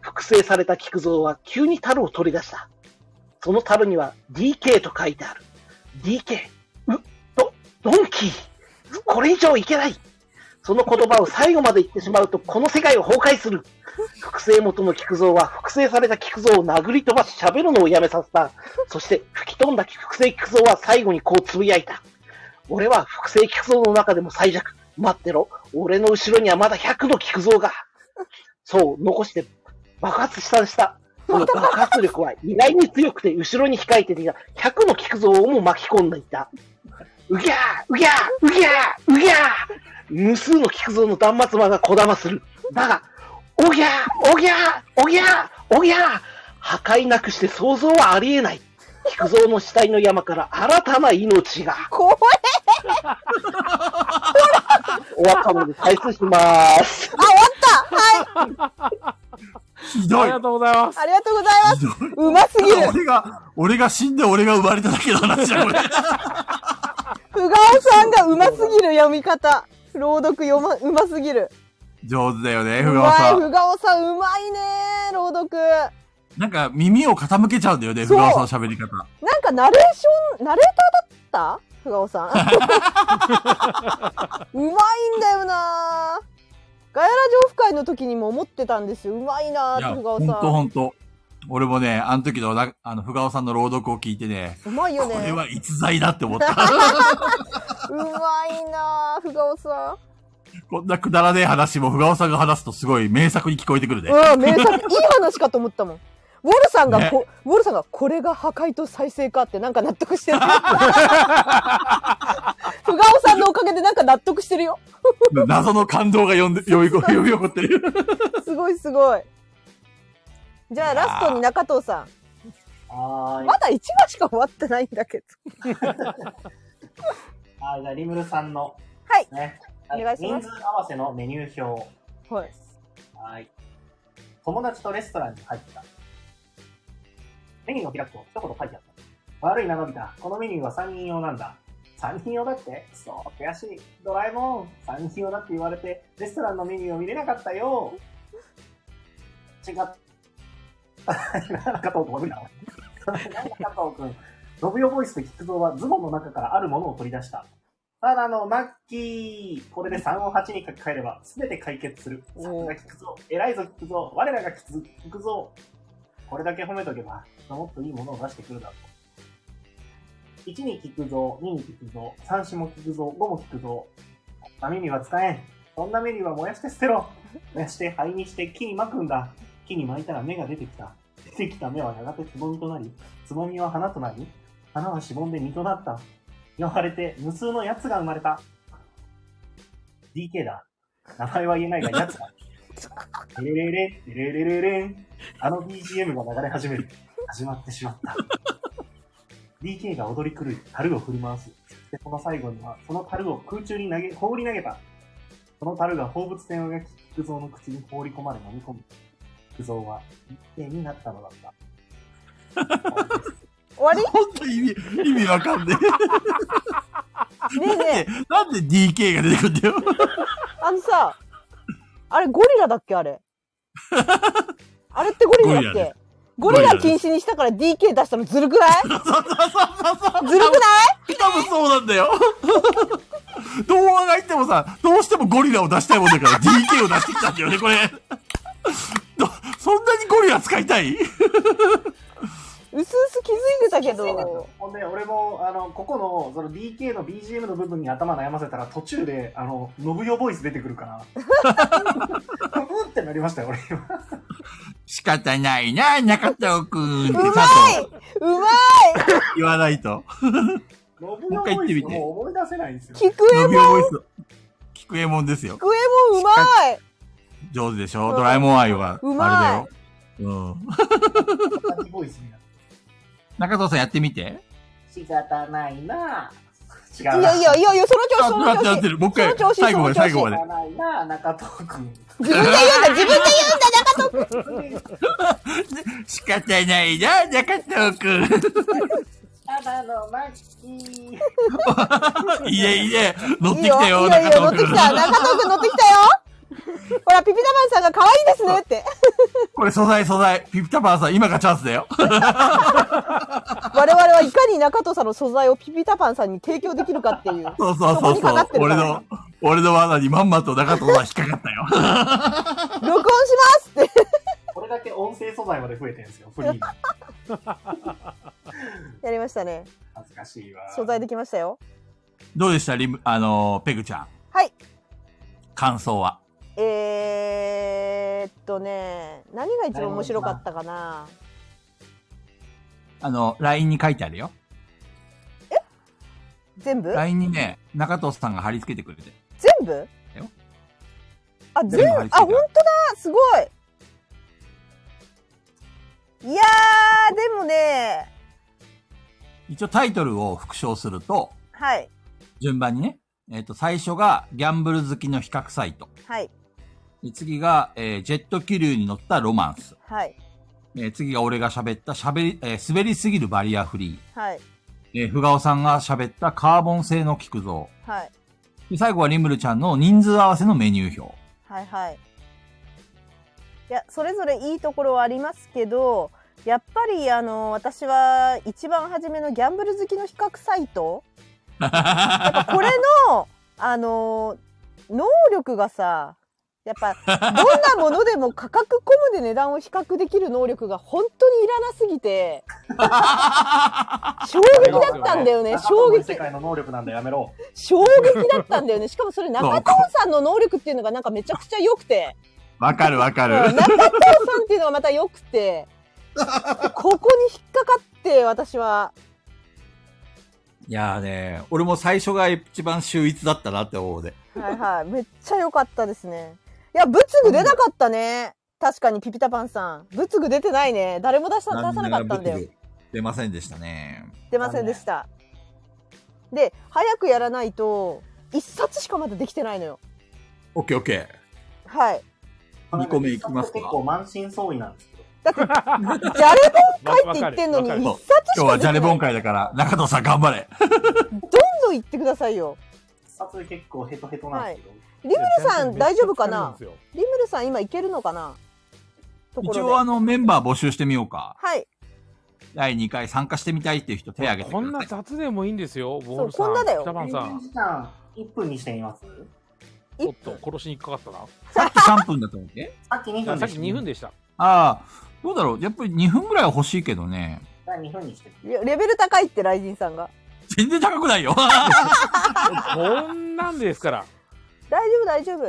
複製された菊蔵は急に樽を取り出した。その樽には DK と書いてある。DK、う、ど、ドンキー。これ以上いけない。その言葉を最後まで言ってしまうと、この世界は崩壊する。複製元の菊蔵は複製された菊蔵を殴り飛ばし喋るのをやめさせた。そして吹き飛んだ複製菊蔵は最後にこうつぶやいた。俺は複製菊蔵の中でも最弱。待ってろ。俺の後ろにはまだ100の菊蔵が。そう、残して爆発したした。その爆発力は意外に強くて、後ろに控えていた100の菊蔵をも巻き込んでいた。うぎゃーうぎゃーうぎゃーうぎゃー無数の菊蔵の断末魔がこだまする。だが、おぎゃーおぎゃーおぎゃーおぎゃー破壊なくして想像はありえない。菊蔵の死体の山から新たな命が。怖いお若者で退出します。あ、終わったはいひあどいり。がとうございますありがとうございますひどい。うますぎる俺が、俺が死んで俺が生まれただけの話だ よ、これ。ふがおさんがうますぎる読み方。朗読読ま、うますぎる。上手だよね、う不顔まい、さん。ふがおさんうまいね朗読。なんか耳を傾けちゃうんだよね、不顔さんの喋り方。なんかナレーション、ナレーターだったふがお さん。うまいんだよなガヤラジオフ会の時にも思ってたんですよ。うまいないや、ーふがほおんとさほんと。俺もね、あの時のな、あの、不顔さんの朗読を聞いてね、ん。うまいよこね。れは逸材だって思った。 うまいなあ、ふがおさこんなくだらねえ話も、ふがおさんが話すとすごい名作に聞こえてくるね。ん。 うん、名作、いい話かと思ったもん。ウォルさんがこ、ウォルさんが、これが破壊と再生かってなんか納得してる。ふがおさんのおかげでなんか納得してるよ。謎の感動が呼んで、呼びこ、呼び起こってる。 すごいすごい。じゃあラストに中藤さはん。ーい。まだ1話しか終わってないんだけど。はい、じゃあリムルさんの。はいね。お願いします人数合わせのメニュー表。はい。はい。友達とレストランに入った。メニューを開くと一言書いてあった。悪いな、のび太。このメニューは3人用なんだ。3人用だってくそ悔しい。ドラえもん。3人用だって言われて、レストランのメニューを見れなかったよ。違った。中藤君、 無理だ。中藤君、ロブヨボイスで菊蔵はズボンの中からあるものを取り出した。ただのマッキーこれで3を8に書き換えれば全て解決する。さすが菊蔵偉いぞ菊蔵我らが菊蔵これだけ褒めとけば、もっといいものを出してくるだろう。1に菊蔵、2に菊蔵、3子も菊蔵、5も菊蔵。紙には使えん。そんなメニューは燃やして捨てろ。燃やして灰にして木に巻くんだ。木に巻いたら芽が出てきた。出てきた芽はやがてつぼみとなり、つぼみは花となり、花はしぼんで実となった。言われて無数のやつが生まれた。DK だ。名前は言えないが、やつだ。レレレレ、レレレレレン。あの BGM が流れ始める。始まってしまった。DK が踊り狂い、樽を振り回す。で、その最後には、その樽を空中に投げ、放り投げた。その樽が放物線を描き、菊蔵の口に放り込まれ飲み込む。菊蔵は一定になったのだった。終わり本当に意味、意味わかんねねえねええ。なんで DK が出てくんだよ。 あのさ、あれゴリラだっけあれ。あれってゴリラだっゴリラでけゴリラゴリラ禁止にしたから DK 出したのずるくないずるく多分そうなんだよ。童話が言ってもさ、どうしてもゴリラを出したいもんだから DK を出してきたんだよね、これ。どそんなにゴリラ使いたいないうすうす気づいてたけど。ほんで、俺も、あの、ここの、その DK の BGM の部分に頭悩ませたら、途中で、あの、信代ボイス出てくるから、うんってなりましたよ、俺今。仕方ないな、中田くん。ううまいうまい言わないと。信代回ボ言ってイみスてもう思い出せない んですよ。菊伸江びも覚えす。聞くえもんですよ。菊江もうまい上手でしうょんドラえもん愛は。うまいあれだよ。うん。同じボイスになる。中藤さんやってみて。仕方ないな違いうやいやいやいや、その調子、あ、そなのってな調っ子て。る。もう一回その調。子最後まで、その最調子後まで仕方。ないな中藤くん。自分で言うんだ、自分で言うんだ、仕方ないな、中藤くん。 ただのマッキー。いえいえ、乗っいていきよ、たいいよ、いいよ乗よ、中って藤きくん。た。中藤くん乗ってきたよ。ほら、ピピタマンさんが可愛いですねっ て。これ素材素材。ピピタパンさん、今がチャン スだよ。我々はいかに中藤さんの素材をピピタパンさんに提供できるかっていう。そうそうそこそうにかそかうって。るか俺らの、俺の罠にまんまと中藤は引っかかったよ。 録音しますって。これだけ音声素材まで増えてるんですよ、フリーが。やりましたね。恥ずかしいわ。素材できましたよ。どうでしたリム、あのー、ペグちゃん。はい。感想は。えー、っとね、何が一番面白かったかな。あの、LINE に書いてあるよ。全部 LINE にね、中藤さんが貼り付けてくれて。全部だよあ、全全部貼部りあ、付いた本当だすごいいやー、でもね、一応タイトルを復唱すると、はい、順番にね、えっ、と、最初がギャンブル好きの比較サイト。はい、で次が、えージェット気流に乗ったロマンス。はい、えー次が俺が喋った喋り、えー滑りすぎるバリアフリはい、ー。えー、ふがおさんが喋ったカーボン製の菊蔵。はい、で最後はリムルちゃんの人数合わせのメニュー 表。はい、はい。いや、それぞれいいところはありますけど、やっぱり、あの、私は一番初めのギャンブル好きの比較サイトやっぱこれの、あのー能力がさ、やっぱ、どんなものでも価格コムで値段を比較できる能力が本当にいらなすぎて、衝撃だったんだ よね。衝世撃。界の能力なんだやめろ。衝撃だったんだよね。しかもそれ中藤さんの能力っていうのがなんかめちゃくちゃ良くて、わかるわかうんる。中藤さんっていうのがまた良くて、ここに引っかかって私は、いやーね、俺も最初が一番秀逸だったなって思うで。はいはい。めっちゃ良かったですね。いや、仏具出なかったね。確かにピピタパンさん。仏具出てないね。誰も出した出さなかったんだよ。出ませんでしたね。出ませんでした。で、早くやらないと、一冊しかまだできてないのよ。オッケーオッケ はい。ー。2個目いきますか。結構満身創痍なんですけど。じゃれわ本会って言ってんのに、わ一かるる冊し今日かはできジャてレなボい。ン会だから、中藤さん頑張れ。どんどん言ってくださいよ。一冊で結構ヘトヘトなんですけど。リムルさん大丈夫かなめっちゃ疲れるんですよリムルさん今いけるのかなとこ一ろ応あで。のメンバー募集してみようか。はい。第2回参加してみたいっていう人手挙げてこんくだなさい。雑でもいいんですよ、ボールさそん。うこんなだよ北番さん。時間1分にしてみます一おっと、殺しに引っかかったな。さっき3分だったわけさっき2分あさっき2分で。でした。ああ、どうだろう。やっぱり2分ぐらいは欲しいけどね。 2分にして。いやレベル高いって、ライジンさんが。全然高くないよ。こんなんですから。大丈夫、大丈夫。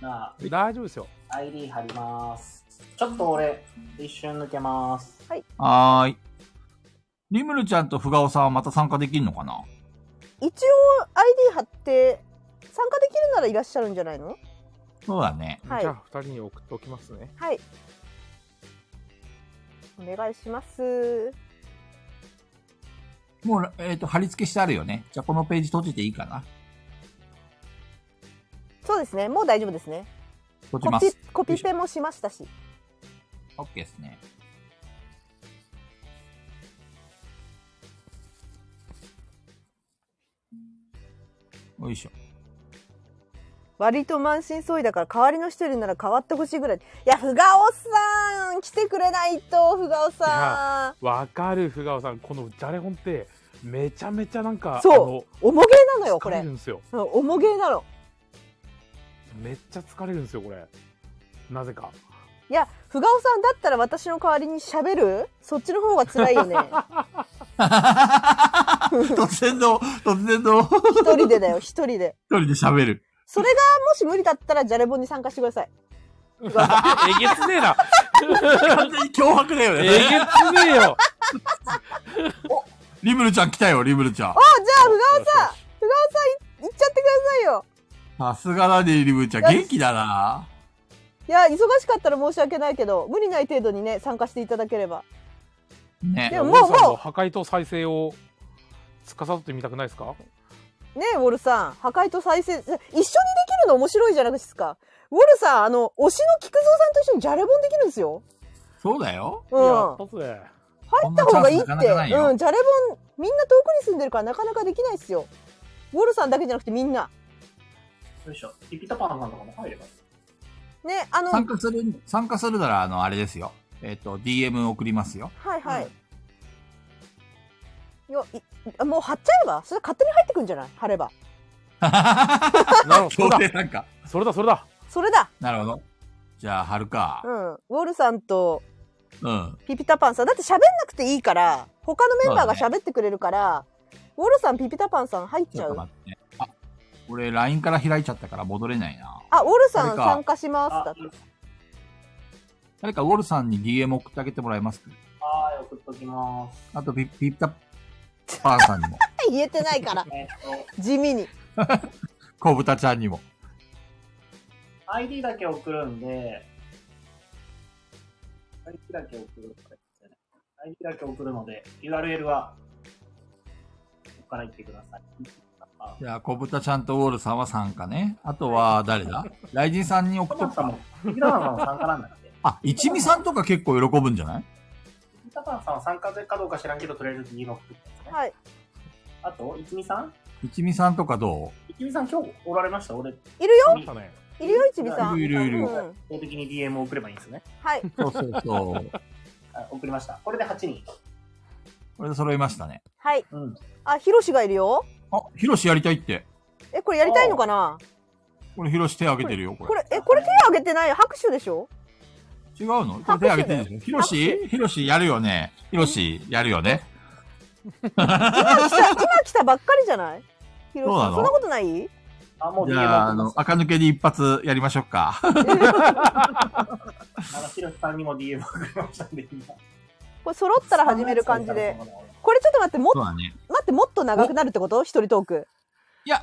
じゃあ、大丈夫ですよ。 ID 貼ります。ちょっと俺、一瞬抜けます。はーい。リムルちゃんとフガオさんはまた参加できるのかな一応 ID 貼って参加できるならいらっしゃるんじゃないのそうだね。はいじゃあ、2人に送っておきますね。はいお願いしますもう、えっ、と、貼り付けしてあるよね。じゃあこのページ閉じていいかな。そうですねもう大丈夫ですね閉じコまピす。コピペもしましたし。オッケーですね。よいしょ。割と満身創痍だから代わりの人いるなら変わってほしいぐらい。いや、ふがおさん来てくれないと、ふがおさわかる、ふがおさん。このじゃれ本って、めちゃめちゃなんか、そあう。重げなののよ、こ疲れれる。んですよ。うん重げなの。めっちゃ疲れるんですよ、これ。なぜか。いや、ふがおさんだったら私の代わりに喋るそっちの方が辛いよね。突然の、突然の、一一人でだよ、一人で。人で喋る。それがもし無理だったら、じゃれぼんに参加してください。 えげつねえな。完全に脅迫だよ えね。げつねえよ。リムルちゃん来たよ、リムルちゃん。あ、じゃあ、ふがおさん、ふがおさん、い行っちゃってくださいよ。さすがだね、リムルちゃん。元気だな。いや、忙しかったら申し訳ないけど、無理ない程度にね、参加していただければ。ね。でもおもう父さんもうの破壊と再生を司ってみたくないですかねえ、ウォルさん、破壊と再生、一緒にできるの面白いじゃないですか。ウォルさん、あの、推しの菊蔵さんと一緒にじゃれぼんできるんですよ。そうだよ。うん。入一発で。った方がいいって。こんなチャンスなかなかないようん、じゃれぼん、みんな遠くに住んでるからなかなかできないですよ。ウォルさんだけじゃなくてみんな。よいしょ。ピピタパンさんとかも入ればいい。ね、あの、は参加する、参加するなら、あの、あれですよ。えっ、と、DM 送りますよ。いはい。いやいもう貼っちゃえばそれ勝手に入ってくんじゃない貼れば。なるほど、 そ強れだ制。参加。それだ、それだ。それだなるほど。じゃあ、貼るかう。ん。ウォルさんとうん。ピピタパンさん。だって喋んなくていいから、他のメンバーが喋ってくれるから、ウォルさん、ピピタパンさん入っちちょゃっうと。待って。あ、俺 LINE から開いちゃったから戻れないな。あ、ウォルさそれんか参加しますだあっ、誰かウォルさんに DM 送ってあげてもらえますかはい、送っときます。あとピ、ピッタパンさんにも、て言えてないから、えっと、地味に。小豚ちゃんにも。 ID だけ送るんで、ID だけ送るからですよね ID だけ送るので、URL は、ここから行ってください。あ、じゃあ、小豚ちゃんとウォルさんは参加ね。あとは、誰だ雷神さんに送こっんなとくん さんか。も、ピピタパンさんも参加なんだって。あ、一味さんとか結構喜ぶんじゃないピピタパンさんは参加かどうか知らんけど、とりあえず DM 送ってくださいね。はい。あと、いちみさん一味さんとかどいちみさん今日おられました俺、いるよいだね。いるよ、一味さん。いるいるいるうん公的に DM を送ればいいんですね。はい。うそうそうそう。あ送りました。これで8人。これで揃いましたね。はい。うん。あ、ヒロシがいるよ。あ、ヒロシやりたいって。え、これやりたいのかなこれヒロシ手挙げてるよ、これ。これ、え、これ手挙げてない拍手でしょ違うのこれ手挙げてるでしょヒロシヒロシやるよね。ヒロシやるよね。今来た、今来たばっかりじゃないヒロそシうなさん。のそんなことないあ、もうじ DM ゃあ、あ送りまのし、垢抜けに一発やりましょうか。た。あの、ひろしさんにも DM 送りましたんで、今。これ揃ったら始める感じで。これちょっと待って、もっそうだね。待って、もっと長くなるってこと一人トーク。いや、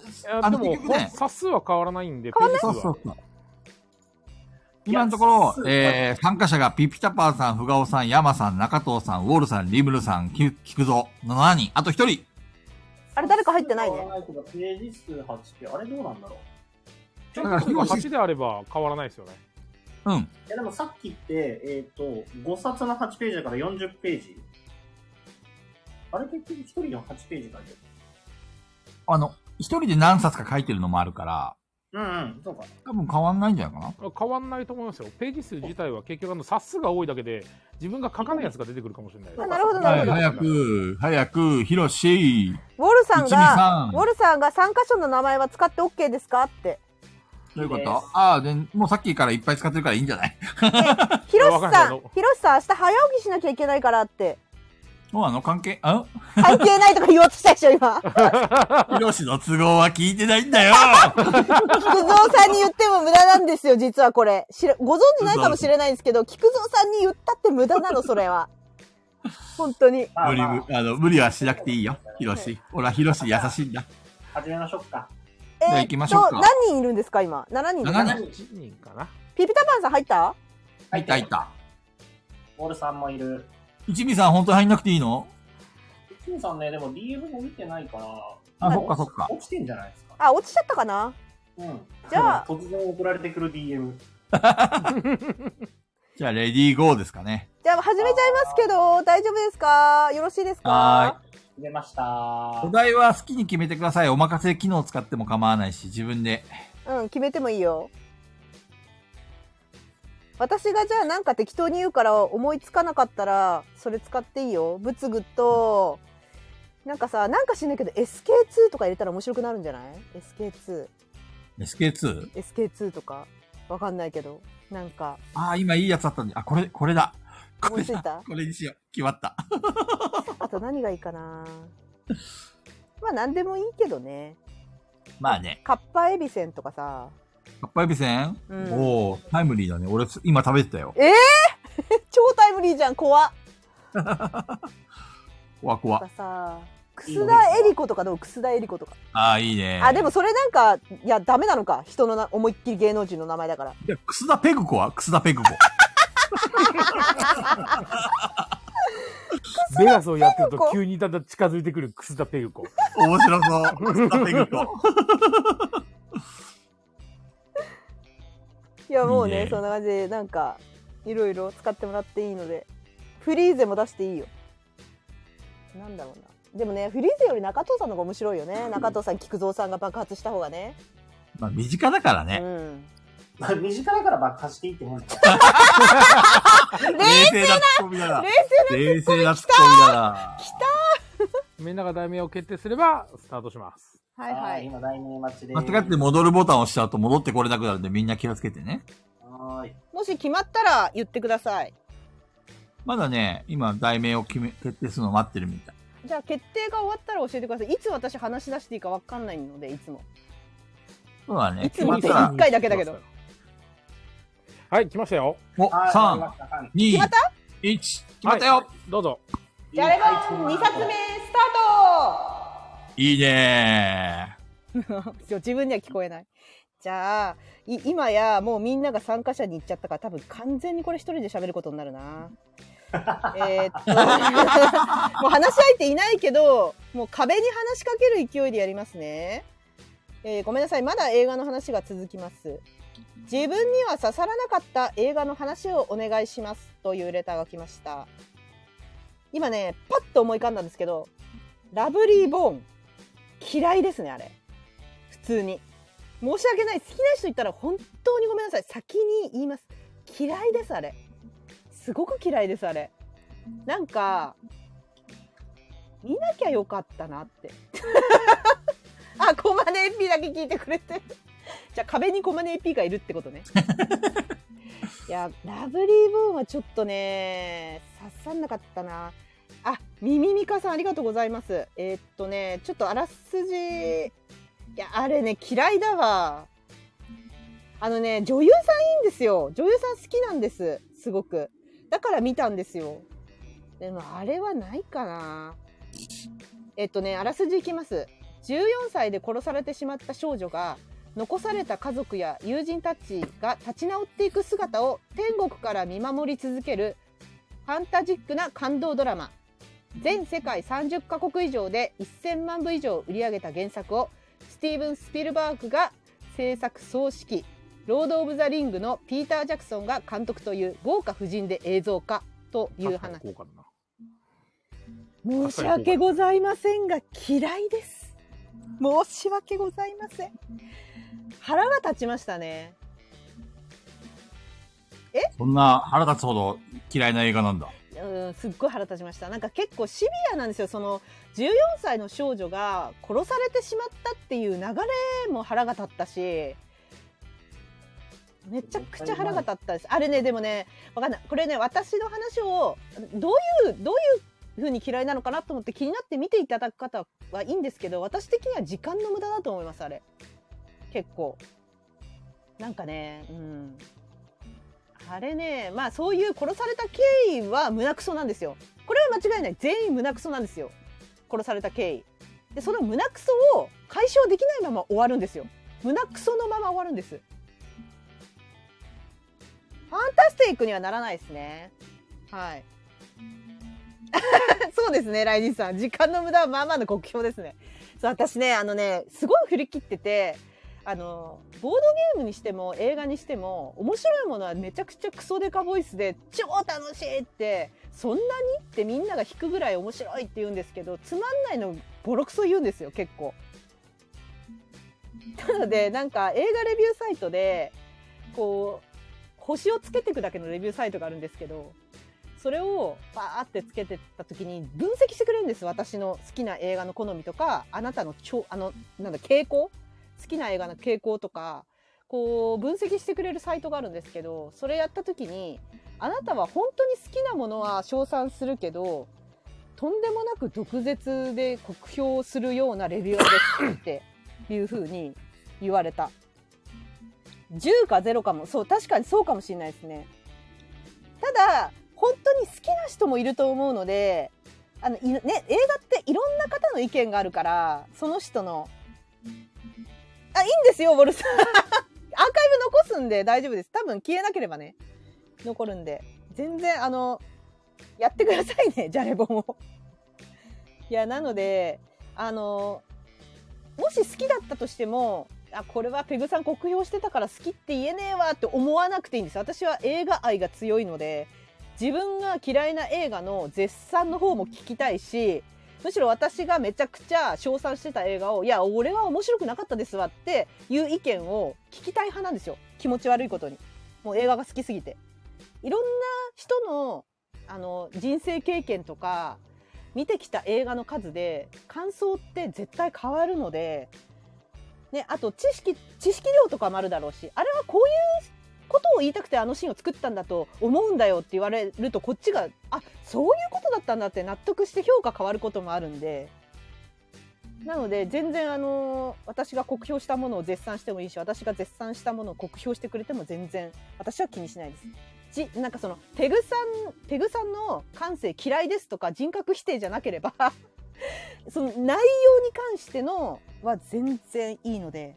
いやあでのも結局ね、差数は変わらないんで、変わページ数そはうそうそう。今のところ、いやえー、参加者がピピタパンさん、ふがおさん、ヤマさん、中藤さん、ウォールさん、リムルさん、き菊蔵、7人、あと1人。あれ誰か入ってないね変わらけどページ数8って、あれどうなんだろう。だからヒロシ、 8であれば変わらないですよね。うん。いや、でもさっきって、えっ、と、5冊の8ページだから40ページ。あれ結局1人の8ページだけ。あの、1人で何冊か書いてるのもあるから、うんうん、そうか。多分変わんないんじゃないかな。変わんないと思いますよ。ページ数自体は結局あの差数が多いだけで、自分が書かないやつが出てくるかもしれない。あなるほど、なはるほい、ど。早く、早く、ヒロシ。ウォルさん一味さがん、ウォルさんが参加者の名前は使って OK ですかって。どういうこいいとですああ、で、もうさっきからいっぱい使ってるからいいんじゃないヒロシわかさんないんあの、ヒロシさん明日早起きしなきゃいけないからって。そうなの関係、あ関係ないとか言おうとしたでしょ、今。 ヒロシの都合は聞いてないんだよ菊蔵さんに言っても無駄なんですよ、実はこれ。知らご存知ないかもしれないんですけど、菊蔵さんに言ったって無駄なの、それは。本当に。まあ無理ま無、あの、無理はしなくていいよ、ヒロシ。俺はヒロシ優しいんだ。あ、始めましょうか。えゃあー行きまっしょと、うか何人いるんですか、今。7人ですか7人。 1人かな。ピピタパンさん入った入った入った。ボールさんもいる。一味さん本当に入んなくていいのキムさんね、でも DM も見てないから。あそっかそっか落ちてんじゃないですか。あ、落ちちゃったかなうん、じゃあ突然送られてくる DM。じゃあ、レディーゴーですかね。じゃあ始めちゃいますけど、大丈夫ですかよろしいですかは出ましたお。題は好きに決めてください。お任せ機能を使っても構わないし、自分で。うん、決めてもいいよ。私がじゃあなんか適当に言うから思いつかなかったら、それ使っていいよ。仏具と、なんかさ、なんかしないけど SK2 とか入れたら面白くなるんじゃない ?SK2。 SK2? SK2 とか。わかんないけど。なんか、ああ、今いいやつあったんで。あ、これ、これだ。こ思れいついだ。たこれにしよう。決まった。あと何がいいかなまあ何でもいいけどね。まあね。カッパエビセンとかさ。カッパエビせん、うんおー、タイムリーだね。俺、今食べてたよ。 超タイムリーじゃん、怖っ。こわこわと。かさ、楠田絵理子とかどう楠田絵理子とか。ああ、いいね。あ、でもそれなんか、いや、ダメなのか。人のな、思いっきり芸能人の名前だから。じゃあ、クスダペグコはクスダペグコ。ベガスをやってると急にだんだん近づいてくる楠田ペグ子。面白そう。クスダペグコ。いや、もうね、いいねそんな感じで、なんか、いろいろ使ってもらっていいので。フリーゼも出していいよ。なんだろうな。でもね、フリーゼより中藤さんの方が面白いよね。中藤さん、菊蔵さんが爆発した方がね。まあ、身近だからうね。ん。まあ、身近だから爆破していいってもんだよ。冷静なツッコミだな冷。冷静なツッコミだな。みんなが題名を決定すれば、スタートします。はいあはーい。今、題名待ちで間違って戻るボタンを押しちゃうと戻ってこれなくなるんでみんな気をつけてね。はーい。もし決まったら言ってください。まだね、今題名を決め、決定するのを待ってるみたい。じゃあ、決定が終わったら教えてください。いつ私話し出していいかわかんないので、いつも。そうだね。いつ決もまっってた一ら、回だけだけど。はい、来ましたよ。お、はい3、。2まっ、 1、決まったよはいどうぞ。じゃあ、レバン2冊目、スタいいねートそう自分には聞こえない。じゃあ、い今やもうみんなが参加者に行っちゃったから、多分完全にこれ一人で喋ることになるな。えーっと、もう 話し相手いないけど、もう壁に話しかける勢いでやりますね。えーごめんなさい、まだ映画の話が続きます。自分には刺さらなかった映画の話をお願いしますというレターが来ました。今ね、パッと思い浮かんだんですけど、ラブリーボーン。嫌いですね、あれ。普通に。申し訳ない。好きな人いたら本当にごめんなさい。先に言います。嫌いです、あれ。すごく嫌いです、あれ。なんか、見なきゃよかったなって。あ、コマネ AP だけ聞いてくれてる。じゃあ壁にコマネ AP がいるってことね。いや、ラブリーボーンはちょっとね、刺さんなかったな。あ、ミミミカさんありがとうございます。えーっとね、ちょっとあらすじ、いや、あれね、嫌いだわ。あのね、女優さんいいんですよ。女優さん好きなんです。すごく。だから見たんですよ。でも、あれはないかな。えーっとね、あらすじいきます。14歳で殺されてしまった少女が、残された家族や友人たちが立ち直っていく姿を天国から見守り続けるファンタジックな感動ドラマ全世界30カ国以上で1000万部以上売り上げた原作をスティーブン・スピルバーグが制作総指揮「ロード・オブ・ザ・リング」のピーター・ジャクソンが監督という豪華布陣で映像化という確かに話こうか申な。し訳ございませんが嫌いです申し訳ございません腹が立ちましたねそんな腹立つほど嫌いな映画なんだ。うんすっごい腹立ちましたなんか結構シビアなんですよその14歳の少女が殺されてしまったっていう流れも腹が立ったしめちゃくちゃ腹が立ったですあれねでもねわかんないこれね私の話をどういうどういう風に嫌いなのかなと思って気になって見ていただく方はいいんですけど私的には時間の無駄だと思いますあれ結構なんかねうんあれねまあそういう殺された経緯は胸クソなんですよこれは間違いない全員胸クソなんですよ殺された経緯でその胸クソを解消できないまま終わるんですよ胸クソのまま終わるんですファンタスティックにはならないですねはい そうですねライジンさん時間の無駄はまあまあの酷評ですねそう私ねあのねすごい振り切っててああのボードゲームにしても映画にしても面白いものはめちゃくちゃクソデカボイスで超楽しいってそんなにってみんなが引くぐらい面白いって言うんですけどつまんないのボロクソ言うんですよ結構。なのでなんか映画レビューサイトでこう星をつけていくだけのレビューサイトがあるんですけどそれをバーってつけてった時に分析してくれるんです私の好きな映画の好みとかあなたのちょあのなんだ傾向好きな映画の傾向とかこう分析してくれるサイトがあるんですけどそれやった時にあなたは本当に好きなものは称賛するけどとんでもなく毒舌で酷評するようなレビュアーですっていうふうに言われた10か0かもそう確かにそうかもしれないですねただ本当に好きな人もいると思うのであのいね映画っていろんな方の意見があるからその人のあいいんですよボルさんアーカイブ残すんで大丈夫です多分消えなければね残るんで全然あのやってくださいねじゃれぼんをいやなのであのもし好きだったとしてもあこれはペグさん酷評してたから好きって言えねえわって思わなくていいんです私は映画愛が強いので自分が嫌いな映画の絶賛の方も聞きたいしむしろ私がめちゃくちゃ称賛してた映画を「いや俺は面白くなかったですわ」っていう意見を聞きたい派なんですよ気持ち悪いことにもう映画が好きすぎていろんな人のあの人生経験とか見てきた映画の数で感想って絶対変わるので、ね、あと知識知識量とかもあるだろうしあれはこういうことを言いたくてあのシーンを作ったんだと思うんだよって言われるとこっちがあそういうことだったんだって納得して評価変わることもあるんでなので全然あの私が酷評したものを絶賛してもいいし私が絶賛したものを酷評してくれても全然私は気にしないです。じなんかそのペグさんペグさんの感性嫌いですとか人格否定じゃなければ その内容に関してのは全然いいので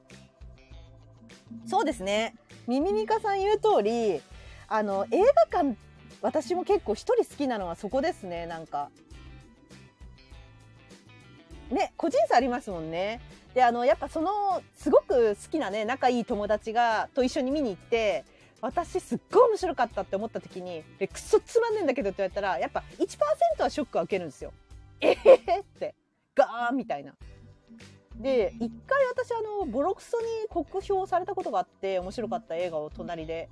そうですねミミミカさん言う通りあの映画館私も結構一人好きなのはそこですねなんかね個人差ありますもんねであのやっぱそのすごく好きなね仲いい友達がと一緒に見に行って私すっごい面白かったって思った時に「えくそつまんねえんだけど」って言われたらやっぱ1%はショックは受けるんですよ。えー、ってガーンみたいな。で一回私あのボロクソに酷評されたことがあって面白かった映画を隣で。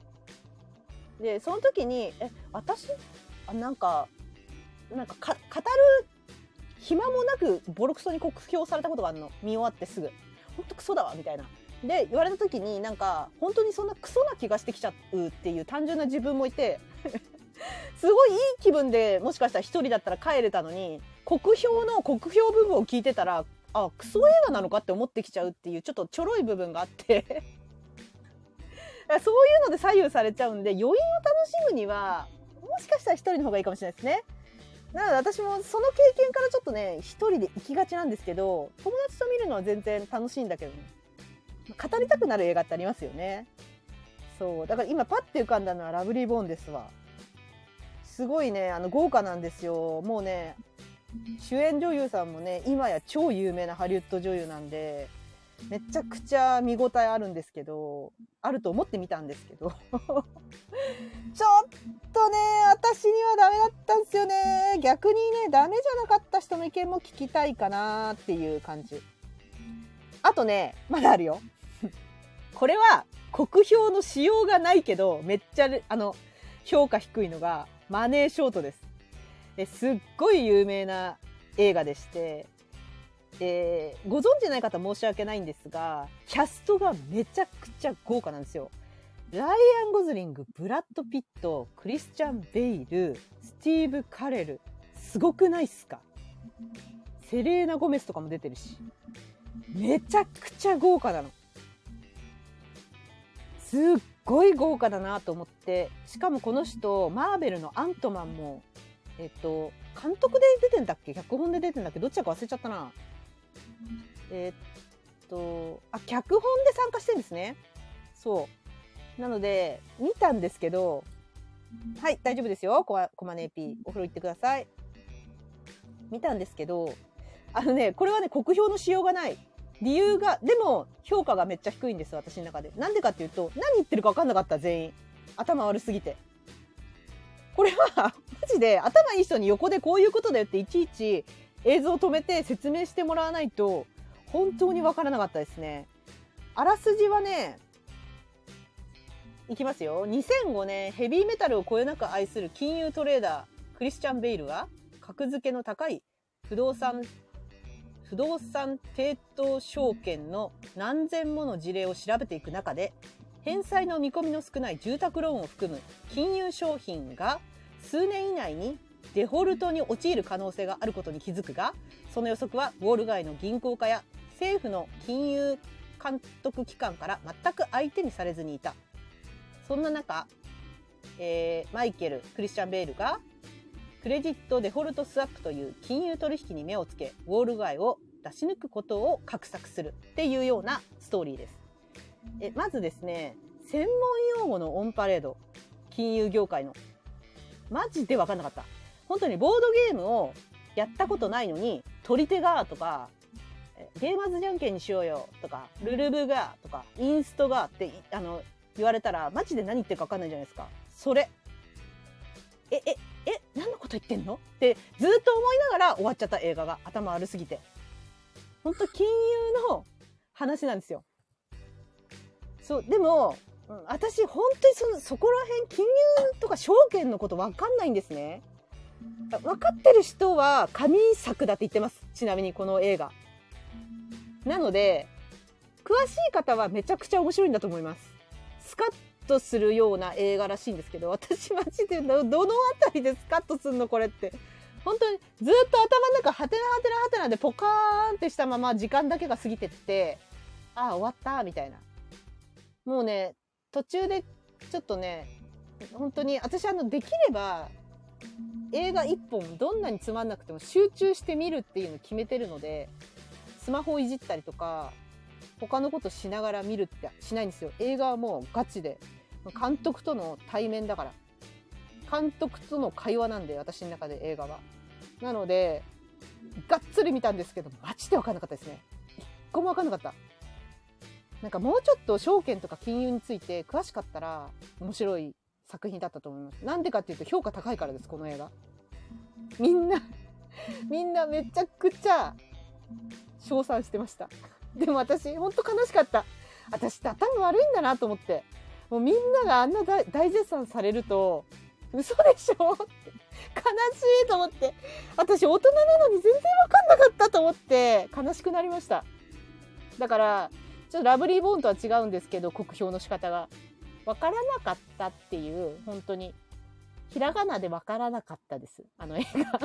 でその時に「え私あなんかなんかか語る暇もなくボロクソに酷評されたことがあるの見終わってすぐ。ほんとクソだわみたいな。で言われた時になんか本当にそんなクソな気がしてきちゃうっていう単純な自分もいて すごいいい気分でもしかしたら一人だったら帰れたのに酷評の酷評部分を聞いてたらあクソ映画なのかって思ってきちゃうっていうちょっとちょろい部分があって そういうので左右されちゃうんで余韻を楽しむにはもしかしたら一人の方がいいかもしれないですね。なので私もその経験からちょっとね一人で行きがちなんですけど友達と見るのは全然楽しいんだけどね。語りたくなる映画ってありますよねそうだから今パッて浮かんだのは「ラブリー・ボーン」ですわすごいねあの豪華なんですよもうね主演女優さんもね今や超有名なハリウッド女優なんでめちゃくちゃ見応えあるんですけどあると思ってみたんですけど ちょっとね私にはダメだったんですよね逆にねダメじゃなかった人の意見も聞きたいかなっていう感じあとねまだあるよ これは酷評のしようがないけどめっちゃあの評価低いのがマネーショートですえすっごい有名な映画でして、えーご存知ない方申し訳ないんですがキャストがめちゃくちゃ豪華なんですよライアン・ゴズリングブラッド・ピットクリスチャン・ベイルスティーブ・カレルすごくないっすかセレーナ・ゴメスとかも出てるしめちゃくちゃ豪華なのすっごい豪華だなと思ってしかもこの人マーベルのアントマンもえっと監督で出てんだっけ脚本で出てんだっけどっちだか忘れちゃったなえっとあ脚本で参加してんですねそうなので見たんですけどはい大丈夫ですよコマコマネ AP お風呂行ってください見たんですけどあのねこれはね酷評のしようがない理由が、でも、評価がめっちゃ低いんです、私の中で。なんでかっていうと、何言ってるか分かんなかった、全員。頭悪すぎて。これは、マジで、頭いい人に横でこういうことだよって、いちいち映像を止めて説明してもらわないと、本当に分からなかったですね。あらすじはね、いきますよ。2005年、ヘビーメタルをこよなく愛する金融トレーダー、クリスチャン・ベイルが、格付けの高い不動産不動産抵当証券の何千もの事例を調べていく中で返済の見込みの少ない住宅ローンを含む金融商品が数年以内にデフォルトに陥る可能性があることに気づくがその予測はウォール街の銀行家や政府の金融監督機関から全く相手にされずにいたそんな中、えーマイケルクリスチャン・ベールがクレジットデフォルトスワップという金融取引に目をつけ、ウォール街を出し抜くことを画策するっていうようなストーリーです。え、まずですね、専門用語のオンパレード、金融業界の。マジでわかんなかった。本当にボードゲームをやったことないのに、取り手がとか、えゲーマーズじゃんけんにしようよとか、ルルブがとか、インストがってい、あの、言われたら、マジで何言ってるかわかんないじゃないですか。それ。え、え、え何のこと言ってんのってずっと思いながら終わっちゃった映画が頭悪すぎて本当金融の話なんですよそうでも、うん私本当にそのそこら辺金融とか証券のこと分かんないんですね分かってる人は神作だって言ってますちなみにこの映画なので詳しい方はめちゃくちゃ面白いんだと思いますスカッとするような映画らしいんですけど私マジでどどのあたりでスカッとすんのこれって本当にずっと頭の中ハテナハテナハテナでポカーンってしたまま時間だけが過ぎてってああ終わったみたいなもうね途中でちょっとね本当に私あのできれば映画1本どんなにつまんなくても集中して見るっていうのを決めてるのでスマホをいじったりとか他のことしながら見るってしないんですよ映画はもうガチで監督との対面だから監督との会話なんで私の中で映画はなのでがっつり見たんですけどマジで分かんなかったですね一個も分かんなかったなんかもうちょっと証券とか金融について詳しかったら面白い作品だったと思いますなんでかっていうと評価高いからですこの映画みんな みんなめちゃくちゃ称賛してましたでも私ほんと悲しかった私って頭悪いんだなと思ってもうみんながあんな大大絶賛されると嘘でしょって悲しいと思って私大人なのに全然分かんなかったと思って悲しくなりましただからちょっとラブリーボーンとは違うんですけど酷評の仕方が分からなかったっていう本当にひらがなで分からなかったですあの映画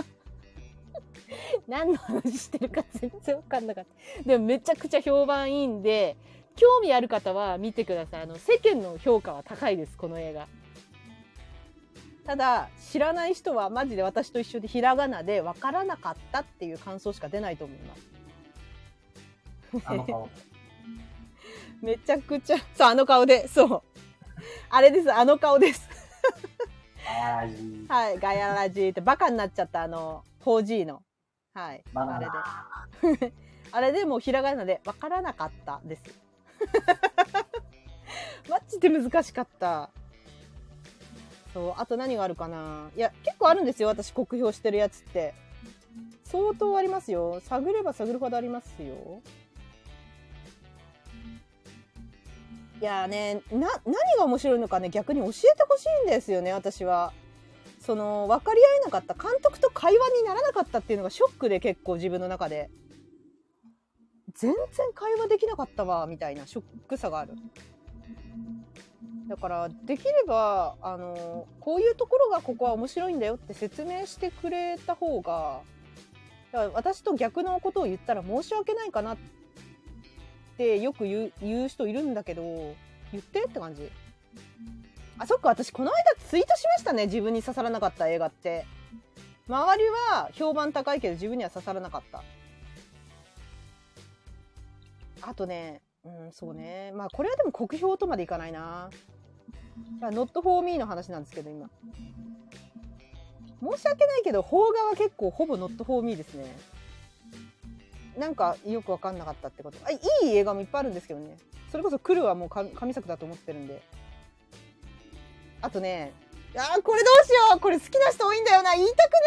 何の話してるか全然分かんなかったでもめちゃくちゃ評判いいんで興味ある方は見てくださいあの世間の評価は高いですこの映画ただ知らない人はマジで私と一緒でひらがなで分からなかったっていう感想しか出ないと思いますあの顔。めちゃくちゃそうあの顔でそうあれですあの顔ですあーいい。はいガヤラジーってバカになっちゃったあの 4G のはいバナあれでナ。あれで もうひらがなで分からなかったです。 マジで難しかった。そう、あと何があるかな。いや、結構あるんですよ、私、酷評してるやつって。相当ありますよ。探れば探るほどありますよ。いやーね、な、何が面白いのかね、逆に教えてほしいんですよね、私は。その、分かり合えなかった、監督と会話にならなかったっていうのがショックで結構自分の中で。全然会話できなかったわみたいなショックさがあるだからできればあのこういうところがここは面白いんだよって説明してくれた方がだから私と逆のことを言ったら申し訳ないかなってよく言う言う人いるんだけど言ってって感じあそっか私この間ツイートしましたね自分に刺さらなかった映画って周りは評判高いけど自分には刺さらなかったあとね、うん、そうね。まあ、これはでも酷評とまでいかないな。まあ、not for me の話なんですけど、今。申し訳ないけど、邦画は結構ほぼ not for me ですね。なんかよく分かんなかったってことあいい映画もいっぱいあるんですけどねそれこそ「来る」はもう神神作だと思ってるんであとねあーこれどうしようこれ好きな人多いんだよな言いたくな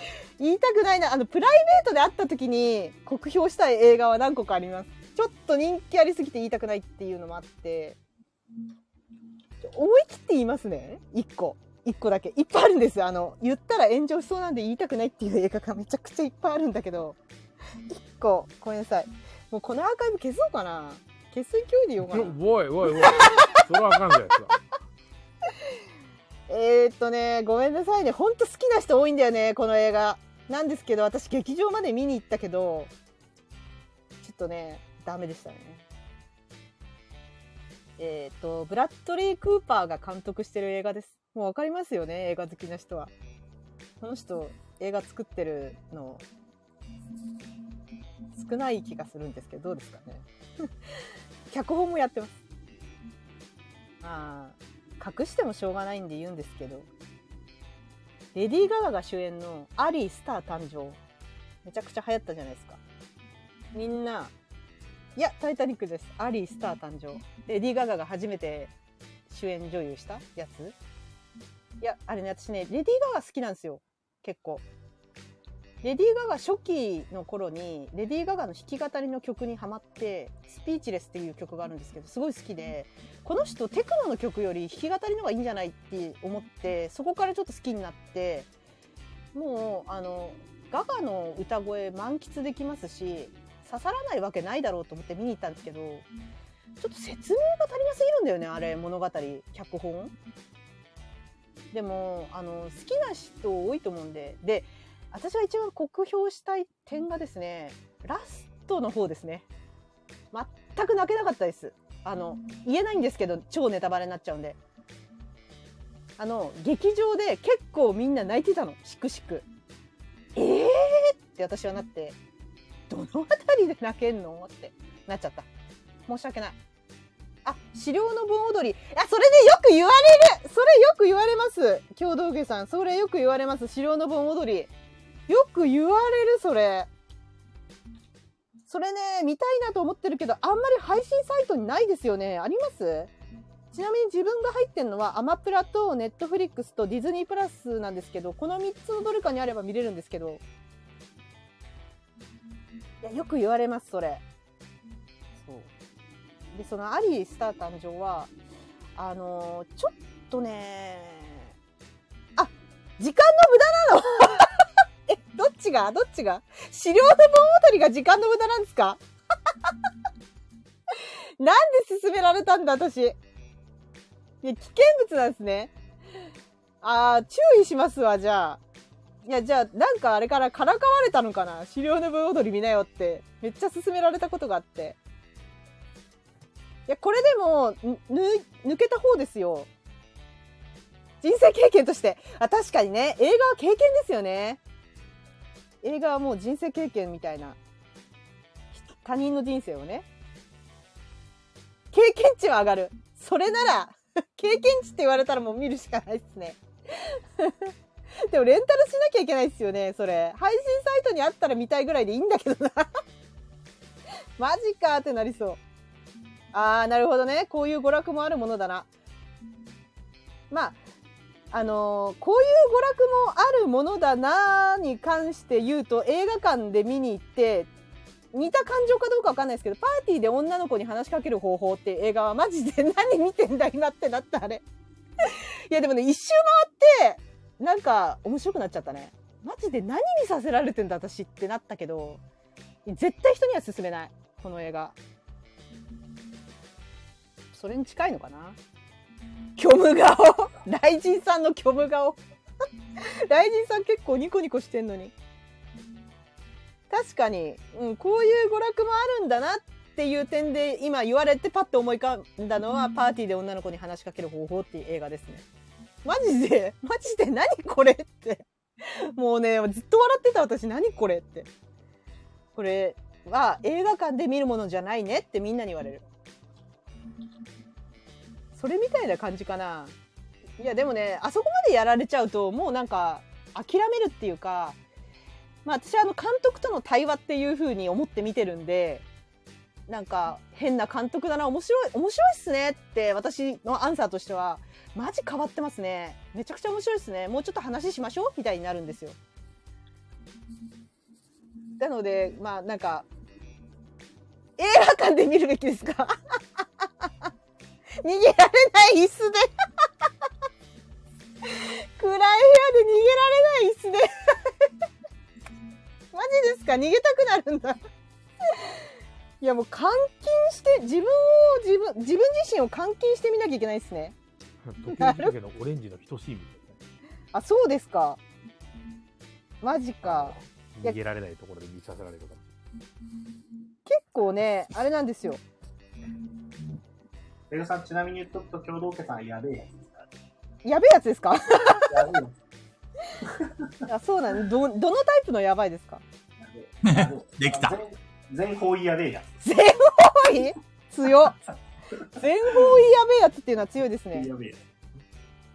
いな言いたくないなあのプライベートで会った時に酷評したい映画は何個かありますちょっと人気ありすぎて言いたくないっていうのもあってちょ思い切って言いますね1個1個だけいっぱいあるんですよあの言ったら炎上しそうなんで言いたくないっていう映画がめちゃくちゃいっぱいあるんだけど1個ごめんなさいもうこのアーカイブ消そうかな消す勢いで言おうかなちょおいおいおい。 それはあかんじゃないですか。えー、っとねごめんなさいねほんと好きな人多いんだよねこの映画なんですけど私劇場まで見に行ったけどちょっとねダメでしたねえー、っとブラッドリー・クーパーが監督してる映画ですもうわかりますよね映画好きな人はこの人映画作ってるの少ない気がするんですけどどうですかね 脚本もやってますああ隠してもしょうがないんで言うんですけどレディー・ガガが主演の「アリー・スター誕生」めちゃくちゃ流行ったじゃないですかみんないや「タイタニック」です「アリー・スター誕生」レディー・ガガが初めて主演女優したやついやあれね私ねレディー・ガガ好きなんですよ結構レディー・ガガ初期の頃にレディー・ガガの弾き語りの曲にハマって「スピーチレス」っていう曲があるんですけどすごい好きでこの人テクノの曲より弾き語りの方がいいんじゃないって思ってそこからちょっと好きになってもうあのガガの歌声満喫できますし刺さらないわけないだろうと思って見に行ったんですけどちょっと説明が足りなすぎるんだよねあれ物語脚本でもあの好きな人多いと思うんでで私が一番酷評したい点がですねラストの方ですね全く泣けなかったですあの言えないんですけど超ネタバレになっちゃうんであの劇場で結構みんな泣いてたのしくしくえーって私はなってどのあたりで泣けんのってなっちゃった申し訳ないあ資料の盆踊りあそれでよく言われるそれよく言われます共同家さんそれよく言われます資料の盆踊りよく言われるそれそれね、見たいなと思ってるけど、あんまり配信サイトにないですよね。ありますちなみに自分が入ってるのは、アマプラとネットフリックスとディズニープラスなんですけど、この3つのどれかにあれば見れるんですけど。いや、よく言われます、それ。そう。で、そのアリースター誕生は、あのーちょっとね、あ、時間の無駄なの え、どっちがどっちが資料の盆踊りが時間の無駄なんですか なんで勧められたんだ、私。いや、危険物なんですね。あー、注意しますわ、じゃあ。いや、じゃあ、なんかあれからからかわれたのかな資料の盆踊り見なよって。めっちゃ勧められたことがあって。いや、これでも、ぬ、抜けた方ですよ。人生経験として。あ、確かにね。映画は経験ですよね。映画はもう人生経験みたいな他人の人生をね経験値は上がるそれなら 経験値って言われたらもう見るしかないっすね でもレンタルしなきゃいけないっすよねそれ配信サイトにあったら見たいぐらいでいいんだけどな マジかーってなりそうあーなるほどねこういう娯楽もあるものだなまああのーこういう娯楽もあるものだなーに関して言うと映画館で見に行って似た感情かどうかわかんないですけどパーティーで女の子に話しかける方法って映画はマジで何見てんだ今ってなったあれ いやでもね一周回ってなんか面白くなっちゃったねマジで何にさせられてんだ私ってなったけど絶対人には勧めないこの映画それに近いのかな虚無顔 雷神さんの虚無顔 雷神さん結構ニコニコしてんのに確かに、うん、こういう娯楽もあるんだなっていう点で今言われてパッと思い浮かんだのは「パーティーで女の子に話しかける方法」っていう映画ですねマジで マジで何これってもうねずっと笑ってた私何これってこれは映画館で見るものじゃないねってみんなに言われるそれみたいな感じかないやでもねあそこまでやられちゃうともうなんか諦めるっていうかまあ、私はあの監督との対話っていう風に思って見てるんでなんか変な監督だな面白い面白いっすねって私のアンサーとしてはマジ変わってますねめちゃくちゃ面白いっすねもうちょっと話しましょうみたいになるんですよなのでまあなんか映画館で見るべきですか 逃げられない椅子で 暗い部屋で逃げられない椅子で マジですか逃げたくなるんだ。 いやもう監禁して、自分を、自分、自分自身を監禁してみなきゃいけないですね。時計仕掛けのオレンジの等しいみあ、そうですか。マジか。たいな。逃げられないところで見させられるから。結構ね、あれなんですよ。ペグさん、ちなみに言っとくと、共同家さん、やべえやつですからやべえやつですか やべえやあそうなんです。ど、どのタイプのやばいですかつやべえやべえ。 できた全。全方位やべえや全方位強っ。全方位やべえやつっていうのは強いですつ。ね。やべえや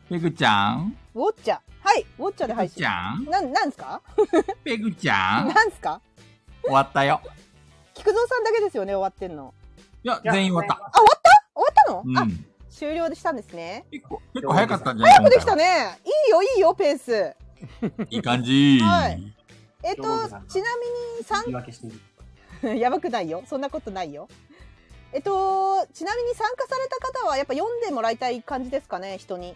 ペグちゃんウォッチャ。はい、ウォッチャでペ配グち信。ゃんなん、なんですかペグちゃんなんですか終わったよ。菊蔵さんだけですよね、終わってんの。いや、つ。全員終わっ終わったの、た。うあ、ん。終了したんですね。結構、結構早かったんじゃないよくできたね。ね。いいよ、いいよ、ペース。いい感じ。はいえっと、ちどうぞなみ言にい訳している。参、 やばくないよ。そんなことないよ。えっと、ちなみに参加された方は、やっぱ読んでもらいたい感じですかね、人に。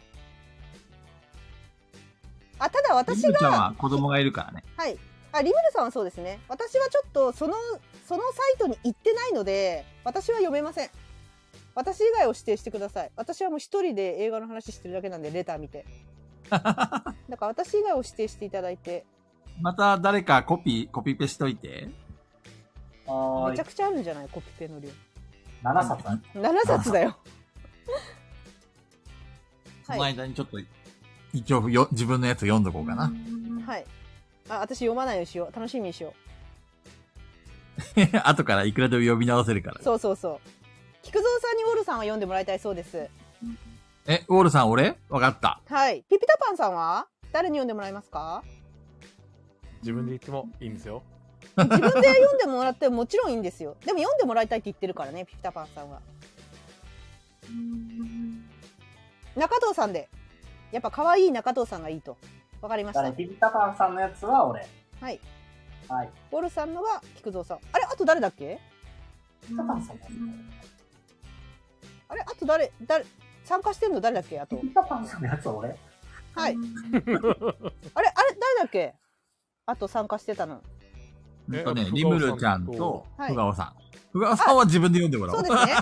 あ、ただペグ私ちゃんが、は子供がいるからね。はい。あ、リムルさんはそうですね。私はちょっと、その、そのサイトに行ってないので、私は読めません。私以外を指定してください。私はもう一人で映画の話してるだけなんで、レター見 て。だから私以外を指定していただいて、また誰かコピー、コピペしといて。はめちゃーい。くちゃあるんじゃないコピペの量。 7冊ある。 7冊だよ。そのはい。間にちょっと、一応よ、自分のやつ読んどこうかな。はい。あ、私読まないようにしよう。楽しみにしよ 後からいくらでも読み直せるからう。。そうそうそう。菊蔵さんにウォルさんは読んでもらいたいそうです。え、ウォールさん俺わかった。はい。ピピタパンさんは誰に読んでもらいますか自分で言ってもいいんですよ。自分で読んでもらってももちろんいいんですよ。でも読んでもらいたいって言ってるからね、ピピタパンさんは。中藤さんで。やっぱ可愛い中藤さんがいいと。わかりましだからた。ピピタパンさんのやつは俺。はい。はい。ウォルさんのは菊蔵さん。あれあと誰だっけピピタパンさんのやあれあと誰、誰、参加してんの誰だっけあつ。とピ。ピタパンさんのやつは俺。はい。あれ、あれ、誰だっけあと参加してたの。うんえとねあ、とリムルちゃんとはいふがおさん。ふがおさんは自分で読んでもらおそううです。ね。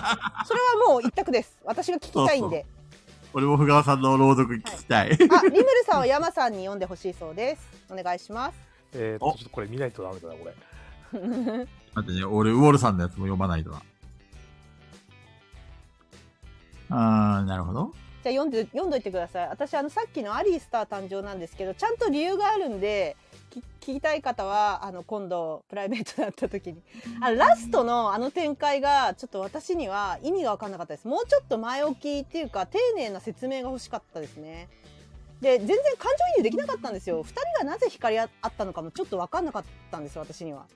それはもう一択です。私が聞きたいんで。俺もふがおさんの朗読聞きたい。あ、リムルさんは山さんに読んでほしいそうです。お願いします。えー、おとちょっとこれ見ないとダメだな、これ。待ってね、俺、ウォールさんのやつも読まないとな。あー、なるほど。じゃあ読んで読んどいてください。私あのさっきのアリースター誕生なんですけど、ちゃんと理由があるんで。き聞きたい方はあの今度プライベートだった時にあのラストのあの展開がちょっと私には意味が分かんなかったですもうちょっと前置きっていうか丁寧な説明が欲しかったですねで全然感情移入できなかったんですよ2人がなぜ光り合ったのかもちょっと分かんなかったんですよ私には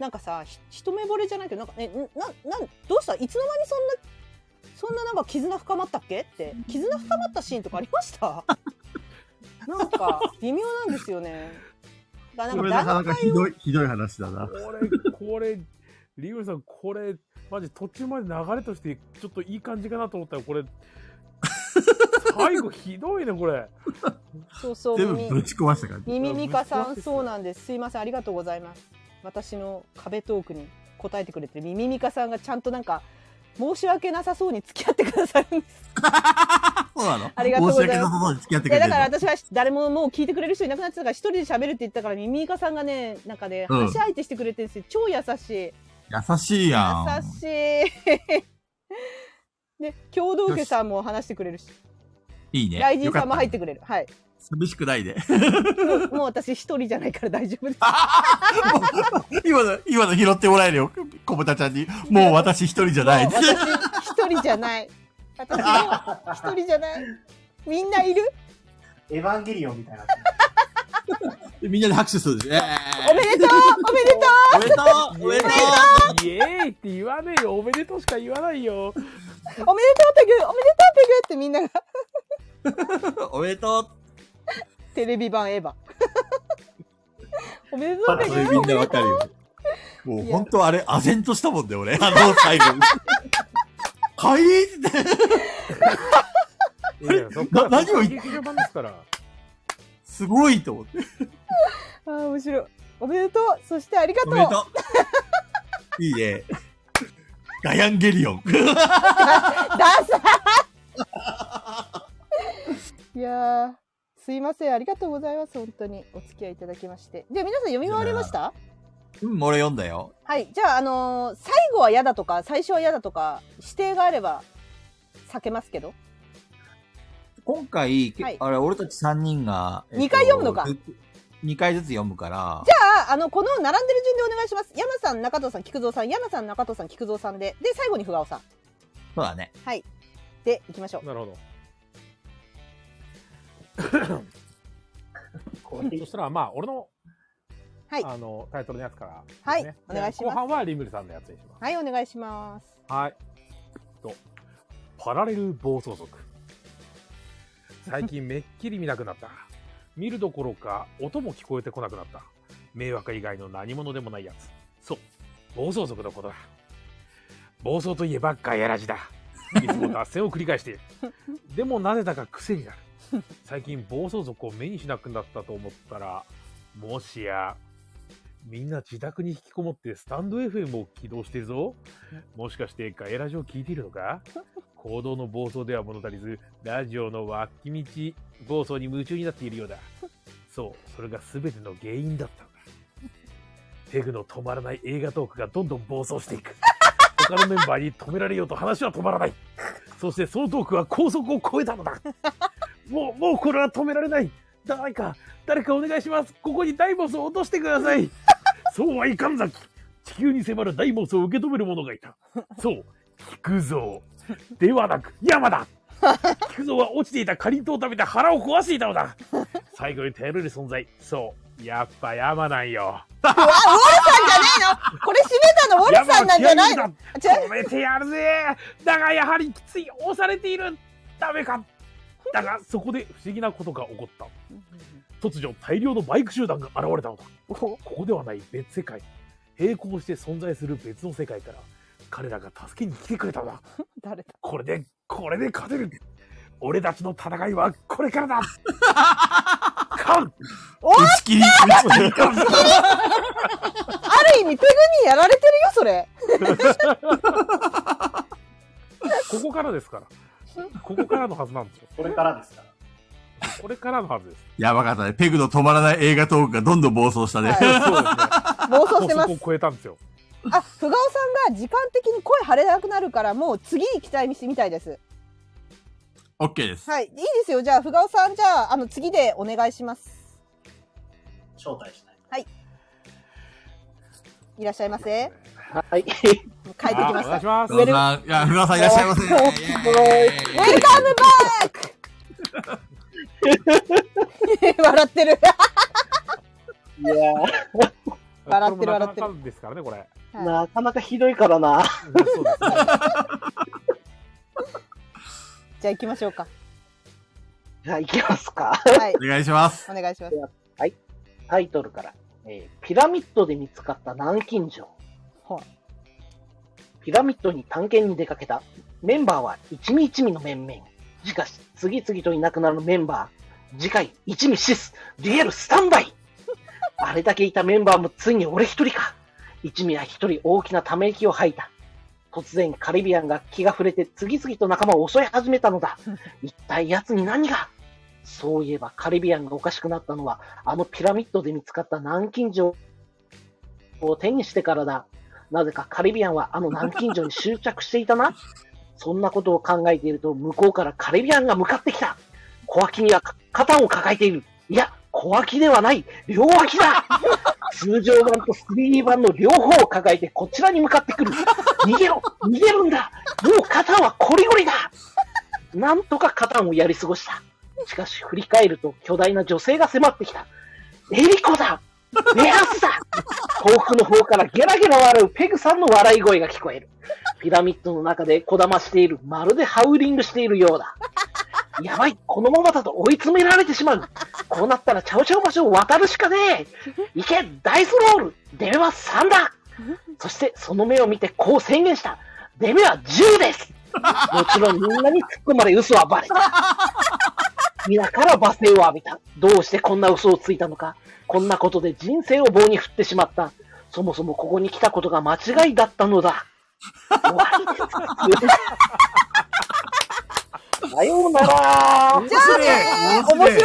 なんかさひ一目惚れじゃないけどなんかねんなんなんどうしたいつの間にそんなそんななんか絆深まったっけって絆深まったシーンとかありました なんか微妙なんですよねだからこなんかれな段か階なかひどい、ひどい話だな。これ、これ、リグルさん、これ、マジ途中まで流れとして、ちょっといい感じかなと思ったら、 これ、最後ひどいね、これ。そうそう全部ぶち壊したから。ミミミカさん、そうなんです。すいません、ありがとうございます。私の壁トークに答えてくれてるミミミカさんがちゃんとなんか、申し訳なさそうに付き合ってくださるんです。そうなのありがとうございます申し訳なさそうに付き合っていくれや、てだるから私は誰ももう聞いてくれる人いなくなってたから、一人で喋るって言ったから、ミミミカさんがね、なんかね、うん話し相手してくれてるんですよ。超優しい。優優しいやん。しい。 ね、共同家さんも話してくれるし、いいね。雷神さんも入ってよくかれる。はい。た寂しくないで。 もう私一人じゃないから大丈夫です。今の、今の拾ってもらえるよ。小豚ちゃんに。もう私一人じゃない。私一人じゃない。私も一人じゃない。みんないる。エヴァンゲリオンみたいな。で みんなで拍手するんです。え ー、おめでとうおめでとうおめでとうおめでとうイエーイって言わねえよ。おめでとうしか言わないよ。おめでとうペグおめでとうペグってみんながおめでとうテレビ版エヴァおめでとうペそれグみんなわかるよ。もう本当あれ、唖然としたもんだよ、 俺。あの最後。はいって。いやいやそっな何を言っ劇場版ですから。すごいと思って。あー面白いおめでとうそしてありがとおうめでとう。いいね。ガヤンゲリオン。ダサ いやーすいませんありがとうございます本当にお付き合いいただきましてじゃあ皆さん読み終わりましたうん、俺読んだよ。はいじゃああのー最後は嫌だとか最初は嫌だとか指定があれば避けますけど今回、けはいあれ、俺たち3人が。二回読むのか2回ずつ読むから。じゃああのこの並んでる順でお願いします山さん中藤さん菊蔵さん山さん中藤さん菊蔵さんでで最後にふがおさんそうだね。でいきましょうな るほど。こういうそしたらまあ、俺の、はいあの、タイトルのやつから、はいですお願いします後半はリムルさんのやつにします。はいお願いしますはい。と、パラレル暴走族。最近めっきり見なくなった。見るどころか音も聞こえてこなくなった。迷惑以外の何者でもないやつ。そう、暴走族のことだ。暴走といえばガヤラジだ。いつも脱線を繰り返している。でもなぜだか癖になる。最近暴走族を目にしなくなったと思ったら、もしや、みんな自宅に引きこもってスタンド FM を起動しているぞ。もしかしてガヤラジを聞いているのか行動の暴走では物足りず、ラジオの脇道暴走に夢中になっているようだ。そう、それが全ての原因だったのだ。ペグの止まらない映画トークがどんどん暴走していく。他のメンバーに止められようと話は止まらない。そしてそのトークは高速を超えたのだ。もう、もうこれは止められない。誰か、誰かお願いします。ここにダイモスを落としてください。そうはいかんざき。地球に迫るダイモスを受け止める者がいた。そう、菊蔵。ではなく、山だ菊蔵は落ちていたかりんとうを食べて腹を壊していたのだ最後に頼れる存在。そう、やっぱ山なんよ。これ締めたのウォルさんなんじゃないの山違うは気合いだ止めてやるぜだがやはりきつい、押されているダメかだが、そこで不思議なことが起こった。突如、大量のバイク集団が現れたのだ。ここではない別世界。並行して存在する別の世界から、彼らが助けに来てくれたのだ。誰だこれで、これで勝てる俺たちの戦いはこれ からだカン打ち切り。 打ち切りある意味ペグにやられてるよそれここからですから。ここからのはずなんですよ。これからですから。これからのはずです。やばかったね。ペグの止まらない映画トークがどんどん暴走したね。は そ暴走しうですね。高てます速を超えたんですよ。あ、ふがおさんが時間的に声張れなくなるから、もう次に期待にしてみたいです。オッケーです。はい、いいですよ。じゃあ、ふがおさん、じゃあ、あの、次でお願いします。招待しない。いらっしゃいませ。はい。もう帰ってきましおた。願いウしまふがおさす。ん、いや、ふがおさんいらっしゃいませ。イエーイェルカムバ ック笑ってる。 いや笑ってるこれも笑ってるなかなかですからね、これ。ー、なかなかひどいからな。そうですね。じゃあ行きましょうか。じゃあ、いきますか。はい、お願いします。お願いします。タイトルから。えーピラミッドで見つかった南京錠。ほいピラミッドに探検に出かけた。メンバーは一味一味の面々。しかし、次々といなくなるメンバー。次回、一味シス、デュエルスタンバイあれだけいたメンバーもついに俺一人か。一味は一人大きなため息を吐いた。突然、カリビアンが気が触れて次々と仲間を襲い始めたのだ。一体奴に何がそういえばカリビアンがおかしくなったのは、あのピラミッドで見つかった南京錠を手にしてからだ。なぜかカリビアンはあの南京錠に執着していたな。そんなことを考えていると、向こうからカリビアンが向かってきた。小脇にはか肩を抱えている。いや、小脇ではない。両脇だ。通常版とスクリーン版の両方を抱えてこちらに向かってくる。逃げろ逃げるんだもう肩はコリゴリだなんとか肩をやり過ごした。しかし振り返ると巨大な女性が迫ってきた。エリコだ目安だ遠くの方からゲラゲラ笑うペグさんの笑い声が聞こえる。ピラミッドの中でこだましている、まるでハウリングしているようだ。やばい、このままだと追い詰められてしまう。こうなったらチャオチャオ橋を渡るしかねえ。いけ、ダイスロールデメは3だそしてその目を見てこう宣言した。デメは10ですもちろんみんなに突っ込まれ嘘はバレた。皆から罵声を浴びた。どうしてこんな嘘をついたのか。こんなことで人生を棒に振ってしまった。そもそもここに来たことが間違いだったのだ。終わりです。さようなら。じゃあね面白い面白い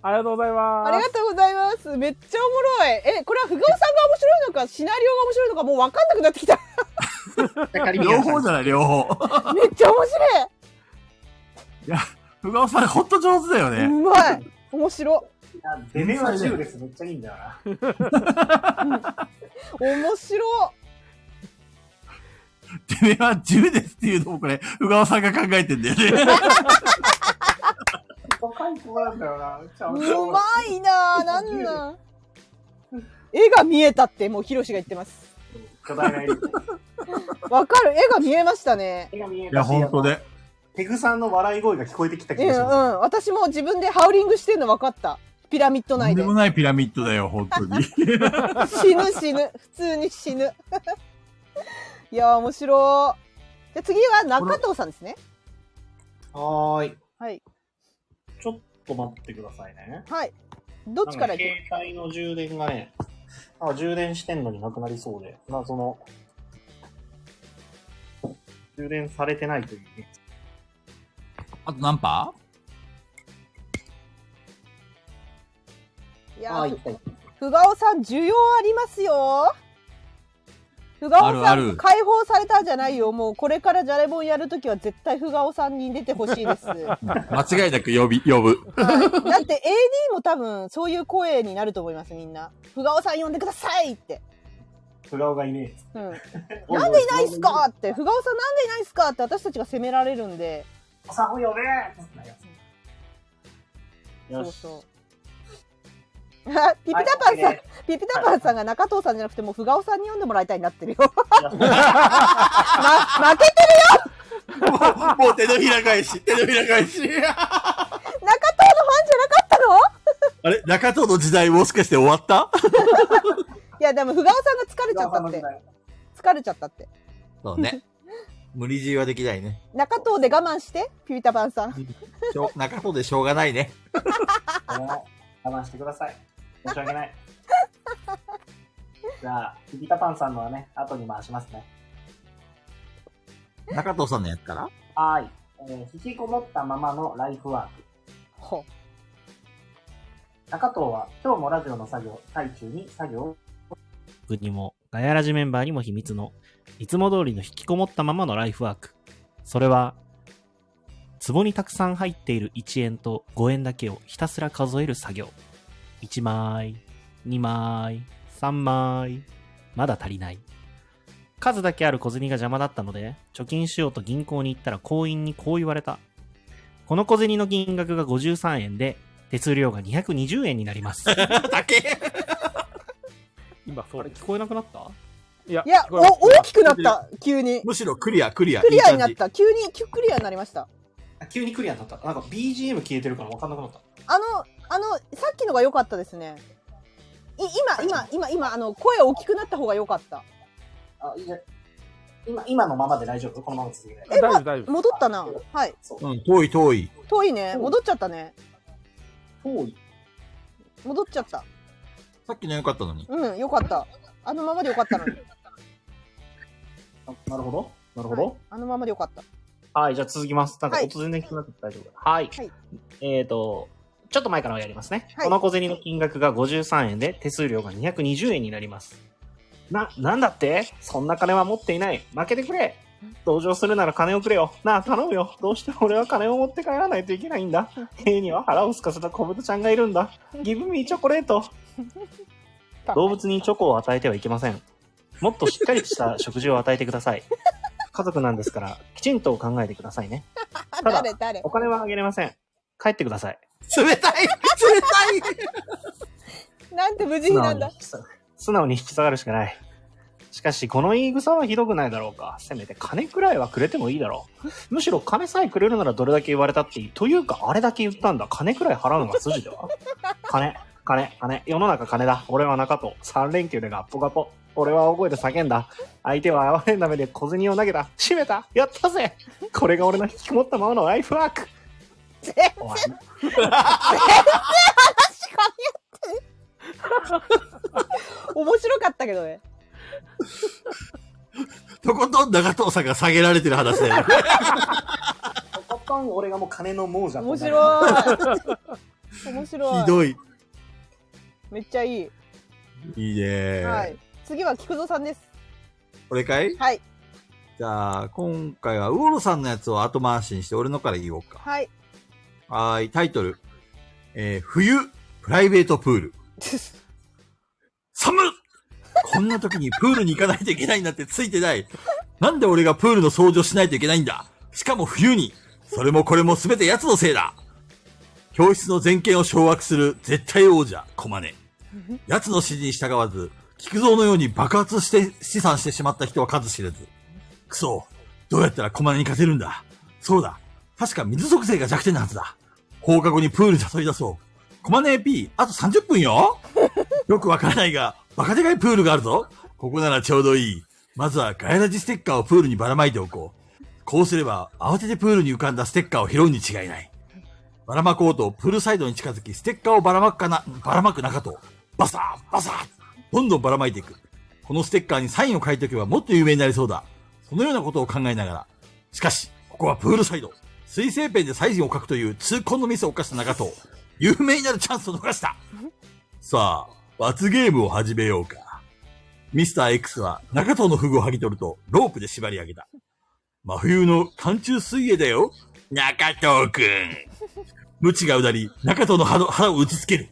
ありがとうございます。ありがとうございます。めっちゃおもろい。え、これは、ふがおさんが面白いのか、シナリオが面白いのか、もうわかんなくなってき た。両方じゃない、両方。めっちゃ面白い。いや、ふがおさん、ほんと上手だようね。まい。面白。や出目は10です。めっちゃいいんだよ な。面白。てめえは10ですっていうのもこれ、ふがおさんが考えてんだよね。 若い子なんだよな。ちゃうんとまいなぁ。なん なん。絵が見えたって、もうヒロシが言ってます。巨大な絵ですねわかる。絵が見えましたね。絵が見えいや、たしほんとで。ペグさんの笑い声が聞こえてきたう気んうがします。ん。私も自分でハウリングしてるのわかった。ピラミッドとん内でで。もないピラミッドだよ、ほんとに。死ぬ死ぬ。普通に死ぬ。 いやー、面白い。じゃあ次は中藤さんですね。はーい。はい。ちょっと待ってくださいね。はい。どっちからいきますなんか携帯の充電がね、あ充電してんのになくなりそうで、まあその、充電されてないというね。あと何パいやああ、いっー、たいった。ふがおさん、需要ありますよ。ふがおさん、あるある解放されたじゃないよ。もう、これからじゃれぼんやるときは、絶対ふがおさんに出てほしい です。はいー間違いなく呼び、呼ぶ。だって AD も多分、そういう声になると思います、みんな。ふがおさん呼んでくださいって。不顔がいねうん。え。なんでいないっすかって、ふがおさんなんでいないっすかって私たちが責められるんで。おさんを呼べーそようし。そう。あピピタパンさん、はいピピタパンさんが中藤さんじゃなくてもうふがおさんに呼んでもらいたいになってるよ。 ま、負けてるよ もう手のひら返し、手のひら返中し。藤のファンじゃなかったの あれ中藤の時代もしかして終わったいやでもふがおさんが疲れちゃったって疲れちゃったってそ うね。無理強いはできないね。中藤で我慢してピピタパンさんしょう中藤でしょうがないね。これも我慢してくださ い。申し訳ない。じゃあ、ビビタパンさんのはね、後に回しますね。中藤さんのやったらはーい。えー引きこもったままのライフワーク。ほ中藤は今日もラジオの作業、最中に作業を僕にも、ガヤラジメンバーにも秘密の、いつも通りの引きこもったままのライフワーク。それは、壺にたくさん入っている1円と5円だけをひたすら数える作業。1枚、2枚、3枚、まだ足りない。数だけある小銭が邪魔だったので、貯金しようと銀行に行ったら行員にこう言われた。この小銭の金額が53円で、手数料が220円になります。だけ今そあうれです。聞こえなくなったいやういや聞こえますお大きくなった急にむしろクリア、クリア。クリアになっいい感た急にキュクリアになりましたあ 急にクリアになった。なんか BGM 消えてるから分かんなくなった。あのあのさっきのが良かったですねい今今今今あの声大きくなった方が良かったあ、いや、今、今のままで大丈夫このまま続けて。え大丈夫、大丈夫。戻ったなはいそう。じ。うん、遠い遠い。遠いね戻っちゃったね遠い。戻っちゃったさっきの良かったのに。うん良かったあのままで良かったのにあなるほど。なるほはいど。あのままで良かったはい、じゃあ続きます。なんかはい音全然聞こえなくて大丈夫はい。はいえっ、と、ちょっと前からやりますね。はいこの小銭の金額が53円で手数料が220円になります。な、なんだってそんな金は持っていない。負けてくれ。同情するなら金をくれよ。なあ、頼むよ。どうして俺は金を持って帰らないといけないんだ。家には腹をすかせた小豚ちゃんがいるんだ。ギブミーチョコレート。動物にチョコを与えてはいけません。もっとしっかりした食事を与えてください。家族なんですから、きちんと考えてくださいね。あだ誰誰お金はあげれません。帰ってください。冷たい冷たいなんて無慈悲なんだ。素直に素直に引き下がるしかない。しかし、この言い草はひどくないだろうか。せめて金くらいはくれてもいいだろう。むしろ金さえくれるならどれだけ言われたっていい。というか、あれだけ言ったんだ。金くらい払うのが筋だ わ。金、金、金。世の中金だ。俺は中と。三連休でガッポガポ。俺は大声で叫んだ。相手は哀れんだ目で小銭を投げた。閉めた。やったぜ。これが俺の引きこもったままのライフワーク。全然おい確かに。面白かったけどね。とことん長藤さんが下げられてる話だよ。とことん俺がもう金の亡者とな面る 白い。面白い。ひどい。めっちゃいい。いいね、はい。次は菊蔵さんです。これかいはい。じゃあ、今回は、ウオロさんのやつを後回しにして、俺のから言おうか。はい。はーい、タイトル。えー、冬、プライベートプール。寒っこんな時にプールに行かないといけないなんてついてない。なんで俺がプールの掃除をしないといけないんだしかも冬に。それもこれも全て奴のせいだ。教室の全権を掌握する絶対王者、コマネ。奴の指示に従わず、菊蔵のように爆発して資産してしまった人は数知れず。くそ、どうやったらコマネに勝てるんだそうだ、確か水属性が弱点なはずだ。放課後にプールに誘い出そう。コマネ AP、あと30分よよくわからないが、バカでかいプールがあるぞ。ここならちょうどいい。まずはガヤラジステッカーをプールにばらまいておこう。こうすれば、慌ててプールに浮かんだステッカーを拾うに違いない。ばらまこうと、プールサイドに近づき、ステッカーをばらまくかな、ばらまく中と、バサーバサーどんどんばらまいていく。このステッカーにサインを書いておけばもっと有名になりそうだ。そのようなことを考えながら。しかし、ここはプールサイド。水性ペンでサインを書くという痛恨のミスを犯した中藤。有名になるチャンスを逃した。さあ、罰ゲームを始めようか。ミスター X は中藤のフグを剥ぎ取るとロープで縛り上げた。真冬の寒中水泳だよ。中藤くん。無知がうだり、中藤の腹腹を打ちつける。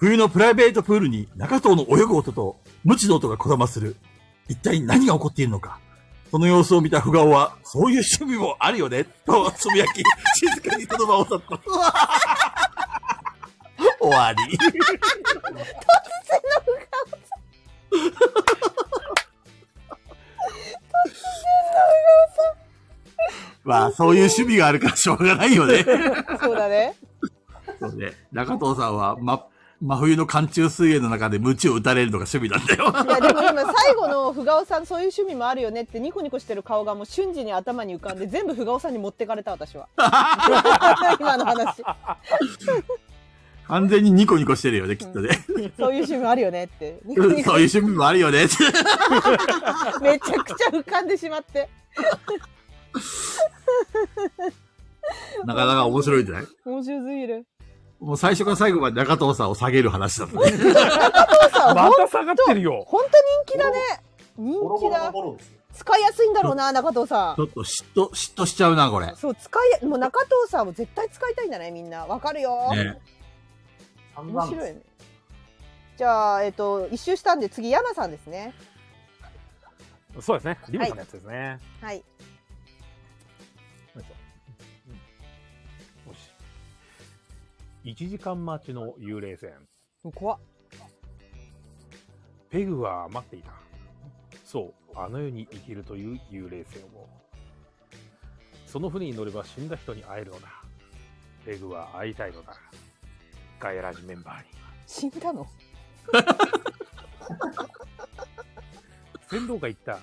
冬のプライベートプールに中藤の泳ぐ音と無知の音がこだまする。一体何が起こっているのか。その様子を見たフガオは、そういう趣味もあるよね、とつぶやき、静かにその場を去った。 終わり。まあ、そういう趣味があるからしょうがないよね。そうだね。そうね。中藤さんは、ま、真冬の寒中水泳の中で鞭を打たれるのが趣味なんだよ。いやでも今最後のふがおさんそういう趣味もあるよねってニコニコしてる顔がもう瞬時に頭に浮かんで全部ふがおさんに持ってかれた私は 今の話完全にニコニコしてるよね、きっとね。そういう趣味もあるよねってニコうんニコそういう趣味もあるよね。 めちゃくちゃ浮かんでしまって なかなか面白いんじゃない面白すぎるもう最初から最後まで中藤さんを下げる話だったね。お父さんまほんた下がってるよ。本当人気だねボ人ロ気ボロのだボロですよ使いやすいんだろうな中藤さちょっと嫉妬、嫉妬しちゃうな、これん。そう使いもう中藤さんも絶対使いたいんだねみんなわかるよ、ね。散面々白いですねじゃあえっと一周したんで次山さんですねそうですね。リムさんのやつですね。はいよし。1時間待ちの幽霊船。怖っペグは待っていた。そう、あの世に生きるという幽霊船を。その船に乗れば死んだ人に会えるのだ。ペグは会いたいのだ。ガヤラジメンバーに。死んだの船頭が言った。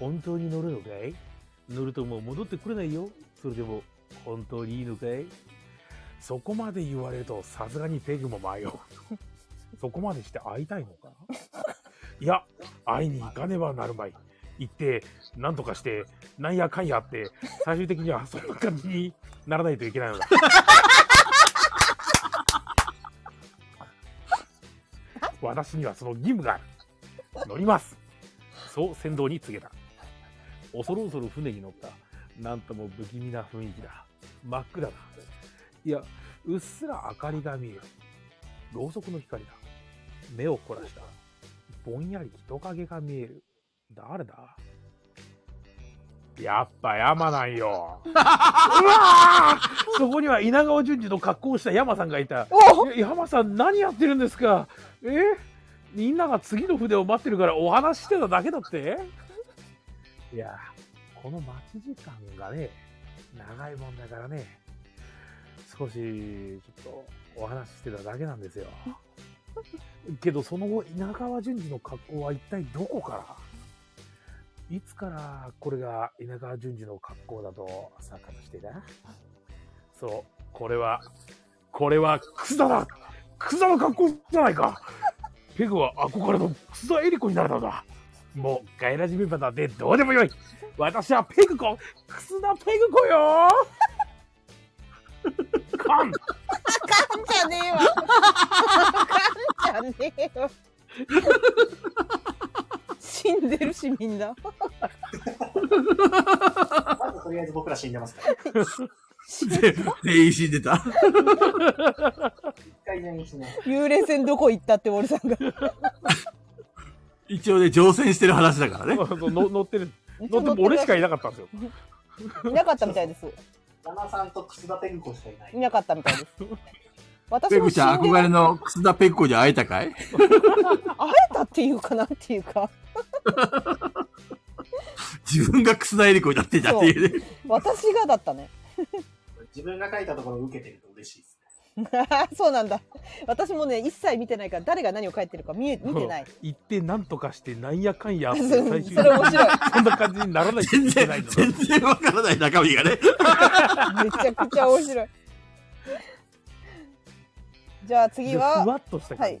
本当に乗るのかい乗るともう戻ってこれないよ。それでも、本当にいいのかいそこまで言われると、さすがにペグも迷う。 そこまでして会いたいのかいや、会いに行かねばなるまい。行って、なんとかして、なんやかんやって、最終的にはそんな感じにならないといけないのだ。私にはその義務がある。乗ります。そう船頭に告げた恐る恐る船に乗ったなんとも不気味な雰囲気だ真っ暗だいやうっすら明かりが見えるろうそくの光だ目を凝らしたぼんやり人影が見える誰だやっぱ山なんよ。うわーそこには稲川淳二の格好をした山さんがいた。おえ山さん何やってるんですかえみんなが次の筆を待ってるからお話ししてただけだっていやこの待ち時間がね長いもんだからね少しちょっとお話ししてただけなん ですよけどその後稲川淳二の格好は一体どこからいつからこれが稲川淳二の格好だと錯覚していたそうこれはこれはクズだなクズだの格好じゃないかペグは憧れのクズだエリコになれたんだもうガイラジメンバーなんてどうでもよい私はペグコクズだペグコよカかンんじゃねえわ。かんじゃねえわ。死んでるし、みんな。まずとりあえず僕ら死んでますから。一全員死んでた。回全員死んでます。幽霊船どこ行ったって、森さんが。一応ね、乗船してる話だからね。 そうそうの乗ってる乗っても俺しかいなかったんですよいなかったみたいです。山さんと楠田ペグ子しかいないい。なかったみたいです。私ペもグ死ちゃんんで憧れるの楠田ペッコに会えたかい会えたっていうかなんていうか、自分が楠田エリコになってたっていうね。私がだったね。自分が書いたところを受けてると嬉しいですね。 そうなんだ。私もね、一切見てないから、誰が何を書いてるか見え見 てない。行ってなんとかしてなんやか んやそれ面白い。そんな感じにならないと全いけ然な いの、だ全然わからない中身がね。めちゃくちゃ面白い。じゃあ次ふわは、っとした感じ、はい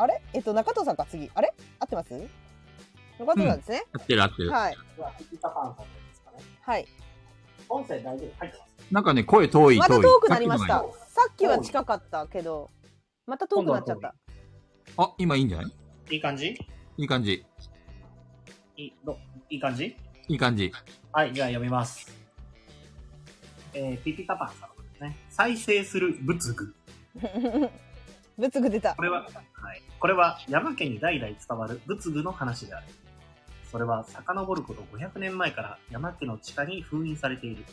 あれえっと、中藤さんか、次。あれ合ってます中藤さんですね。合ってる合ってる。はい。では、ピタパンさんですかね。はい。音声大丈夫入ってます。なんかね、声遠い遠い。また遠くなりましたさっきのがいい。さっきは近かったけど、また遠くなっちゃった。あ、今いいんじゃないいい感じいい感じ。いいどいい感じいい感じ。はい、じゃあ読みます。えー、ピピタパンさんですね。再生する仏具。 仏具出たこ。れは、はい。これは山家に代々伝わる仏具の話である。それは遡ること500年前から山家の地下に封印されている。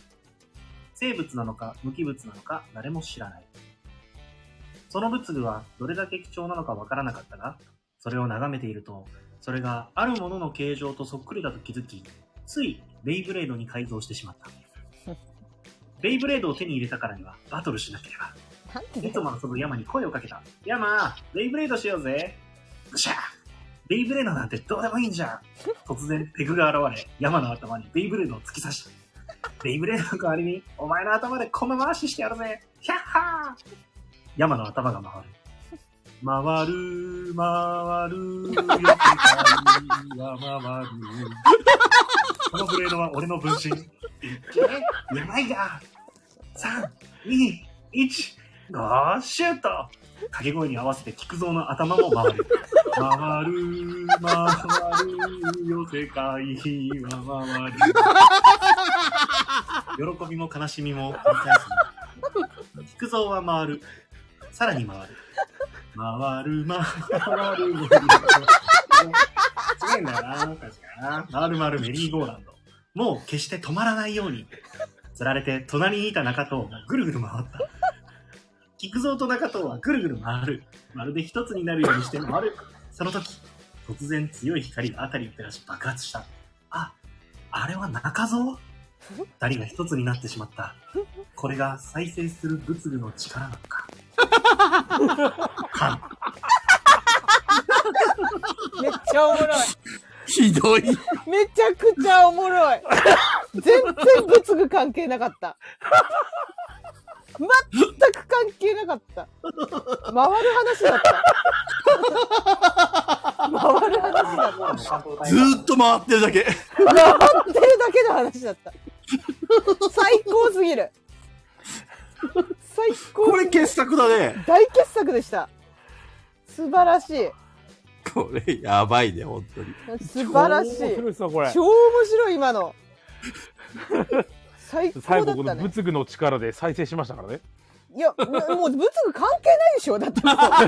生物なのか無機物なのか誰も知らない。その仏具はどれだけ貴重なのかわからなかったが、それを眺めていると、それがあるものの形状とそっくりだと気づき、ついベイブレードに改造してしまった。ベイブレードを手に入れたからにはバトルしなければ。なんていねつものその山に声をかけた。山、ベイブレードしようぜ。ぐしゃベイブレードなんてどうでもいいんじゃん。突然、ペグが現れ、山の頭にベイブレードを突き刺した。ベイブレードの代わりに、お前の頭で米回ししてやるぜ。ヒャッハー山の頭が回る。回る、回る、よく回りは回る。このブレードは俺の分身。いけやばいが。3、2、1。あーシュート掛け声に合わせて菊蔵の頭も回る。回る、回るよ、世界は回る。喜びも悲しみも繰り返す。菊蔵は回る。さらに回る。回る、回る、回る。すごいんだよな、確かにな。回る回るメリーゴーランド。もう決して止まらないように。つられて隣にいた中とぐるぐる回った。菊蔵と中藤はぐるぐる回る。まるで一つになるようにして回る。その時、突然強い光が辺りに照らし爆発した。あ、あれは中蔵二人が一つになってしまった。これが再生する仏具の力なのか。はめっちゃおもろい。ひどい。めちゃくちゃおもろい。全然仏具関係なかった。全く関係なかった。回る話だった。回る話だっんずーっと回ってるだけ。た。回ってるだけの話だった。最高すぎる。最こ高れすぎる。傑作だね。大傑作でした。素晴らしい。これやばいね、本当に。素晴らし超面白い。いさこれ超面白い今の。最最高だ後っこたのね。仏具の力で再生しましたからねいや、 もう物具関係ないでしょだってもう。だって、な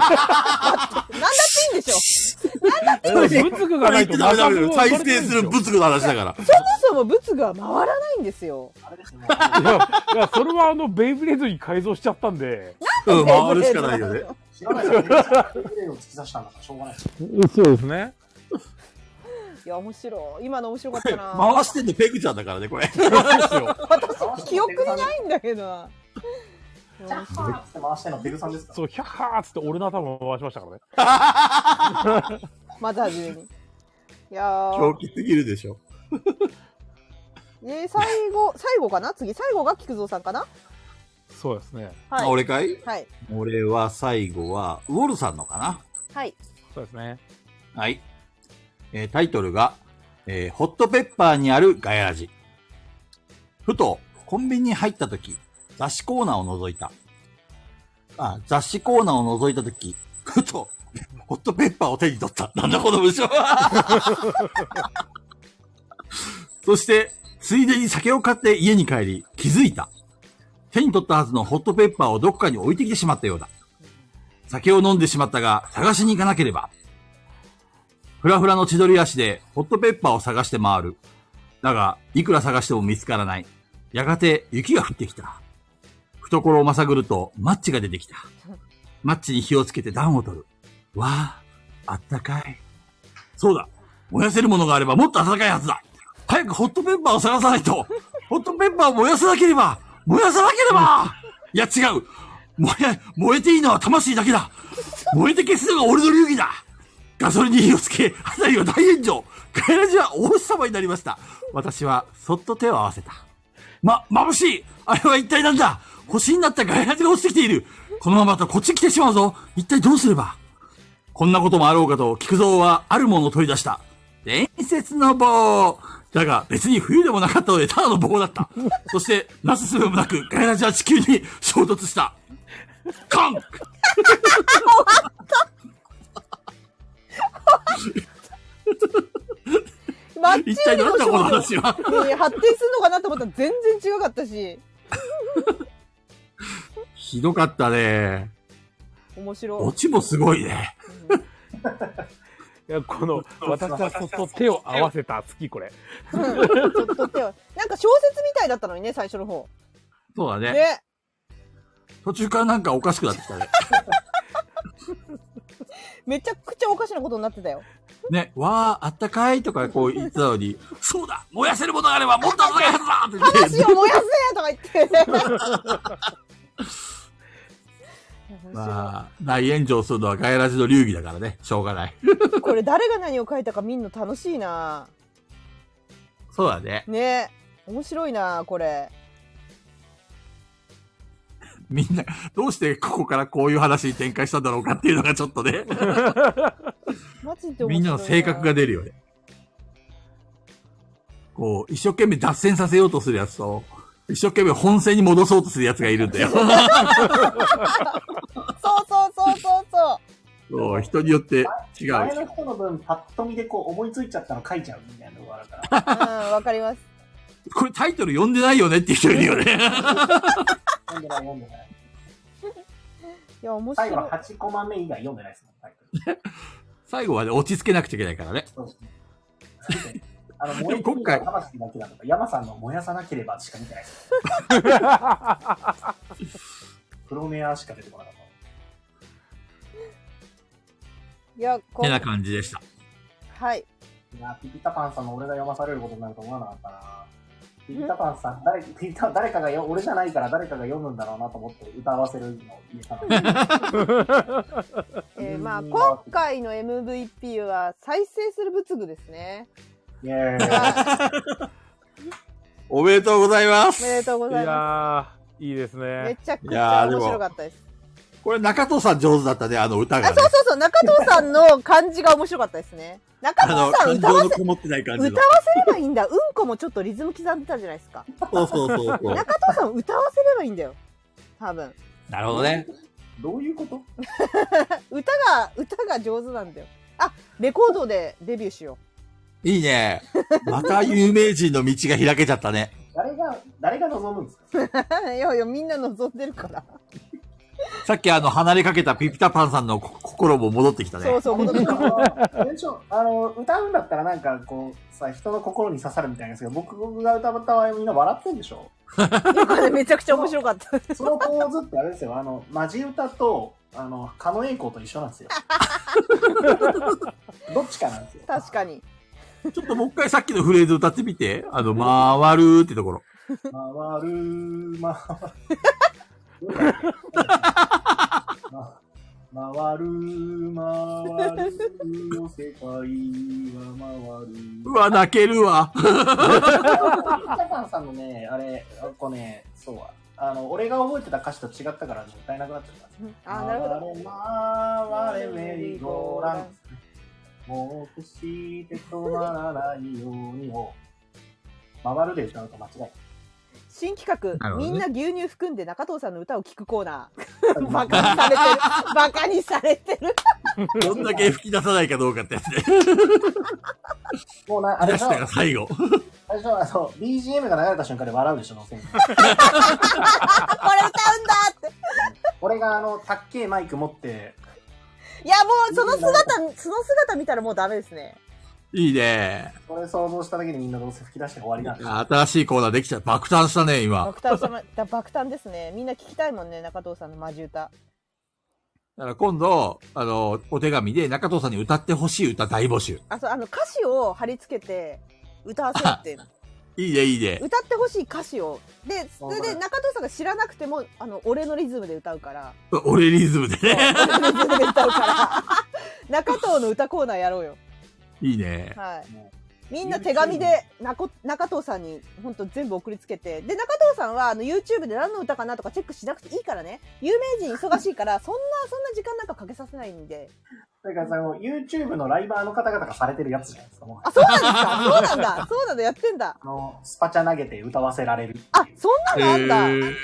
んだっていいんでしょ仏具がないとダメダメダメ再中身生をする仏具の話だから。そもそも仏具は回らないんですよ。あれですね。いや、いやそれはあの、ベイブレードに改造しちゃったんで。うん、回るしかないよね。知らないですよ。プレイを突き刺したんだからしょうがないです。そうですね。いや、面白い。今の面白かったな。 回してんのペグちゃんだからね、これ。回して記憶にペグさんないんだけどな。じゃあって回してんのペグさんですかそう、ヒャッハーっつって俺の頭を回しましたからね。まずはじめに。いやー 狂気すぎるでしょ。で最後、最後かな次、最後が菊蔵さんかなそうですね。はあい。俺かいはい。俺は最後は、ウォルさんのかはい。そうですね。なはい。えータイトルが、えーホットペッパーにあるガヤラジ。ふと、コンビニに入った時、雑誌コーナーを覗いた。あ、雑誌コーナーを覗いた時、ふと、ホットペッパーを手に取った。なんだこの文章は そして、ついでに酒を買って家に帰り、気づいた。手に取ったはずのホットペッパーをどこかに置いてきてしまったようだ。酒を飲んでしまったが、探しに行かなければ。ふらふらの千鳥足で、ホットペッパーを探して回る。だが、いくら探しても見つからない。やがて、雪が降ってきた。懐をまさぐると、マッチが出てきた。マッチに火をつけて暖を取る。わあ、あったかい。そうだ。燃やせるものがあればもっと暖かいはずだ。早くホットペッパーを探さないと。ホットペッパーを燃やさなければ燃やさなければいや違う燃え、燃えていいのは魂だけだ燃えて消すのが俺の流儀だガソリンに火をつけ、辺りは大炎上ガヤラジはお星様になりました私はそっと手を合わせた。ま、眩しいあれは一体なんだ星になったガヤラジが落ちてきているこのままだとこっちに来てしまうぞ一体どうすればこんなこともあろうかと、菊蔵はあるものを取り出した。伝説の棒だが、別に冬でもなかったので、ただの棒だった。そして、なすすべもなく、ガイラジは地球に衝突した。カン終わったマッチ売 一体りなのんだこの少話は。女に発展するのかなと思ったら全然違かったし、 ひどかったね。面白オチもすごいね。いや、この、私はそっと手を合わせた月、これ。い。うんちょっと手を。なんか小説みたいだったのにね、最初の方。そうだね。ね。途中からなんかおかしくなってき たね。めちゃくちゃおかしなことになって たよ。ね、わあ、あったかいとかこう言ってたのに、そうだ燃やせるものがあればもっと暖かいはずだって言って足を燃やせとか言って。面白 まあ、大炎上するのはガイラジの流儀だからね。しょうがない。い これ誰が何を書いたか見んの楽しいなそうだね。ね面白いなこれみんな、どうしてここからこういう話に展開したんだろうかっていうのがちょっとね、マジで面白いみんなの性格が出るよね。こう、一生懸命脱線させようとするやつと、一生懸命本線に戻そうとするやつがいるんだよ。 そうそうそうそうそそう人によって違前う。の人の分、パッと見でこう思いついちゃったの書いちゃうみたいなのがあるから。ううんわかりますこれタイトル読んでないよねっていう人いるよ ね。読んでない読んでない。いや面白最い後の8コマ目以外読んでないですもん、タイトル最後はね、落ち着けなくちゃいけないからね。そうですね。 あの、でも燃えて今み回た魂だけだとか、山さんの燃やさなければしか見てないです。プロネアしか出てこなかった。いやこてな感じでした。はいいや、ピピタパンさんの俺が読まされることになると思わなかったな。ピピタパンさん、誰ピピタ誰かがよ、俺じゃないから誰かが読むんだろうなと思って歌わせるのを入れたの。えーうんまあ今回の MVP は再生する仏具です ねイェーイ。はいおめでとうございま。おめですとうごいざいまやー、いいですすめね。ちゃくいちやゃーで面も白かったですこれ中藤さん上手だったね、あの歌あが、そうね。そうそう中藤さんの感じが面白かったですね中 あの、藤さん感歌わ情せのこもってない感じの歌。わせればいいんだうんこもちょっとリズム刻んでたじゃないですかそうそうそうそう。中藤さん歌わせればいいんだよ多分なるほどね。どういうこと歌が歌が上手なんだよあレコードでデビューしよいいね。また有名人の道が開けちゃったね。誰が、誰が望むんですか ういやいやみんな望んでるからさっきあの、離れかけたピピタパンさんのこ心も戻ってきたね。そうそう、戻ってきたあのあの歌うんだったらなんかこうさ人の心に刺さるみたいなんですけど僕が歌った場合みんな笑ってんでしょいやこれめちゃくちゃ面白かった。 その構図ってあれですよあのマジ歌とあの狩野英孝と一緒なん ですよどっちかなんですよ確かに。ちょっともう一回さっきのフレーズ歌ってみて。あの、回るーってところ。回る回る回る回るの世界は回るうわ、泣け るわ。北川さんのね、あれ、あこうね、そうは。あの、俺が覚えてた歌詞と違ったから、もったいなくなっちゃった。あ、なるほど。ど。回れメリーゴーランド。もうして止まらないようにを。回るで歌うと間違え新企画、なるほどみねんな牛乳含んで中藤さんの歌を聴くコー ナー。バカにされてる。バカにされてる。どんだけ吹き出さないかどうかってやつね。た。もうな、あ出れでしょしたが最後。最初はあの、BGM が流れた瞬間で笑うでしょ、どうせあ、これ歌うんだっ俺があの、たっけえマイク持って、て。いや、もうその姿、その姿見たらもうダメですね。いいね。これ想像しただけでみんなどうせ吹き出して終わりなんいでや新しいコーナーできちゃう。爆誕したね、今。爆誕してま、だ爆誕ですね。みんな聞きたいもんね、中藤さんのマジ歌。だから今度、あの、お手紙で中藤さんに歌ってほしい歌大募集。あ、そう、あの歌詞を貼り付けて、歌わせるっていうの。いいね、いいね。歌ってほしい歌詞を。で、それで中藤さんが知らなくても、あの、俺のリズムで歌うから。俺リズムでね。俺のリズムで歌うから。中藤の歌コーナーやろうよ。いいね。はいも。みんな手紙でなこ中藤さんに本当全部送りつけてで中藤さんはあの YouTube で何の歌かなとかチェックしなくていいからね有名人忙しいからそんなそんな時間なんかかけさせないんでだからさ、もう YouTube のライバーの方々がされてるやつじゃないですか、もうあそうなんです かそうなんだそうなんだやってんだあの、スパチャ投げて歌わせられる。あそんなのあんだ、へー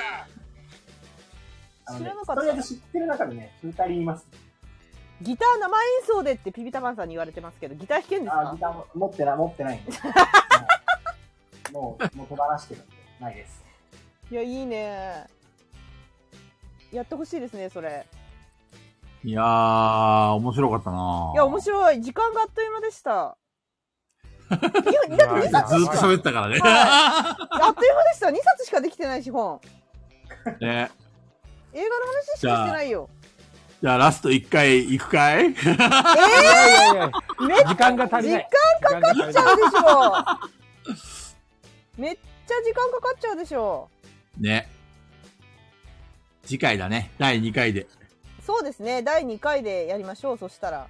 あの知ねらなかったとりあえず知ってる中でね、2人います。ギター生演奏でってピピタパンさんに言われてますけどギター弾けんですあ、かギターも持ってない、持っ てないんで。もう、もう手放してるんで、ないです。いやいいねやってほしいですねそれいやー、面白かったないいや面白い時間があっという間でしたい やだって2冊ずっと喋ったからね。あっという間でした。2冊しかできてないし、本。 ね。映画の話しかしてないよ。じゃあラスト1回行くかいええ いやいやいー、めっや時間が足りない。時間かかっちゃうでしょ。めっちゃ時間かかっちゃうでしょ。ね。次回だね。第2回で。そうですね。第2回でやりましょう。そしたら。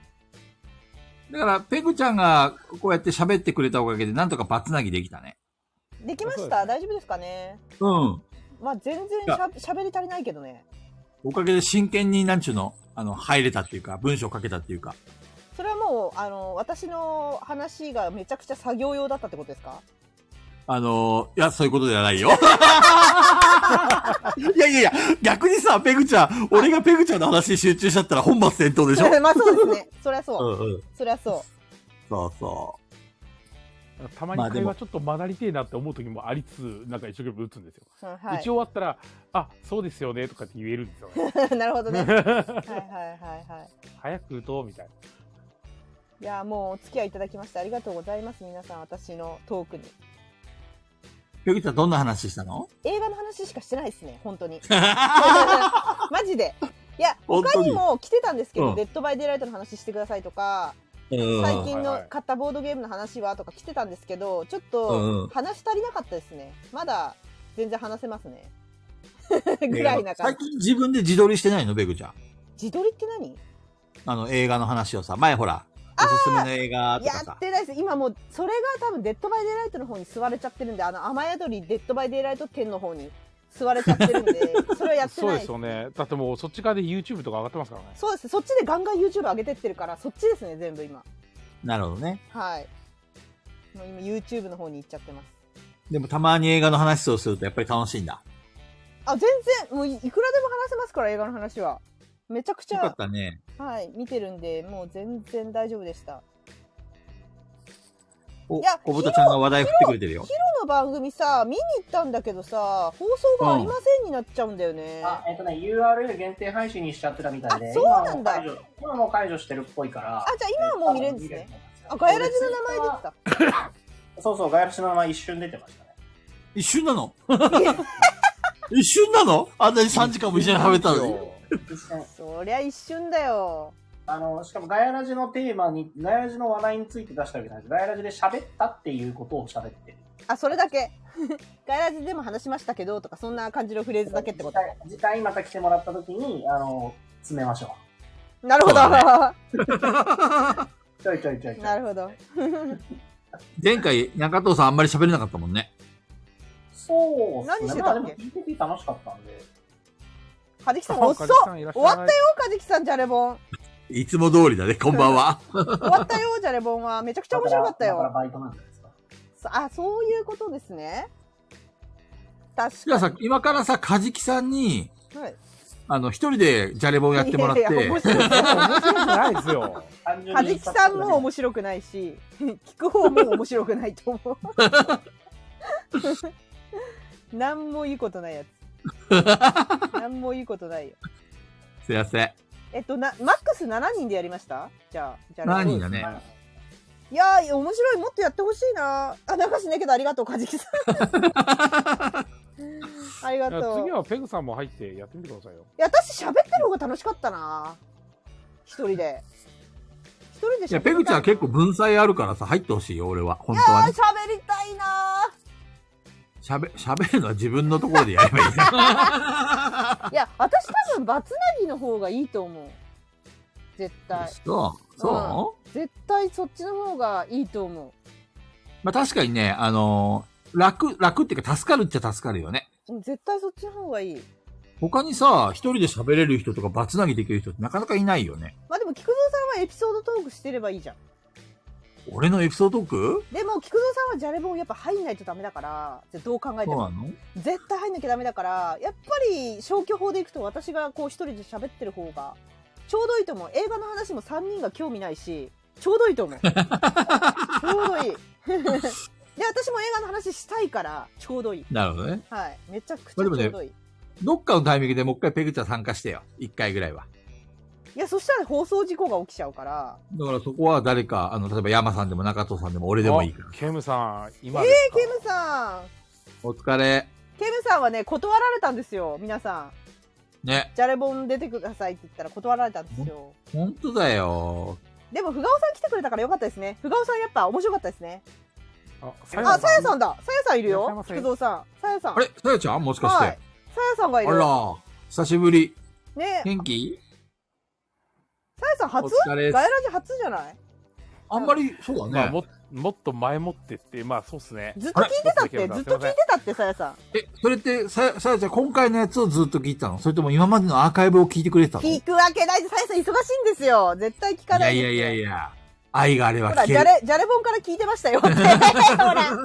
だから、ペグちゃんがこうやって喋ってくれたおかげで、なんとかバツナギできたね。できましそうですた。ね大丈夫ですかね。うん。まあ、全然しゃ喋り足りないけどね。おかげで真剣になんちゅうの、あの、入れたっていうか、文章書けたっていうか。それはもう、あの、私の話がめちゃくちゃ作業用だったってことですかあのーいや、そういうことでは ないよ。いやいやいや、逆にさ、ペグちゃん、俺がペグちゃんの話に集中しちゃったら本末転倒でし ょまあ、そうですね。そりゃうそう。んうん。そりゃそそうそたままあにで会も話ちょっと学びてえなって思う時もありつつ、なんか一生懸命打つんですよ。う。うんは打ち終わったら、あ、そうですよねとかって言えるんですよね。い。 なるほどね。はいはいはいはい。早く打とうみたいな。いやもうお付き合いいただきましてありがとうございます皆さん私のトークにう。ペグちゃんどんな話したの映画の話しかしてないですね本当 にマジでいや本当他ににも来てたんですけど「うんデッド・バイ・デイ・ライト」の話してくださいとかうん最は近いはいのはい買ったボードゲームの話はとか来てたんですけどちょっうんとうん話足りなかったですねまだ全然話せますねぐらいな感最じ近自分で自撮りしてないの、ペグちゃん。自撮りって何あの、映画の話をさ、前ほら、おすすめの映画とやかさっ。てないです今もうそれが多分「デッド・バイ・デイ・ライト」の方に座れちゃってるんであの雨宿り「デッド・バイ・デイ・ライト10」の方に座れちゃってるんでそれはやってそうないですよね。だってもうそっち側で YouTube とか上がってますからね。そうですそっちでガンガン YouTube 上げてってるからそっちですね全部今なるほどね。はいもう今 YouTube の方に行っちゃってますでもたまに映画の話をするとやっぱり楽しいんだ。あ全然もういいくらでも話せますから映画の話はめちゃくちよかゃっ、たね。はい、見てるんでもう全然大丈夫でしたお、いや小豚ちゃんが話題振ってくれてるよ。ヒロの番組さ見に行ったんだけどさ放送がありませんになっちゃうんだよね、あ、えっとね、URL 限定配信にしちゃってたみたいで、あそうなんだ今もう解除今も解除してるっぽいから。あじゃあ今はもう見れるんですね。あガヤラジの名前出てたた。そうそう、ガヤラジの名前一瞬出てましたね。一瞬なの 一瞬なのあんなに3時間も一緒に喋ったのに。一瞬そりゃ一瞬だよあの、しかもガヤラジのテーマに、ガヤラジの話題について出したわけじゃないです。ガヤラジで喋ったっていうことを喋ってる。あそれだけ ガヤラジでも話しましたけどとかそんな感じのフレーズだけってこと次回次回また来てもらった時に、あの、詰めましょなるほど、そうう。ちょいちょいちょいち ょい。なるほど前回、中藤さんあんまり喋れなかったもんね。そうっすね。何してまたあでっもけ聞いてて楽しかったんで。カジキさん遅っ終わったよカジキさんじゃれぼんいつも通りだね、こんばんは。終わったよじゃれぼん はめちゃくちゃ面白かっただからよバイトなんじゃないですか。そあそういうことですね確じゃあかさ、今からさ、カジキさんに、に、はいあの、一人でジャレボンやってもらっいやいてや面、白い面白くないです よ。単純カにジキさんも面白くないし聞く方も面白くないと 思うなんもいいことないや つなんもいいことないよすいません。えっとなマックス7人でやりましたじゃあじゃあ7人だね。いやー面白いもっとやってほしいなあなんかしねえけどありがとうカジキ さんありがじゃあとう次いはペグさんも入ってやってみてくださいよ。や私喋ってる方が楽しかったな一人で一人で喋りいたや、ペグちゃん結構い文才あるからさ、入ってほしいよ、俺は。本当やはーね。喋りたいな喋、喋るのは自分のところでやればいい。 いや、私多分、バツナギの方がいいと思う。絶対。そうそう絶対そっちの方がいいと思まあ確かにね、あのー楽、楽っていうか助かるっちゃ助かるよね。う。絶対そっちの方がいい。他にさ、一人で喋れる人とかバツナギできる人ってなかなかいないよね。まあでも、菊蔵さんはエピソードトークしてればいいじゃん。俺のエピソードトークでも、菊蔵さんはじゃれぼんやっぱ入んないとダメだから、じゃあどう考えてそうなも。の絶対入んなきゃダメだから、やっぱり消去法でいくと私がこう一人で喋ってる方が、ちょうどいいと思う。映画の話も3人が興味ないし、ちょうどいいと 思う。ちょうどいい。 で、私も映画の話したいから、ちょうどいい。なるほどね。はい。めちゃくちゃちまあでょもうねどいい。どっかのタイミングでもう一回ペグちゃん参加してよ。一回ぐらいは。いや、そしたら放送事故が起きちゃうから。だからそこは誰か、あの、例えば山さんでも中藤さんでも俺でもいいからあ。ケムさん、今えですー、かケムさん。お疲れ。ケムさんはね、断られたんですよ、皆さん。ね。じゃれぼん出てくださいって言ったら断られたんですよ。ほんとだよ。でも、ふがおさん来てくれたからよかったですね。ふがおさんやっぱ面白かったですね。あ、さあ、さやさん。んだ。さやさんいるいらっよ。しゃいませ菊蔵さん。さやさん。あれさやちゃんもしかして。はい。さやさんがいある。ら、久しぶり。ね元気さやさんお初疲ガれヤ。ラジ初じゃないあんまり、そうまだあ、ね。ももっと前もってって、まあそうっすね。ずっと聞いてたっあて、れずっと聞いてたって、さやさん。え、それって、さや、さやちゃん、今回のやつをずっと聞いてたのそれとも今までのアーカイブを聞いてくれてたの聞くわけないで、さやさん忙しいんですよ。絶対聞かないいですやよいやいやいや、愛があればほら、聞じけゃる。れ、じゃれぼんから聞いてま したよって。ほら。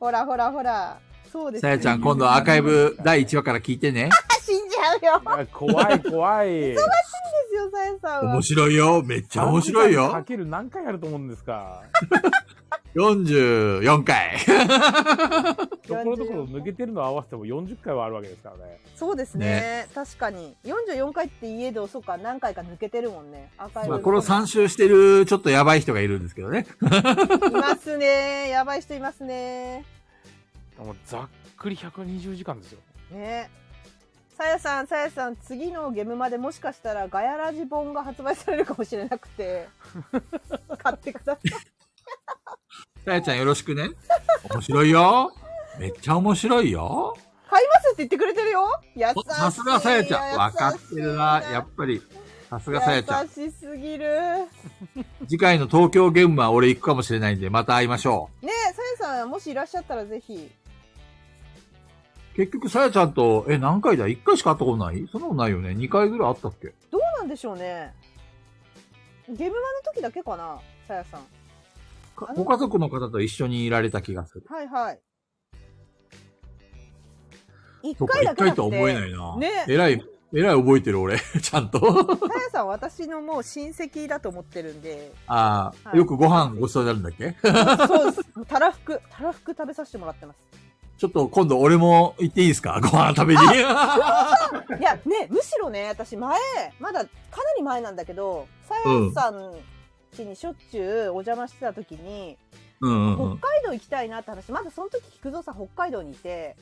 ほらほらほら。そうですさよやちゃん、今度はアーカイブ第1話から聞いてね。あ 死んじゃうよ。いや怖い怖い。ですよ、さやさんは面。白いよ。めっちゃ面白いかよ。ける何回やると思うんですか。 44回。 ところどころ抜けてるの合わせても40回はあるわけですからね。そうですね確かに。44回って言えど、そうか、何回か抜けてるもんね。アーカイブ。まあ、これを3周してる、ちょっとやばい人がいるんですけどね。いますね。やばい人いますね。もうざっくり120時間ですよ。ね。さやさん、さやさん、次のゲームまでもしかしたらガヤラジ本が発売されるかもしれなくて、買ってください。さやちゃんよろし くね。面白いよ。めっちゃ面白いよ。買いますって言ってくれてるよ優しいおさすがさやちゃん。わかってるな。やっぱり。さすがさやちゃん。優しすぎる次回の東京ゲームは俺行くかもしれないんで、また会いましょねえさやさんもしいらっしゃったらぜひう。結局さやちゃんと、え、何回だ ?1 回しか会ったことないそんなことないよね。2回ぐらいあったっけどうなんでしょうねゲームマの時だけかなさやさんかあのご家族の方と一緒にいられた気がする。はいはい1そうか、回だ1けだ回ってとは思えないな。ねえらい、えらい覚えてる俺。 ちゃんと。さやさん私のもう親戚だと思ってるんでああ、はいよくご飯ごちそうになるんだっけそうですたらふく、たらふく食べさせてもらってます。ちょっと今度俺も行っていいですかご飯食べに。いや、ね、むしろね、私前、まだかなり前なんだけど、さやさん家にしょっちゅうお邪魔してた時に、 うんう北ん海道行きたいなって話、まだその時菊蔵さん北海道にいて、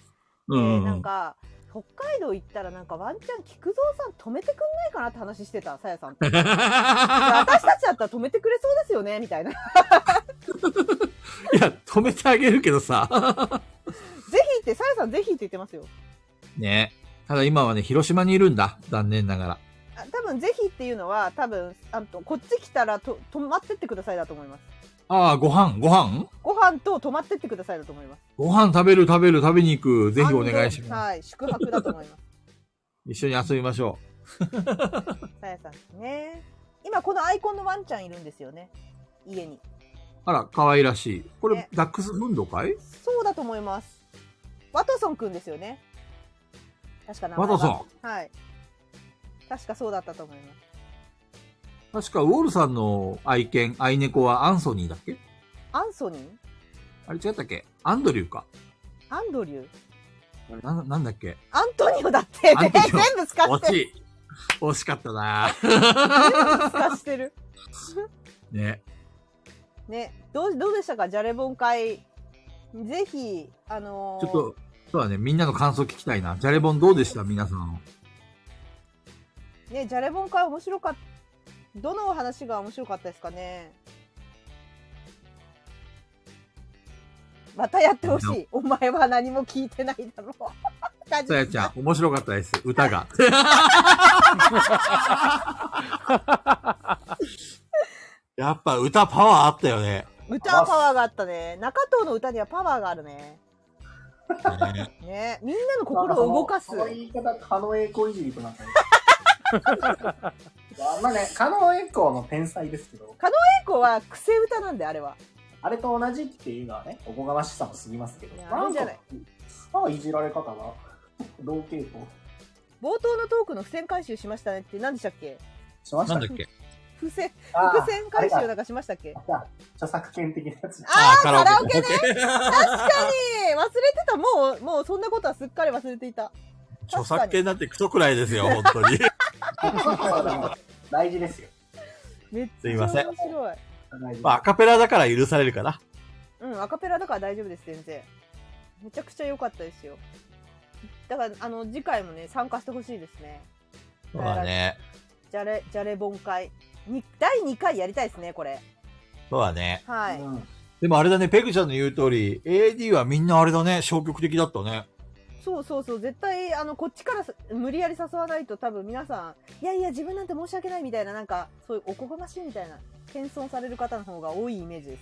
うでん。なんか、北海道行ったらなんかワンチャン菊蔵さん止めてくんないかなって話してた、さや さんと。私たちだったら止めてくれそうですよね、みたいな。ぜ いや、止めてあげるけどさ。ひって、さやさんぜひって言ってますよ。ねただ今はね、広島にいるんだ。残念ながら。あ多分ぜひっていうのは、多分、あと、こっち来たらと泊まってってくださいだと思います。ああ、ご飯、ご飯ご飯と泊まってってくださいだと思います。ご飯食べる食べる食べに行く。ぜひお願いしま。はい、宿泊だと思います一緒に遊びましょす。さやさんね。今このアイコンのワンちゃんいるんですよね。家に。う。あら、可愛らしい。これね、ダックスフンドかいそうだと思います。ワトソンくんですよね。確か名ワ前トがソはい。確かそうだったと思います。ン。確か、ウォールさんの愛犬、愛猫はアンソニーだっけアンソニーあれ違ったっけアンドリューか。アンドリューあれなんなんだっけアントニオだって、アントニオ 全部使っ惜してる。い。惜しかったな 使してる。ね。ね、どう、どうでしたかジャレボン会。ぜひ、あのーちょっと、そうだね、みんなの感想聞きたいな。ジャレボンどうでした皆さん。ね、ジャレボン会面白かった。どのお話が面白かったですかね。またやってほしい。お前は何も聞いてないだ ろう。大さ丈やちゃん、面白かったです。歌が。やっぱ歌パワーあったよね。夫歌はパワーがあったね。中藤の歌にはパワーがあるね。ねね、みんなの心を動かすそ。の言い方、狩野英孝いじりとなったねいやまあね、狩野英孝の天才ですけど、結構は癖歌なんで、あれは。あれと同じっていうのはね、おこがましさも過ぎますけど、いやなあれんじかゃない、ああ、いじられ方が、同傾向冒頭のトークの付箋回収しましたねって何でしたっけしましなたんだっけ付箋、あー伏線回収なんかしましたっけあれだ著作権的なやつ。あー、カラオケね。確かに忘れてたもう、もうそんなことはすっかり忘れていた。著作権だってクソくらいですよ、本当に。 大事ですよ。めっすちいゃま面せん白い。大事まあ、アカペラだから許されるかな。うん、アカペラだから大丈夫です、全然。めちゃくちゃ良かったですよ。だから、あの、次回もね、参加してほしいですね。そうだね。じゃれ、じゃれ盆会。に、第2回やりたいですね、これ。そうだね。はい。うんでもあれだね、ペグちゃんの言う通り、AD はみんなあれだね、消極的だったね。そうそうそう、絶対、あの、こっちからす無理やり誘わないと多分皆さん、いやいや、自分なんて申し訳ないみたいな、なんか、そういうおこがましいみたいな、謙遜される方の方が多いイメージです。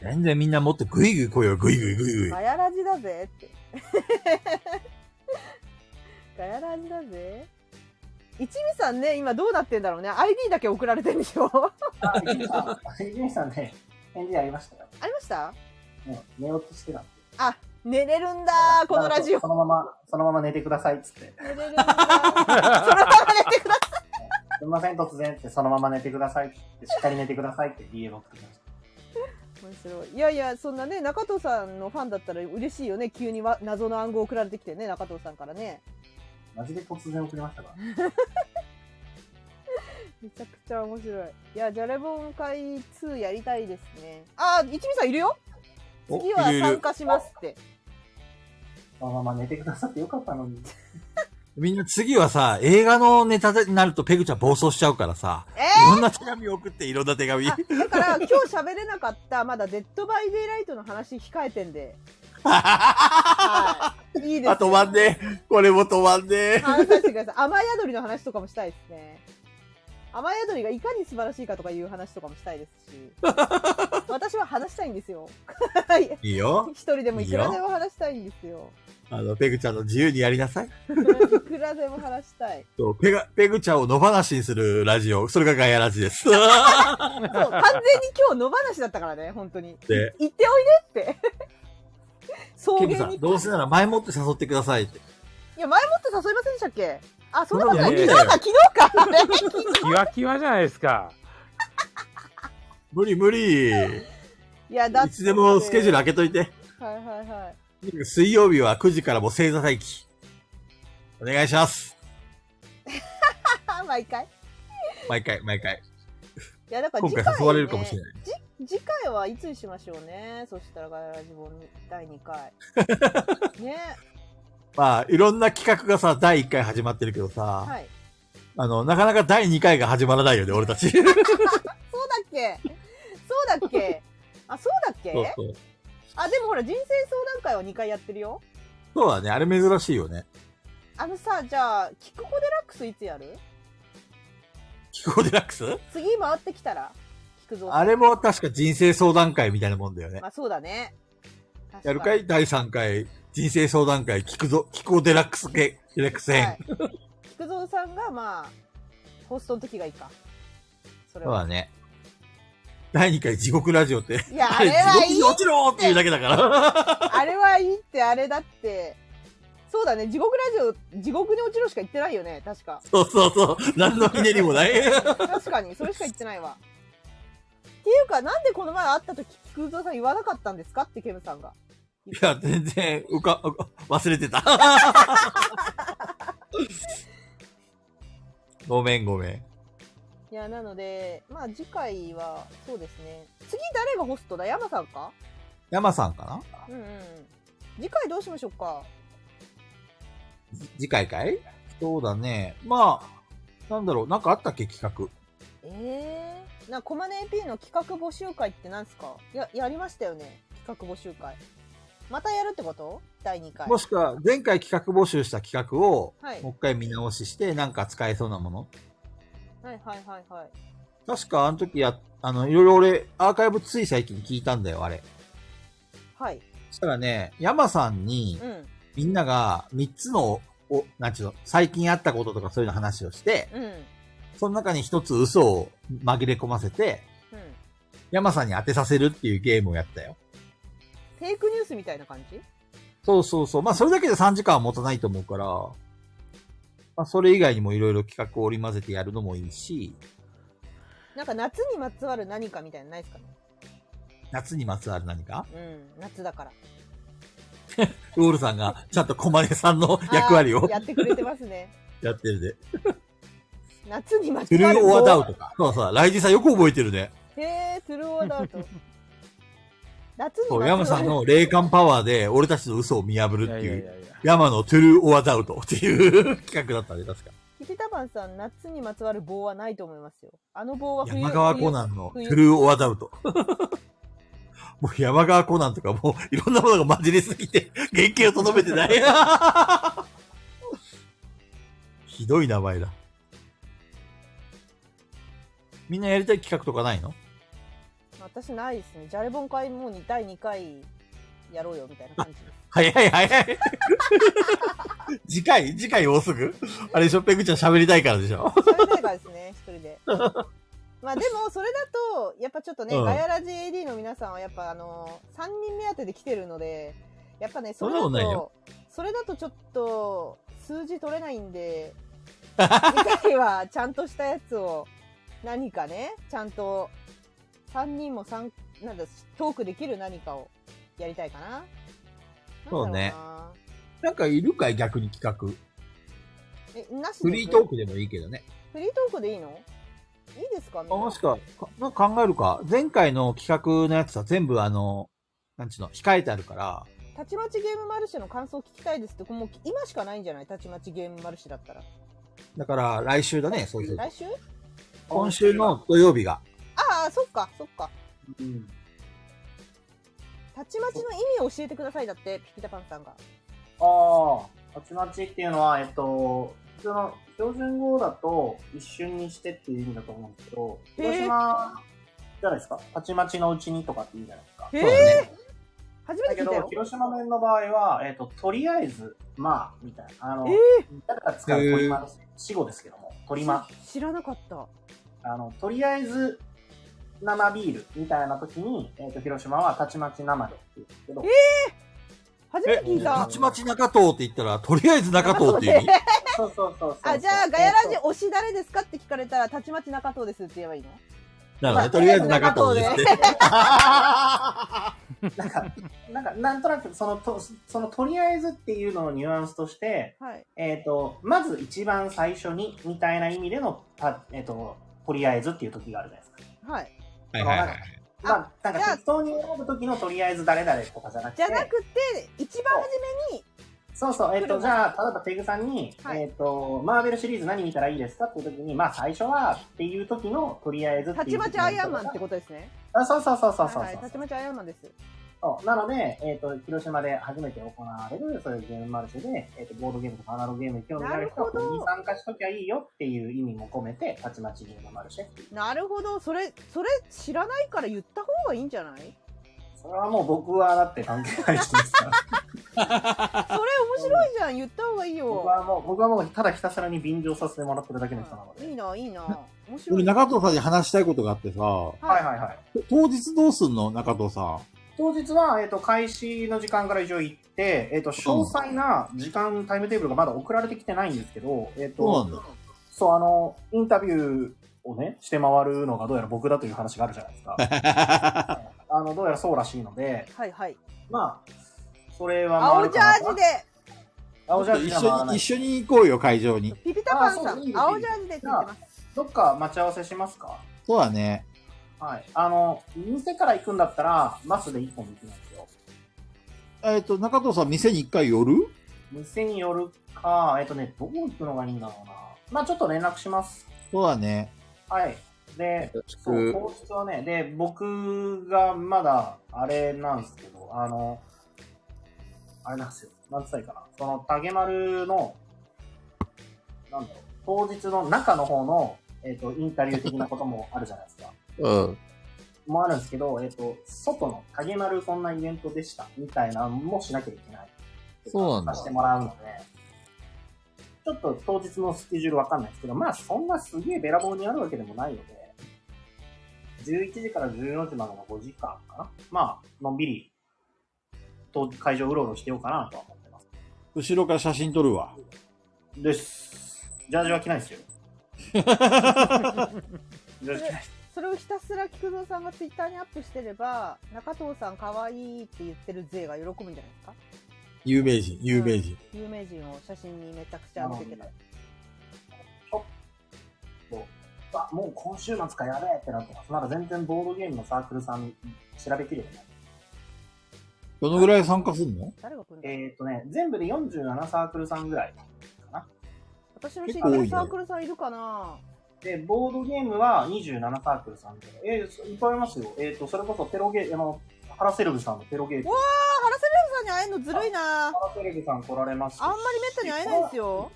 全然みんなもっとグイグイ来いよ、グイグイグイグイ。ガヤラジだぜって。 ガヤラジだぜ。一味さんね、今どうなってんだろうね。ID だけ送られてるんでしょ あ、伊集院さん、伊集院さんね、返事ありましたよ。ありましたもう寝落ちしてた。あ、寝れるんだこのラジオ。そのまま、そのまま寝てくださいっつって。 寝れるんだそのまま寝てくださすみません、突然って、そのまま寝てくださいって、しっかり寝てくださいって DM 送ってきましい。面白い。いやいや、そんなね、中藤さんのファンだったら嬉しいよね。急にわ謎の暗号送られてきてね、中藤さんからね。た。マジで突然送りましたから。めちゃくちゃ面白い。いや、じゃれぼん会2やりたいですね。あ、一味さんいるよお次はいるいる参加しますって。そのまま寝てくださってよかったのに。みんな次はさ、映画のネタになるとペグちゃん暴走しちゃうからさ、えーいろんな手紙送って、いろんな手紙。あだから今日喋れなかったまだ「デッド・バイ・デイ・ライト」の話控えてん で、はい、いいですあ、止まんねえ。これも止まんね話させてください雨宿りの話とかもしたいですね雨宿りがいかに素晴らしいかとかいう話とかもしたいですし私は話したいんですよ はいえ。いいよ。一人でもいくらでも話したいんですよあの、ペグちゃんの自由にやりなさい。いくらでも話したいそうペガ、ペグちゃんを野放しにするラジオ。それがガヤラ ジです。そう完全に今日野放しだったからね本当にで、行っておいでって草ケ原グさにん、どうせなら前もって誘ってくださいって。いや、前もって誘いませんでしたっけあ、そんなことない。い昨やい日やか、昨日か。あれキワキワじゃないですか。無理無理。いや、だって。いつでもスケジュール開けといて。はいはいはい。水曜日は9時からもう正座待機。お願いします。あ、毎回。毎回、毎回。いや、だから今次回回、誘われるかもしれい。ない。次回はいつにしましょうね。そしたら、ガヤラジボン第2回。 ね。まあ、いろんな企画がさ、第1回始まってるけどさ、はい。あの、なかなか第2回が始まらないよね、俺たち。そうだっけそうだっけあ、そうだっけそうそう。あ、でもほら、人生相談会は2回やってるよ。そうだね、あれ珍しいよね。あのさ、じゃあ、キクコデラックスいつやるキコデラックス次回ってきたら聞くぞ。あれも確か人生相談会みたいなもんだよね。まあそうだね。確かにやるかい第3回、人生相談会、聞くぞ、聞こうデラックス系、デラックス編。はい。菊蔵さんが、まあ、ホストの時がいいか。それそうは。だね。第2回地獄ラジオって、いや、ああれれ地はい獄いに。落ちろーっていうだけだから。 あれはいいって、あれだって。そうだね、地獄ラジオ、地獄に落ちろしか言ってないよね、確か。そうそうそう。何のひねりもない。 確かに、それしか言ってないわ。っていうか、なんでこの前会った時、菊蔵さん言わなかったんですかって、ケムさんが。いや、全然、うか、うか忘れてた。 ごめん、ごめん。いや、なので、まあ次回は、そうですね。次誰がホストだ山さんか山さんかなうんうん。次回どうしましょうかじ次回かいそうだね。まあ、なんだろう、なんかあったっけ企画。ええー。な、コマネ AP の企画募集会ってなんすかや、やりましたよね。企画募集会。またやるってこと第2回。もしくは、前回企画募集した企画を、はいもう一回見直しして、なんか使えそうなもの。はいはいはいはい。確か、あの時や、あの、いろいろ俺、アーカイブつい最近聞いたんだよ、あれ。はい。そしたらね、山さんにう、ん。みんなが3つの、お、なんちゅうの、最近あったこととかそういうの話をして、うん。うん。その中に一つ嘘を紛れ込ませて、山さんに当てさせるっていうゲームをやったよ。フェイクニュースみたいな感じそうそうそう。まあ、それだけで3時間は持たないと思うから、まあ、それ以外にもいろいろ企画を織り交ぜてやるのもいいし、なんか夏にまつわる何かみたいなのないですかね夏にまつわる何かうん。夏だから。ウォールさんがちゃんと小金さんの 役割あをーやってくれてます ね。やってるで。夏にまつトゥルわる。ー・オア・ダウトか。そうそう。ライジさんよく覚えてるね。へえ、トゥルーオアダ ウト。夏にそう、ま山つわさるんの霊感パワーで俺たちの嘘を見破るいってやいい、やいうやいや。山のトゥルー・オア・ダウトっていう企画だったね、確か。キキタバンさん、夏にまつわる棒はないと思いますよ。あの棒は冬山川コナンのト冬ゥルーオアダウト。もう山川コナンとかもういろんなものが混じりすぎて原型をとどめてない。ひどい名前だ。みんなやりたい企画とかないの私ないですね。じゃれ本会もうに第2回やろうよみたいな感じです。早い早い。次回次回もうすぐあれ、ショッペグちゃん喋りたいからでしょそれでがです ね、一人で。まあでも、それだと、やっぱちょっとね、うんガヤラジ AD の皆さんはやっぱあの、3人目当てで来てるので、やっぱね、それだそんなことないとよ、それだとちょっと、数字取れないん で、次回はちゃんとしたやつを、何かね、ちゃんと、3人も三なんだ、トークできる何かをやりたいかな。なんだろそうねななんかいるかい逆に企画。え、なしでフリートークでもいいけどね。フリートークでいいのいいですかねあ、もしか、かなんか考えるか。前回の企画のやつは全部あの、なんちゅうの、控えてあるから、たちまちゲームマルシェの感想聞きたいですって、これもう今しかないんじゃないたちまちゲームマルシェだったら。だから来週だね、そうそう。来週今週の土曜日が。ああ、そっか、そっか。うん。たちまちの意味を教えてくださいだって、ピピタパンさんが。ああ、たちまちっていうのは、えっと、普通の標準語だと一瞬にしてっていう意味だと思うんですけど、へー広島じゃないですか。たちまちのうちにとかっていいじゃないですか。へそうだね。初だめてけ聞いたどよ、。広島弁の場合は、えっと、とりあえず、まあ、みたいな。あの、えだから使う鳥間です。死語ですけども、鳥間。知らなかった。あの、とりあえず、生ビールみたいな時に、えっと、広島はたちまち生でって言うんですけど、初めて聞いたた。ちまち中藤って言ったら、とりあえず中藤っていう 意味。そうそうそうそうそう。あ、じゃあ、ガヤラえっジと推し誰ですかって聞かれたら、たちまち中藤ですって言えばいいのだからね、とりあえず中藤ですって。な んか、なんか、なんとなく、その、と、その、とりあえずっていうののニュアンスとして、はい。えっ、と、まず一番最初に、みたいな意味での、たえっ、と、とりあえずっていう時があるじゃないですか。はい。はいはいはい。まあ、なんじゃかあ適当に選ぶ時のとりあえず誰々とかじゃなくじてゃ、なくて、一番初めに、そうそう、えっ、と、じゃあ、例えばペグさんに、はいえっ、と、マーベルシリーズ何見たらいいですかっていう時に、まあ、最初はっていう時のとりあえずっていうた時ちのま人ちが。アイアンマンってことですね。あそうそうそうそうそうそう。はいはい。たちまちアイアンマンです。そうなので、えっ、と、広島で初めて行われる、そういうゲームマルシェで、えっ、と、ボードゲームとかアナログゲームに興味がある人は、なるほどここに参加しときゃいいよっていう意味も込めて、たちまちゲームマルシェっていう。なるほど。それ、それ知らないから言った方がいいんじゃないそれはもう僕はだって関係ない人ですから。それ面白いじゃん。言った方がいい僕よ。はもう、僕はもうただひたすらに便乗させてもらってるだけの人なので。いいな、いいな。面白俺、い。中藤さんに話したいことがあってさ、はいはいはい。当日どうすんの中藤さん。当日は、えっ、と、開始の時間から一応行って、えっ、と、詳細な時間、タイムテーブルがまだ送られてきてないんですけど、えっ、そうと、なんだ。そう、あの、インタビューをね、して回るのがどうやら僕だという話があるじゃないですか。 あの、どうやらそうらしいので、はいはい。まあ、それは青ジャージで。で、青ジャー一ジじゃ回ら緒なに、い一。緒に行こうよ、会場に。ピピタパンさあそういいん、です青ジャージでついてます。どっか待ち合わせしますかそうだね。はい。あの、店から行くんだったら、バスで一本で行きますよ。えっ、と、中藤さん、店に一回寄る店によるか、えっとね、どこ行くのがいいんだろうな。まあ、ちょっと連絡します。そうだね。はい。で、よろしそう、く。当日はね、で、僕がまだ、あれなんですけど、あの、あれなんですよ。なんつったらいいかな。その、竹丸の、なんだろう、当日の中の方の、えっ、と、インタビュー的なこともあるじゃないですか。うん。もあるんですけど、えっ、と、外の竹丸こんなイベントでした、みたいなのもしなきゃいけない。そうなんださせてもらうので、ちょっと当日のスケジュールわかんないですけど、まあそんなすげえべらぼうにあるわけでもないので、11時から14時までの5時間かな。まあ、のんびり、と会場うろうろしてようかなとは思ってます。後ろから写真撮るわ。です。ジャージは着ないですよ。ジャージ着ない。それをひたすら菊蔵さんがツイッターにアップしてれば、中藤さん可愛いって言ってる勢が喜ぶんじゃないですか有名人、有名人。有名人を写真にめちゃくちゃ載せてたら。ちょっと、あ、もう今週末かやべえってなってます。まだ全然ボードゲームのサークルさん調べきれてない。どのぐらい参加すんの誰が来るんだえっ、とね、全部で47サークルさんぐらいかな。私の知って結構多るいねサークルさんいるかなで、ボードゲームは27サークルさんで。えーそいっぱいありますよ。えっ、と、それこそテロゲー、あの、原セルブさんのテロゲームわ。あ、原セレブさんに会えるのずるいな原セルブさん来られますしあんまりめったに会えないですよ。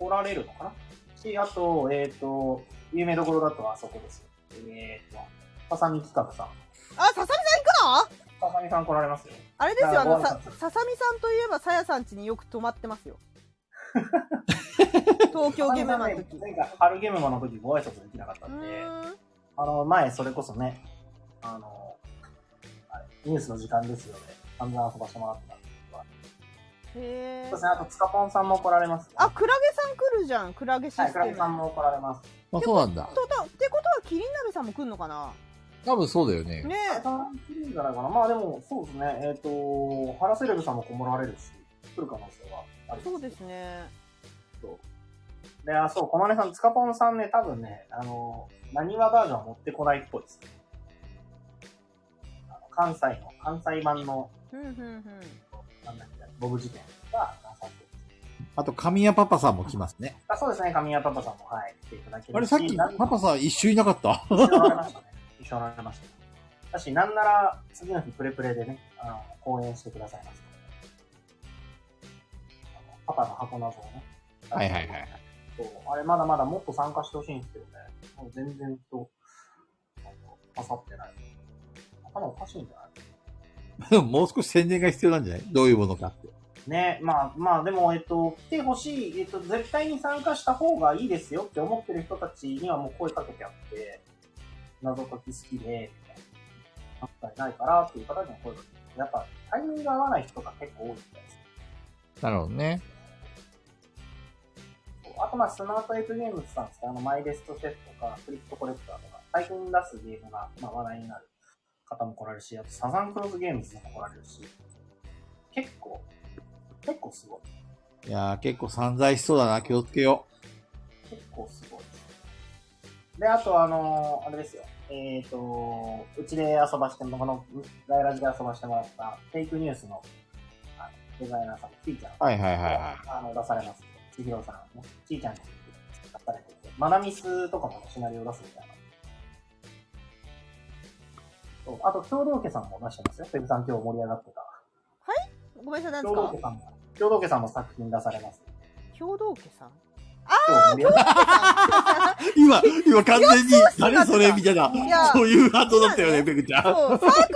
来られるのかなし、あと、えっ、と、有名どころだとあそこですよ。えっ、と、ささみ企画さん。あ、ささみさん行くのささみさん来られますよ。あれですよ、あの、あさごささみさんといえば、さやさん家によく泊まってます よ。東京ゲームマンの時。前回、春ゲームマンの時ご挨拶できなかったうんで、ーん。あの、前、それこそね、あの、あれ、ニュースの時間ですよね。散々遊ばせてもらってたんですけど。へそうーですね、あと、つかぽんさんも来られます、ね。あ、クラゲさん来るじゃん、クラゲシステはム。い、クラゲさんも来られます。まあ、そうなんだ。ととってことはキリン鍋さんも来んのかな多分そうだよね。ねあれ、えかな来るんじゃないかな。まあでも、そうですね、えっ、と、原セレブさんも来られるし、来る可能性はあります。そうですねで、あ、そう、駒根さん、つかぽんさんね、多分ね、あの、なにわバージョンは持ってこないっぽいですね。あの関西の、関西版の、ふんふんふんなんだっけ、ボブ事件がなさそうです。あと、神谷パパさんも来ますね。あそうですね、神谷パパさんも、はい、来ていただけるしあれ、さっきなんパパさん一緒いなかった一緒におられましたね。一緒におられました。だし、なんなら、次の日、プレプレでね、あの、講演してくださいますあのパパの箱謎をね。はいはいはい。そう。あれ、まだまだもっと参加してほしいんですけどね。もう全然と、なんか刺さってない。頭おかしいんじゃないで ももう少し宣伝が必要なんじゃないどういうものかって。ね、まあまあでも、えっと、来てほしい、えっと、絶対に参加した方がいいですよって思ってる人たちにはもう声かけてあって、謎解き好きで、みたいな、関西ないからっていう方には声かけて、やっぱタイミングが合わない人が結構多いみたいです。なるほどね。あとまあ、スマートエイプゲームズさんですか、あの、マイレストシェフとか、フリットコレクターとか、最近出すゲームが、まあ、話題になる方も来られるし、あとサザンクローズゲームズも来られるし、結構、結構すごい。いやー、結構散財しそうだな。気をつけよ結構すごいですねで、あと、あのーあれですよ。えっ、と、うちで遊ばしても、この、ガイラジで遊ばしてもらった、フェイクニュースの、あのデザイナーさんの、ちーちゃんう。はいはいはいはい。あの、出されます。ちひろさんね、ちーちゃんに出されてて、マナミスとかもシナリオ出すみたいな。そうあと、共同家さんも出してますよ。ペグさん今日盛り上がってた。ごめんなさい、何共ですか同家さんも、共同家さんも作品出されます。共同家さん 今日盛り上がっ今、今完全に、誰それみたいないや、そういう反応だったよね、今ペグちゃん。そう、サークル一覧見て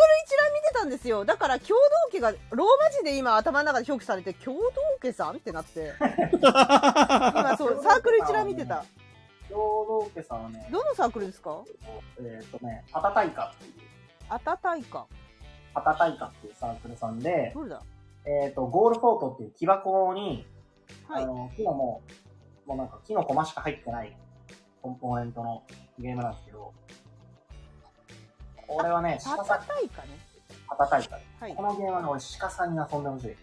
たんですよ。だから、共同家が、ローマ字で今頭の中で表記されて、共同家さんってなって。今、そう、サークル一覧見てた。共同家さんはね、どのサークルですかえっ、とね、パタタイカっていう、アタタイカ。パタタイカっていうサークルさんで、どれだえっ、と、ゴールフォートっていう木箱に、はあい。の、木のもう、もうなんか木の駒しか入ってないコンポーネントのゲームなんですけど、これはね、ア鹿タさん、タイカね。パタタイカではいこ。のゲームはね、俺鹿さんに遊んでほしい。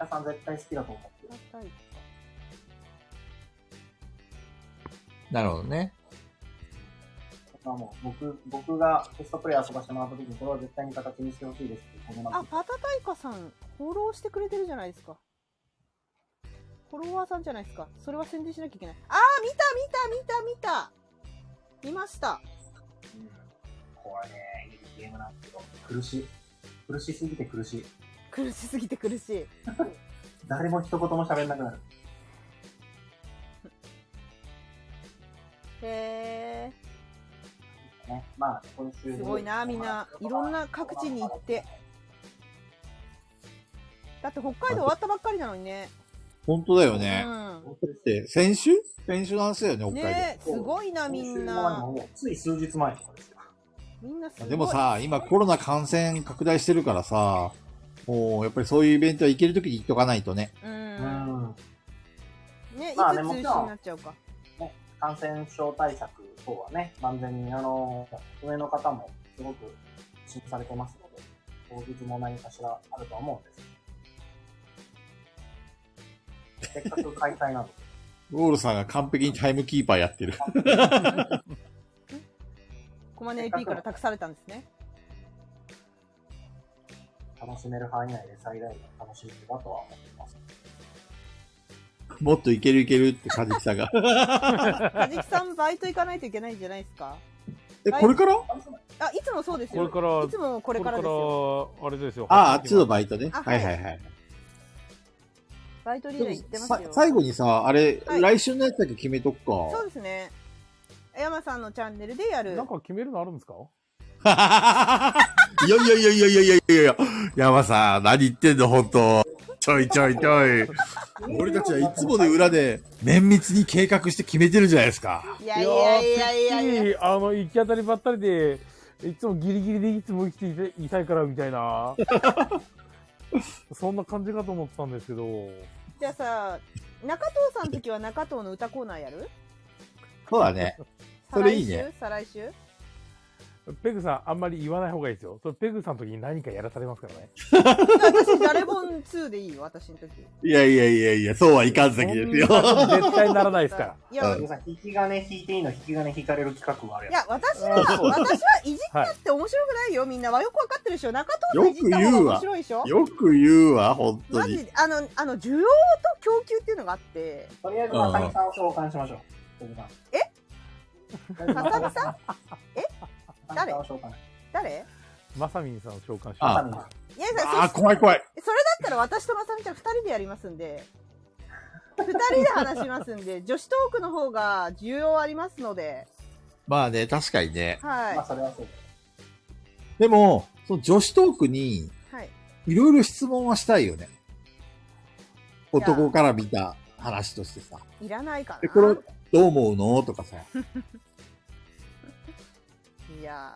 鹿さん絶対好きだと思ってる。アタイなるほどね。まあもう、僕、僕がテストプレイ遊ばせてもらった時に、これは絶対に形にしてほしいですっていうこカあ、とパタタイカさん、フォローしてくれてるじゃないですか。フォロワーさんじゃないですか。それは宣伝しなきゃいけない。あー、見た見た見た見た見ました。うん、これね、いいゲームなんですけど、苦しい。苦しすぎて苦しい。苦しすぎて苦しい。誰も一言も喋んなくなる。へね、まあ、今週すごいなみんないろんな各地に行って。ー。だって北海道終わったばっかりなのにね。本当だようね。ん。だって、先週先週の話だよね、北海道。ねえ、すごいなみんな。。つい数日前とかですよ。みんなすごい。でも、さ、今コロナ感染拡大してるからさ、もうやっぱりそういうイベントは行けるときに行っとかないとね。う。うんん。ね、いつ中まあね止になっちゃうか。感染症対策等はね、万全に、あの、上の方もすごく心配されてますので、当日も何かしらあるとは思うんです。せっかく開催なので。ゴールさんが完璧にタイムキーパーやってる。 コマネ AP から託されたんですね。楽しめる範囲内で最大限楽しんでたとは思ってます。もっといけるいけるってカジキさんが。カジキさんバイト行かないといけないんじゃないですか。え、これからあ、いつもそうですこれよ。からいつもこれからですよ。これからあれですよ。ああ、あっちの場合バイトね。あはいはいはい。バイトリーダー行ってますさよ。最後にさ、あれ、はい来週のやつだけ決めとくそうか。ですね。山さんのチャンネルでやる。なんか決めるのあるんですかいやいやいやいやいやいやいやいや。山さん、何言ってんの、本当ちょいちょい ちょい。俺たちはいつもで裏で綿密に計画して決めてるじゃないですか。いやいやいやいやいやいやあの、行き当たりばったりで、いつもギリギリでいつも生きていたいたいからみたいな。 そんな感じかと思ったんですけど。じゃあさ、中藤さんの時は中藤の歌コーナーやるそうだね。それいいね。再来週再来ペグさん、あんまり言わない方がいいですよ。それペグさんの時に何かやらされますからね。週私、ジャレボン2でいいよ、私の時。いやいやいやいや、そうはいかんそ先んですなよ。こと絶対ならないですから。 いや、うい皆さん、引き金引いていいの、引き金引かれる企画があるやや、私は、私はいじったって面白くないよ、みんなは。よくわかってるでしょ。中藤さんいじった方が面白いでしょ。よく言うわ、本当マに。ジであの、あの、需要と供給っていうのがあって、とりあえず、まさみさんを召喚しましょう。ペグさささみんさんまさみさんを召喚誰まさみんさんを召喚しままさみさんいやあさ、あ、そ怖い怖い。それだったら私とまさみちゃん2人でやりますんで、2人で話しますんで、女子トークの方が需要ありますので、まあね、確かにね。はいまあ、。それはそうだでも、その女子トークに、はい。いろいろ質問はしたいよね。男から見た話としてさ。いらないかで、な。これ、どう思うのとかさ。いや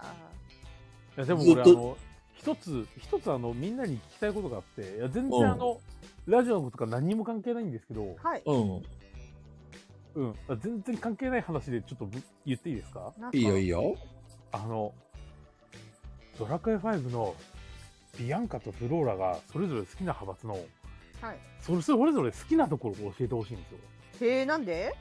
す。いや、でもず俺、っあとの、一つ、一つあの、みんなに聞きたいことがあって、いや、全然あの、ラジオのことか何にも関係ないんですけど、ーはい。うん。うん。全然関係ない話でちょっとぶ言っていいですかなんかいいよいいよ。あの、ドラクエ5のビアンカとフローラがそれぞれ好きな派閥の、はい。それそれぞれ好きなところを教えてほしいんですよ。へえ、なんで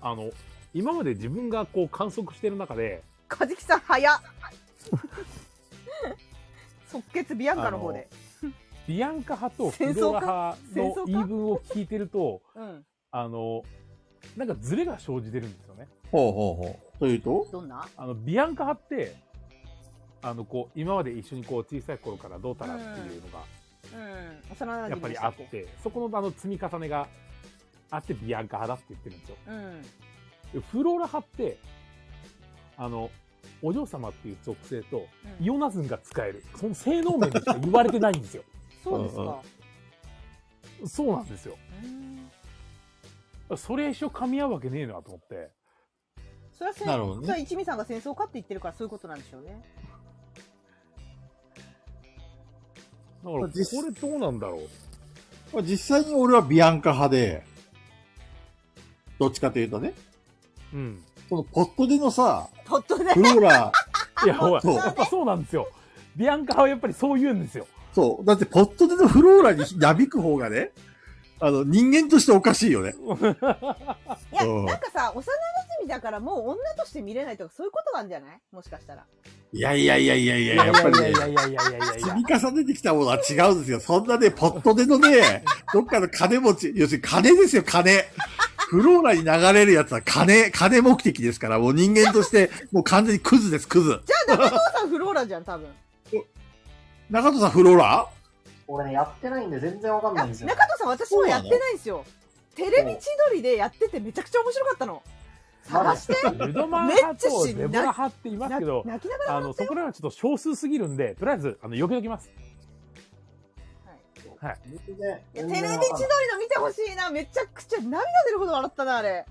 あの、今まで自分がこう観測してる中で、かじきさん、早っ 即決ビアンカの方で。ビアンカ派とフローラ戦争か派の言い分を聞いてると、うん。あの、なんかズレが生じてるんですよね。ほうほうほう。というとどんなあの、ビアンカ派って、あの、こう、今まで一緒にこう、小さい頃からどうたらっていうのが、うん。幼馴やっ染ぱでりしあたっっけ。て、そこのあの、積み重ねがあって、ビアンカ派だって言ってるんですよ。うん。でフローラ派って、あの、お嬢様っていう属性と、うんイオナズンが使える。その性能面でしか言われてないんですよ。そうですか。 そうなんですよ。うんそれ一緒噛み合うわけねえなと思って。それはせなるほどねそれは一味さんが戦争かって言ってるからそういうことなんでしょうね。だから、こ実れどうなんだろう。まあ実際に俺はビアンカ派で、どっちかというとね、うん。そのポットでの さ、とっとねフ。ローラ、いや、ほら、そうやっぱそうなんですよ。ビアンカ派はやっぱりそう言うんですよ。そう。だってポットでのフローラになびく方がね、あの、人間としておかしいよね。いや、うんなんかさ、幼馴染だからもう女として見れないとかそういうことなんじゃないもしかしたら。いやいやいやいやいいや、やっぱりねい、やいやいやいやいやい積やみ。重ねてきたものは違うんですよ。そんなね、ポットでのね、どっかの金持ち、要するに金ですよ、金。フローラに流れるやつは金、金目的ですから、もう人間として、もう完全にクズです、クズ。じゃあ中藤さんフローラじゃん、多分。中戸さんフローラ俺ね、やってないんで全然わかんいなやいんですよ。中藤さん私もやってないんですよ。テレビ千鳥でやっててめちゃくちゃ面白かったの。探して。ルドマン派とデボラ派って言いまなす泣けきど、ながら。あの、そこらはちょっと少数すぎるんで、とりあえず、あの、避けときます。いやテレビ千鳥全然全然わかんないの見てほしいな。めちゃくちゃ涙出るほど笑ったな、あれ。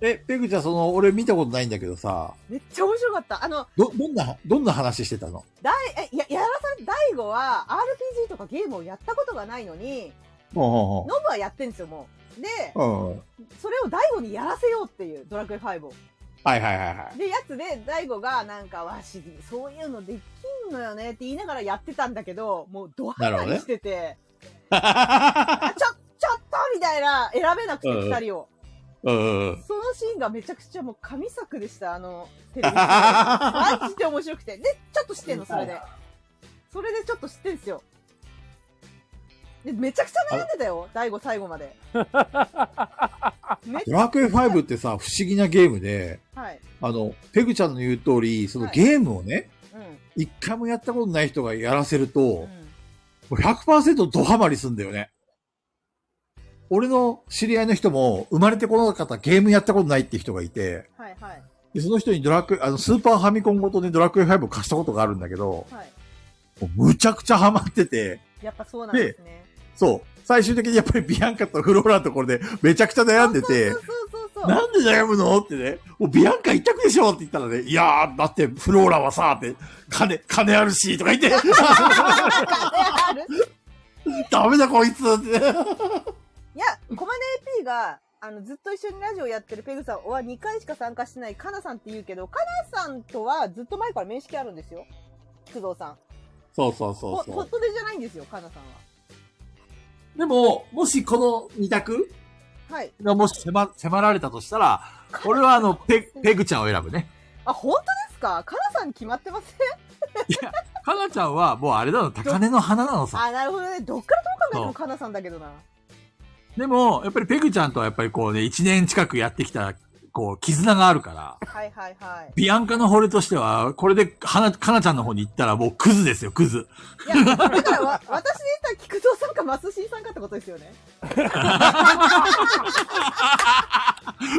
え、ペグちゃん、その、俺見たことないんだけどさ、めっちゃ面白かった。あの、ど、どんな、どんな話してたのえ、や、やらされ、大悟は RPG とかゲームをやったことがないのに、うんノブはやってんですよ、もう。で、うんうん。それを大悟にやらせようっていう、ドラクエ5を。はいはいはいはい。で、やつで、大悟がなんか、わし、そういうのできんのよねって言いながらやってたんだけど、もうドハなるほマどねりしてて、あ、ちょ、ちょっとみたいな、選べなくて、うん二人を。うん うん。そのシーンがめちゃくちゃもう神作でした、あ の、テレビ。マジで面白くて。で、ちょっと知ってんの、それで。それでちょっと知ってんすよ。で、めちゃくちゃ悩んでたよ、大悟最後ま で。めドラクエ5ってさ、不思議なゲームで、はい。あの、ペグちゃんの言う通り、そのはいゲームをね、うん。一回もやったことない人がやらせると、うもんう100%ドハマりすんだよね。俺の知り合いの人も、生まれてこなかったゲームやったことないって人がいて、はいはい。でその人にドラクエ、あの、スーパーファミコンごとにドラクエ5を貸したことがあるんだけど、はい。もうむちゃくちゃハマってて、やっぱそうなんですね。そう。最終的にやっぱりビアンカとフローラのところでめちゃくちゃ悩んでてそう、そうそうそう。なんで悩むのってね、もうビアンカ一択でしょって言ったらね、いやー、だってフローラはさ、って、金、金あるし、とか言って、ある ダメだこいつって。いや、コマネ AP が、あの、ずっと一緒にラジオやってるペグさんは2回しか参加してないカナさんって言うけど、カナさんとはずっと前から面識あるんですよ。菊蔵さん。そうそうそほうそほっう。とでじゃないんですよ、カナさんは。でも、もしこの二択はい。がもし迫迫られたとしたら、俺はあの、ペ、ペグちゃんを選ぶね。あ、本当ですかカナさんに決まってませんかなちゃんはもうあれなの、高根の花なのさ。あ、なるほどね。どっからどう考えてもカナさんだけどな。でも、やっぱりペグちゃんとはやっぱりこうね、一年近くやってきた、こう、絆があるから、はいはいはい。ビアンカの惚れとしては、これで、はな、かなちゃんの方に行ったらもうクズですよ、クズ。 いや、だからわ私で言ったら菊蔵さんかマスシーさんかってことですよね。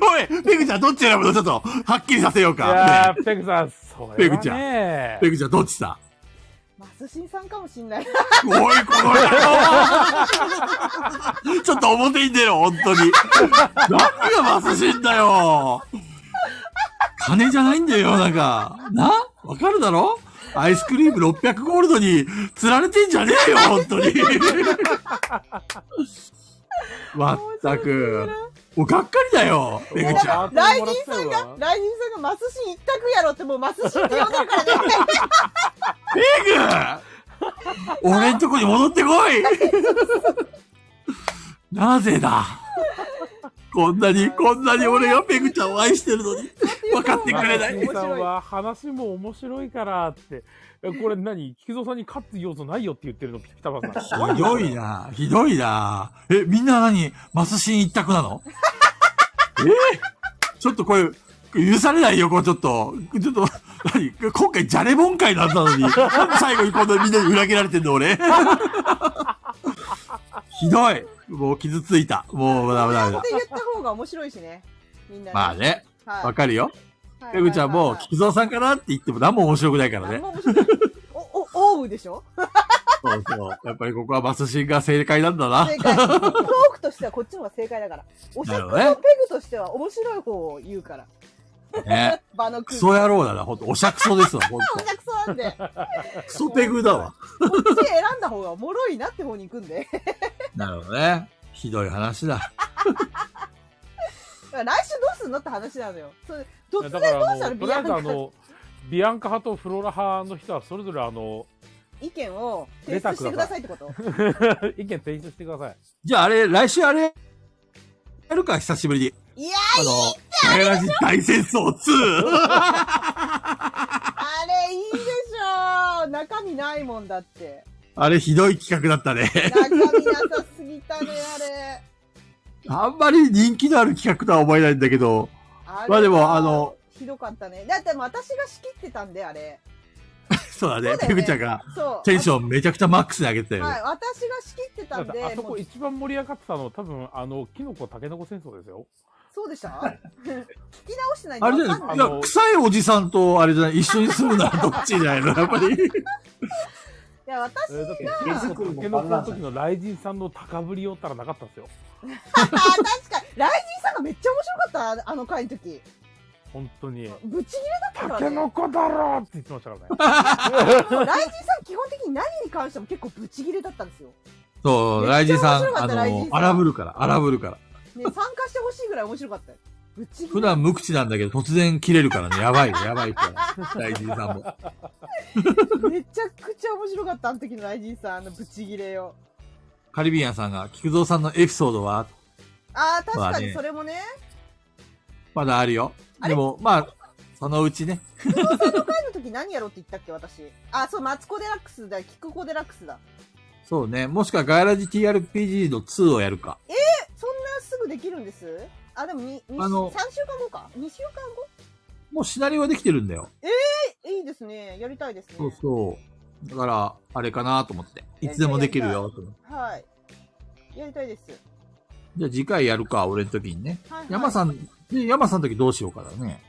おいペグちゃんどっち選ぶのちょっと、はっきりさせよういやか。ねー、ペグさん、そペれグはちゃんねペグちゃんどっちさマスシーさんかもしんない。おい、この野郎ちょっと表に出ろ、本当に。何がマスシンだよ。金じゃないんだよ、なんか。なわかるだろアイスクリーム600ゴールドに釣られてんじゃねえ よ、本当に。まったく。もうがっかりだよ。ペグちゃん。 あともらライっジンたさんよが、ライジンさんがマスシン一択やろってもうマスシンって呼んでるからね。ペグ俺んとこに戻ってこいなぜだこんなに、こんなに俺がペグちゃんを愛してるのに、 分かってくれな松い井。面さ白んいは話も面白いからって。えこれ何木造さんに勝つ要素ないよって言ってるのピピタパさん。ひどいな、ひどいな。え、みんな何マスシン一択なのえちょっとこれ、許されないよ、これちょっと。ちょっと、何今回、じゃれ本会だったのに、なんで最後にこんなみんなに裏切られてんの、 俺。ひどい。もう傷ついた。もうダメダメっだて。言った方が面白いしね。みんな、まあ。ね、はいわかるよ。はいペグちゃんも、はい菊蔵さんかなって言っても何も面白くないからはいはいね。あもう面白いお、お、おうでしょそうそう。やっぱりここはマスシンが正解なんだな。正 解。トークとしてはこっちの方が正解だから。おしゃくのなペるほどねグとしては面白い方を言うから。ね。場のク空気。ソ野郎だな、ほんと。おしゃくそですわ、ほんおしゃくそなんで、こっと。クソペグだわ。ち選んだ方がおもろいなって方に行くんで。 なるほどね。ひどい話だ。だから来週どうすんのって話なのよ。それ、突だ然からどうあしたの、のとビりあアえンずあカの、ビアンカ派とフローラ派の人はそれぞれあの、 意見を提出してくださいってこと意見提出してください。じゃああれ、来週あれ、やるか、久しぶりに。いやあの、ガヤラジ大戦争 2! あれいいでしょう中身ないもんだって。あれ、ひどい企画だったね。中身なさすぎたね、あれ。あんまり人気のある企画とは思えないんだけど。あれまあでもあの、ひどかったね。だって私が仕切ってたんで、あれ。そうだそねうだ。よねペグちゃんがそう。テンションめちゃくちゃマックスで上げてたよはい、ね。私が仕切ってただんってで、あそもこう一番盛り上がってたの多分あの、キノコタケノコ戦争ですよ。そう でした聞き直してないあれじゃわかなんいいないや、臭いおじさんとあれじゃない一緒に住むならどっちじゃないの やっぱり。いや、私えーだってが、水タ食うケのノバコンのラー時の雷神さんの高ぶりよったらなかったんですよ。確かに、ライジンさんがめっちゃ面白かった、あの回の時。本当に。ぶち切れだったかタらケね。ノコだろって言ってましたからね。そうライジンさん基本的に何に関しても結構ブチギレだったんですよ。そう、めラっイちジゃンさ面白ん、かあったライジンの、さん荒ぶるから、荒ぶるから。ね、参加してほしいぐらい面白かったよ。ぶち切普れ。段無口なんだけど、突然切れるからね、やばいよ、やばい から。ライジンさんも。めちゃくちゃ面白かった、あの時のライジンさん、あのぶち切れよ。カリビアンさんが、菊蔵さんのエピソードは、ああ、確まかあにねそれもね、まだあるよ。あれでも、まあ、そのうちね。回の時何やろうって言ったっけ、私。あ、そう、マツコデラックスだ、キクコデラックスだ。そうね。もしくは、ガイラジ TRPG の2をやるか。え、そんなすぐできるんですあ、でもに、にあの3週間後か ?2 週間後もうシナリオはできてるんだよ。え、いいですね。やりたいですね。そうそう。だから、あれかなと思って。いつでもできるよ、と思って。はい。やりたいです。じゃあ次回やるか、俺の時にね。はい、はい。山さん、で、山さんの時どうしようかだね。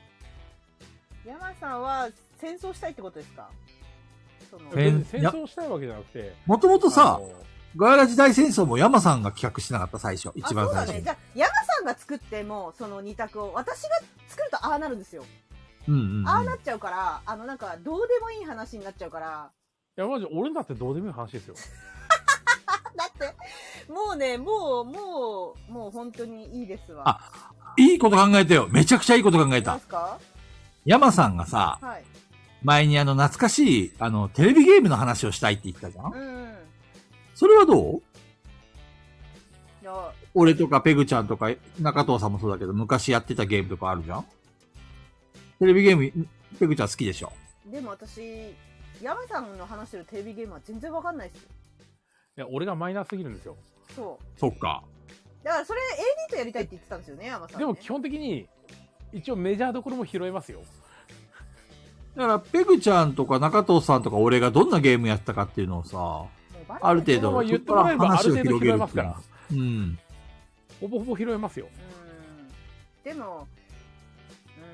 山さんは戦争したいってことですかその え別に戦争したいわけじゃなくて。もともとあさ、のガイラジ大戦争も山さんが企画してなかった、最初。あ一番そう最だ初ねにじ。ゃあ山さんが作ってもその二択を私が作るとああなるんですよ、うんうんうん。ああなっちゃうからあのなんかどうでもいい話になっちゃうからいや、マジ、俺だってどうでもいい話ですよ。あだってもうねもうもうもう本当にいいですわあいいこと考えたよ。めちゃくちゃいいこと考えいまた。すか山さんがさ、はい前にあの懐かしい、あの、テレビゲームの話をしたいって言ってたじゃんうんうんそれはどういや俺とかペグちゃんとか中藤さんもそうだけど、昔やってたゲームとかあるじゃんテレビゲーム、んペグちゃん好きでしょでも私山さんの話してるテレビゲームは全然わかんないですよいや、俺がマイナーすぎるんですよ。そそっか。うだからそれ AD とやりたいって言ってたんですよね山さんね、でも基本的に、一応メジャーどころも拾えますよ。だから、ペグちゃんとか中藤さんとか俺がどんなゲームやったかっていうのをさ、もうバレてある程まあ度、言ってもらえばそこから話を広げるってある程度拾えますいうのからはうん。ほぼほぼ拾えますよ。うんでも、うん、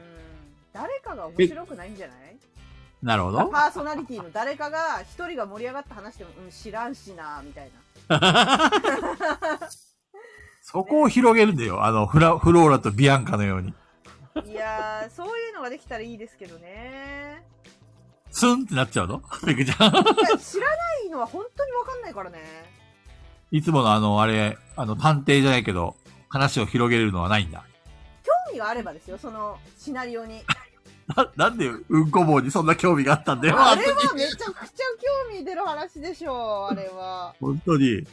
誰かが面白くないんじゃないなるほパど。ーソナリティの誰かが一人が盛り上がった話でも、うん、知らんしな、みたいな。そこを広げるんだよ。あの、フラ、フローラとビアンカのように。いやー、そういうのができたらいいですけどね。スンってなっちゃ うのペグちゃん。いや知らないのは本当にわかんないからね。いつものあの、あれ、あの、探偵じゃないけど、話を広げれるのはないんだ。興味はあればですよ、そのシナリオに。な、なんでうんこ棒にそんな興 味があったんだよ、あ本れ当に。はめちゃくちゃ興味出る話でしょう、あれは。本当に。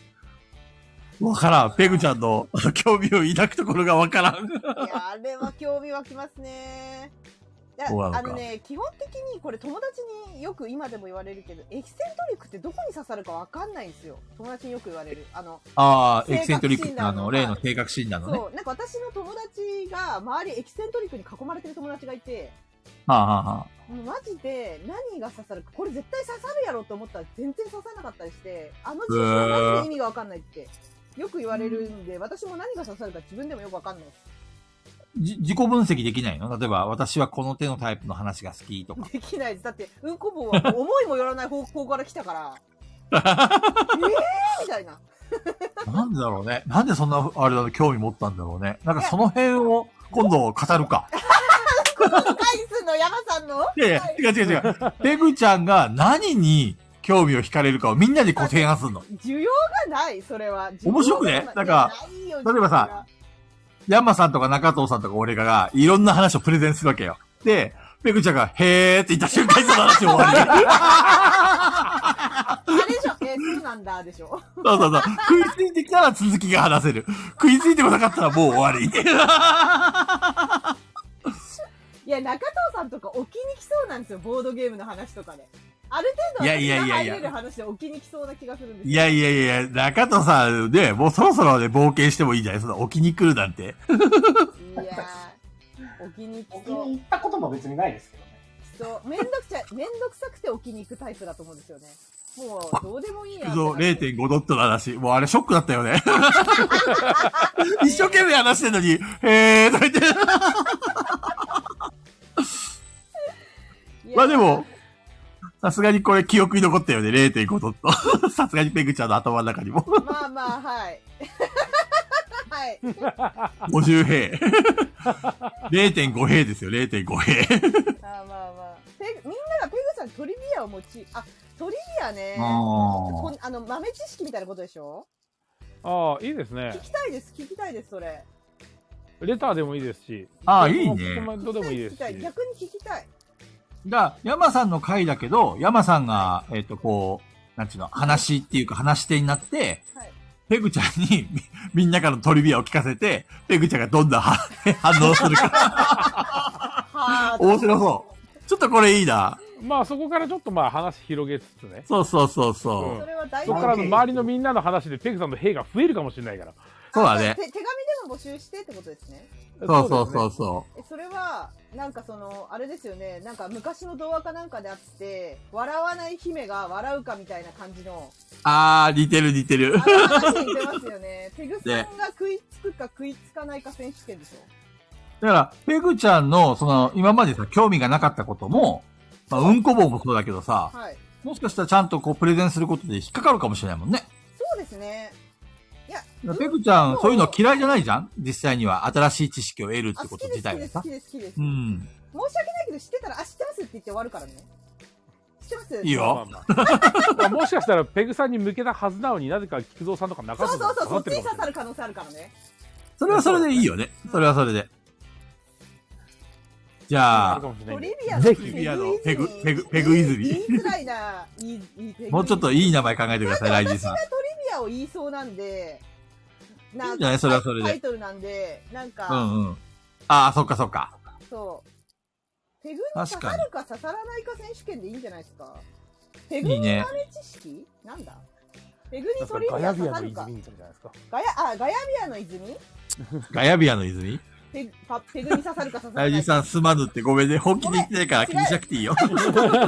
わからん。ペグちゃんのあの興味を抱くところがわからん。いや、あれは興味湧きますね。いやそうなのかあのね、基本的にこれ友達によく今でも言われるけど、エキセントリックってどこに刺さるかわかんないんですよ。友達によく言われる。あの、ああ、エ性格診断のキセントリックなあの、例の性格診断のね。そう、なんか私の友達が周りエキセントリックに囲まれてる友達がいて、はあ、はあはあ、もうマジで何が刺さるか、これ絶対刺さるやろと思ったら全然刺さなかったりして、あの自信はマジで意味がわかんないって。よく言われるんで、私も何が刺さるか自分でもよくわかんないです。じ自己分析できないの例えば、私はこの手のタイプの話が好きとか。できないです。だって、うんこ棒はもう思いもよらない方向から来た から、えーみたいな。なんでだろうね。なんでそんな、あれだろう、興味持ったんだろうね。なんかその辺を今度語るか。返すの、山さんのいやいや、違う違う違う。ペグちゃんが何に興味を惹かれるかをみんなでこう提案するの。需要がない、それは。面白くねなんか例えばさ、ヤンマさんとか中藤さんとか俺がが、いろんな話をプレゼンするわけよ。で、ペグちゃんが、へーって言った瞬間にその話終わ り。需要がないあれでしょ、えーそうなんだ、でしょ。そうそうそう。食いついてきたら続きが話せる。食いついてこなかったらもう終わり。 いや、中藤さんとか置きに来そうなんですよ、ボードゲームの話とかで。ある程い度、やいやいやいや入れる話で置きに来そうな気がするんですいよ。やいやいやいや、中藤さんね、もうそろそろね、冒険してもいいんじゃないその置きに来るなんて。いやー、置きに来沖そにう。行ったことも別にないですけどね。来そう。めんどくちゃ、めんどくさくて置きに行くタイプだと思うんですよね。もう、どうでもいいやくぞ、0.5ドットの話。もうあれショックだった よね。一生懸命話してんのに、へーとか言って。まあでも、さすがにこれ記憶に残ったよね、0.5ドット。 さすがにペグちゃんの頭の中にも。まあまあ、はい。 はい。 50平。0.5平ですよ、0.5平。まあまあまあ。ペグみんながペグさんトリビアを持ち、あ、トリビアね。こんあの、豆知識みたいなことでしょああ、いいですね聞。きたいです、聞きたいです、それ。レターでもいいですし。ああ、いいコね。メントでもいいです聞きたい、聞きしたい。。逆に聞きたい。だ、山さんの回だけど、山さんが、えっ、と、こう、なんちゅうの、話っていうか話し手になって、はい。ペグちゃんにみみんなからのトリビアを聞かせて、ペグちゃんがどんなは反応するか。はあ。 面白そう。ちょっとこれいいな。まあそこからちょっとまあ話広げつつね。そうそうそうそう。うんそれは大そこからの周りのみんなの話でペグさんの兵が増えるかもしれないから。そうだね手手紙でも募集してってことですね。そうそうそううそえそれは、なんかその、あれですよね、なんか昔の童話かなんかであって、笑わない姫が笑うかみたいな感じの、う。あー、似てる似てるあ。の話に出ますよね。ペグさんが食いつくか食いつかないか選手権でしょ。だから、ペグちゃんの、その、今までさ、興味がなかったことも、まあ、うんこ棒もそうだけどさ、はい。もしかしたらちゃんとこう、プレゼンすることで引っかかるかもしれないもんね。そうですね。いや、だからペうんグちゃん、そうそういうの嫌いじゃないじゃん実際には、新しい知識を得るっあて好こきとです、自好き体でがす、好さき。です、好きです。う申しん。訳ないけど、知ってたら、あ、知ってますって言って終わるからね。知ってますいいまあよ。まあまあもしかしたらペグさんに向けたはずなのになぜか菊蔵さんとかそ中う藤そさうんとそかう、刺さそってちに刺っるかもしれさないる可能性あるからね。それはそれでいいよね。それはそれで。じあゃるあか、もしれないトんリで。ビアのぜひペトリビアのグイズミペグペグペグイズミ言いづらいな。いい、いい、ペグイズミもうちょっといい名前考えてください、ライジンさん。トリビアを言いそうなんで、いいなんじゃないそれはそれでタイトルなんで、なんか、うんうん。ああ、そっかそっか。そう。ペグに刺確かさにるか刺さらないか選手権でいいんじゃないですか。ペグいいにね。豆知識なんだペグにトリガビヤアビ刺アさのるか泉。にするじゃないですか。ガヤ、あ、ガヤビアの泉ガヤビアの泉ペグパペグに刺さるか刺さラらなイジいンか。さんすまぬってごめんね。本気で言ってないから気にしなくていいよ。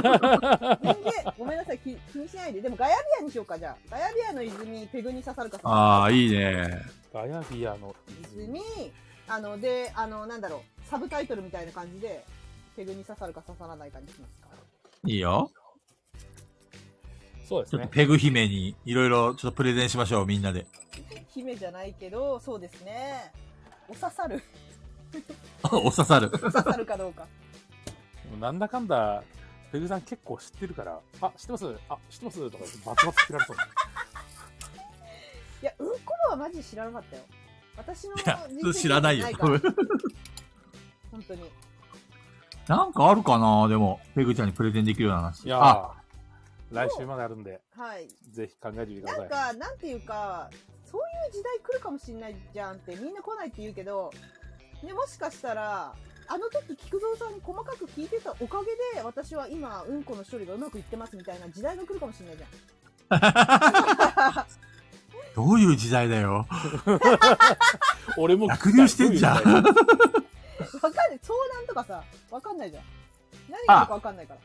全然、ごめんなさい、き気にしないで。でもガヤビアにしようか、じゃあ。ガヤビアの泉、ペグに刺さるか刺さらないか。ああ、いいね。ガヤビアの泉。にあのであのなんだろうサブタイトルみたいな感じでペグに刺さるか刺さらないかにしますかいいよ。そうですちょっとね。ペグ姫にいろいろちょっとプレゼンしましょう、みんなで。 姫じゃないけどそうですねお刺さ るお刺さる。刺さるかどうかなんだかんだ、ペグさん結構知ってるから、あ、知ってますあ、知ってますとか言ってバツバツ切られそう。いやうんこ棒はマジで知らなかったよ私のいや人生知らないよ経験から本当になんかあるかなでも、ペグちゃんにプレゼンできるような話。いやあ、ー来週まであるんで、はいぜひ考えてみてくだなさんい。かなんていうかそういう時代来るかもしれないじゃんってみんな来ないって言うけど、ね、もしかしたらあの時菊蔵さんに細かく聞いてたおかげで私は今うんこの処理がうまくいってますみたいな時代が来るかもしれないじゃんどういう時代だよ。俺も逆流してんじゃんどういわう時代かんない。相談とかさ、わかんないじゃん。何があるかわかんないから。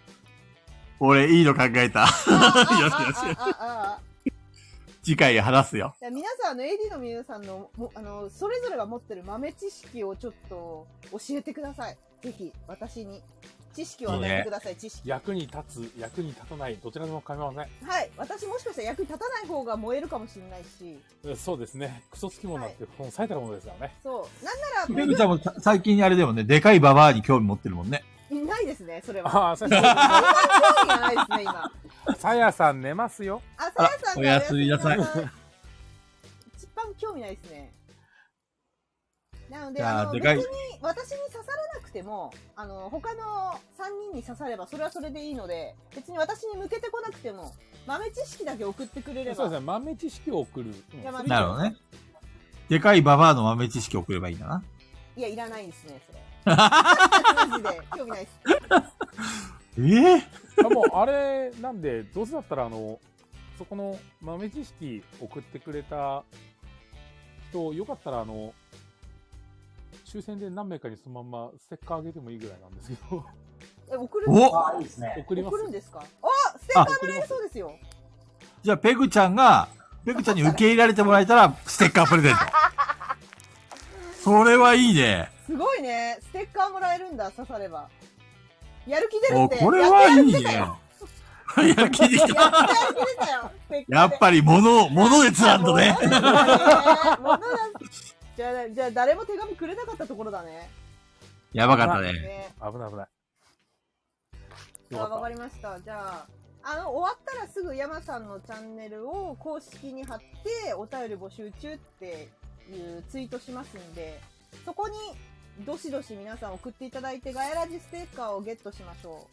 俺、いいの考えた。 よしよしああああああ次回話すよ。いや皆さん、あの、AD の皆さんの、もあの、それぞれが持ってる豆知識をちょっと教えてください。ぜひ、私に。知識を与えてください、知識。役に立つ、役に立たない、どちらでも構いまはい。私もしかしたら役に立たない方が燃えるかもしれないし、せん。そうですね。クソつきもなんて、この最たるものですからね。そう。なん なら、ペグちゃんもさ最近あれだもんね、でかいババアに興味持ってるもんね。いないですね、それ は。ああ、さ一や番興味がないですね、今。あ、さやさん寝ますよ。さやさんおやすみなさいおやすみなさ一番興味ないですね。なので、じゃああの、で別かいに私に刺さらなくても、あの、他の3人に刺されば、それはそれでいいので、別に私に向けてこなくても、豆知識だけ送ってくれれそうですば、ね。豆知識を送る。うんやまあなるほどね。でかいババアの豆知識送ればいいんだな。いや、いらないですね、 それ。マジで、興味ないです。ええあもうあれなんでどうせだったらあのそこの豆知識送ってくれた人よかったらあの抽選で何名かにそのまんまステッカーあげてもいいぐらいなんですけどえ、送るんですおかああ、いいですね。送ります送るんですかあ、ステッカーもらえるそうですよ。じゃあ、ペグちゃんが、ペグちゃんに受け入れられてもらえたら、ステッカープレゼント。それはいいね。すごいね。ステッカーもらえるんだ、刺されば。やる気出るおって。これはいいね。やや る気できってやる気出たよ。やって やる気出たよ。ステッカた。ーでやっぱり物を、物でつらんとね。物だね物だ じゃあ、じゃあ誰も手紙くれなかったところだね。やばかったね。ね。危ない危ないあ、よわかかっりました。じゃあ、あの、終わったらすぐ山さんのチャンネルを公式に貼って、お便り募集中っていうツイートしますんで、そこに、どしどし皆さん送っていただいて、ガヤラジステッカーをゲットしましょ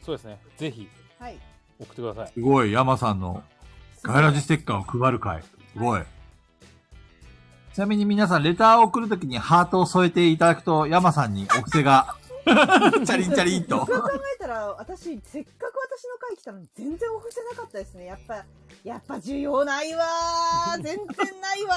たそうですねぜひう。はい。送ってくださいすごい、山さんのガイラジステッカーを配る会。すごい。ちなみに皆さん、レターを送るときにハートを添えていただくと、山さんにお癖が、 チャリンチャリンよとく。よく考えたら、私、せっかく私の回来たのに全然オフじゃなかったですね。やっぱ、やっぱ需要ないわー。全然ないわ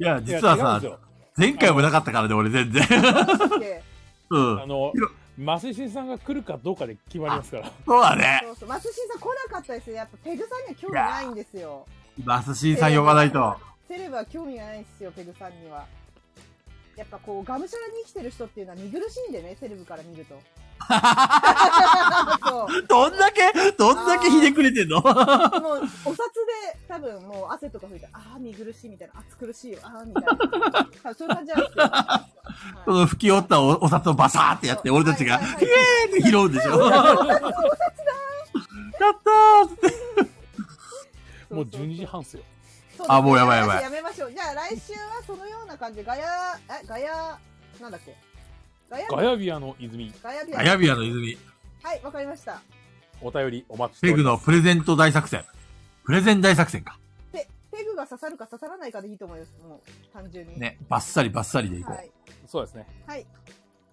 いや、いや実は違うんさで、すよ前回もなかったからで、俺全然。ー。ってうん。あのいやマセシンさんが来るかどうかで決まりますからそうだね。そうそう。松新さん来なかったですね。やっぱペグさんには興味ないんですよ。バスシーさん呼ばないと。セレブは興味がないんですよ、ペグさんには。やっぱこう、がむしゃらに生きてる人っていうのは見苦しいんでね、セレブから見る と。そう。どんだけ、どんだけひねくれてん のもう、お札で多分もう汗とか拭いて、ああ、見苦しいみたいな、暑苦しいよ、ああ、みたい な。多分そういう感じなんですよ。はいその吹き折ったおお札をバサーってやって、俺たちが、イはいはいはいエーイって拾うんでしょや ったーっつって。 もう12時半っすよそうあもうやばいやばいやめましょう。じゃあ来週はそのような感じで、ガヤ、え、ガヤ、なんだっけ。ガヤ、ガヤビアの泉ガヤビあ、ヤビアの泉。はい、わかりました。お便りお待ちしてペおグりまのプレゼント大作戦。プレゼン大作戦か。ペペグが刺さるか刺さらないかでいいと思います。もう、単純に。。ね、バッサリバッサリでいこはう。い。すそうですねはい。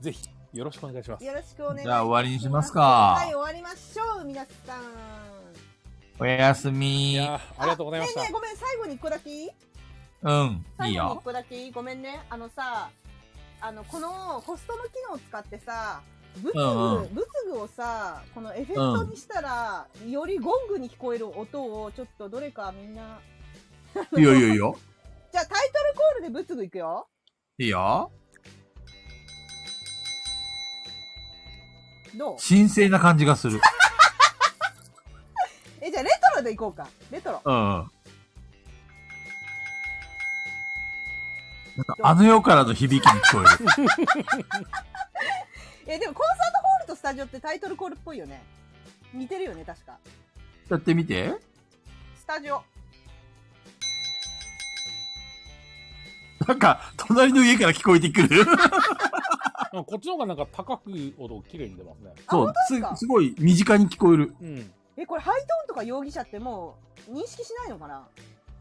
ぜひよろしくお願いしますよろしくお願いします。じゃあ終わりにしますかはい、終わりましょう、皆さん。おやすみい。やーありがとうございましたねえねえごめん、最後に一個だけいいうん、いい最後に一よ。個だけいいごめんね。あのさ、あの、このコストの機能を使ってさ、仏具、うんうん仏具をさ、このエフェクトにしたら、よりゴングに聞こえる音を、ちょっとどれかみんな。いいよいいよいいよ。じゃあタイトルコールで仏具いくよ。いいよ。どう神聖な感じがする。え、じゃあレトロでいこうか。レトロ。うん。なんかあの世からの響きに聞こえる。 え、でもコンサートホールとスタジオってタイトルコールっぽいよね。似てるよね、確か。やってみて。スタジオ。なんか、隣の家から聞こえてくる。なんかこっちの方がなんか高く音綺麗に出ますね。 そう本当ですかす、すごい身近に聞こえる。うん。え、これハイトーンとか容疑者ってもう認識しないのかな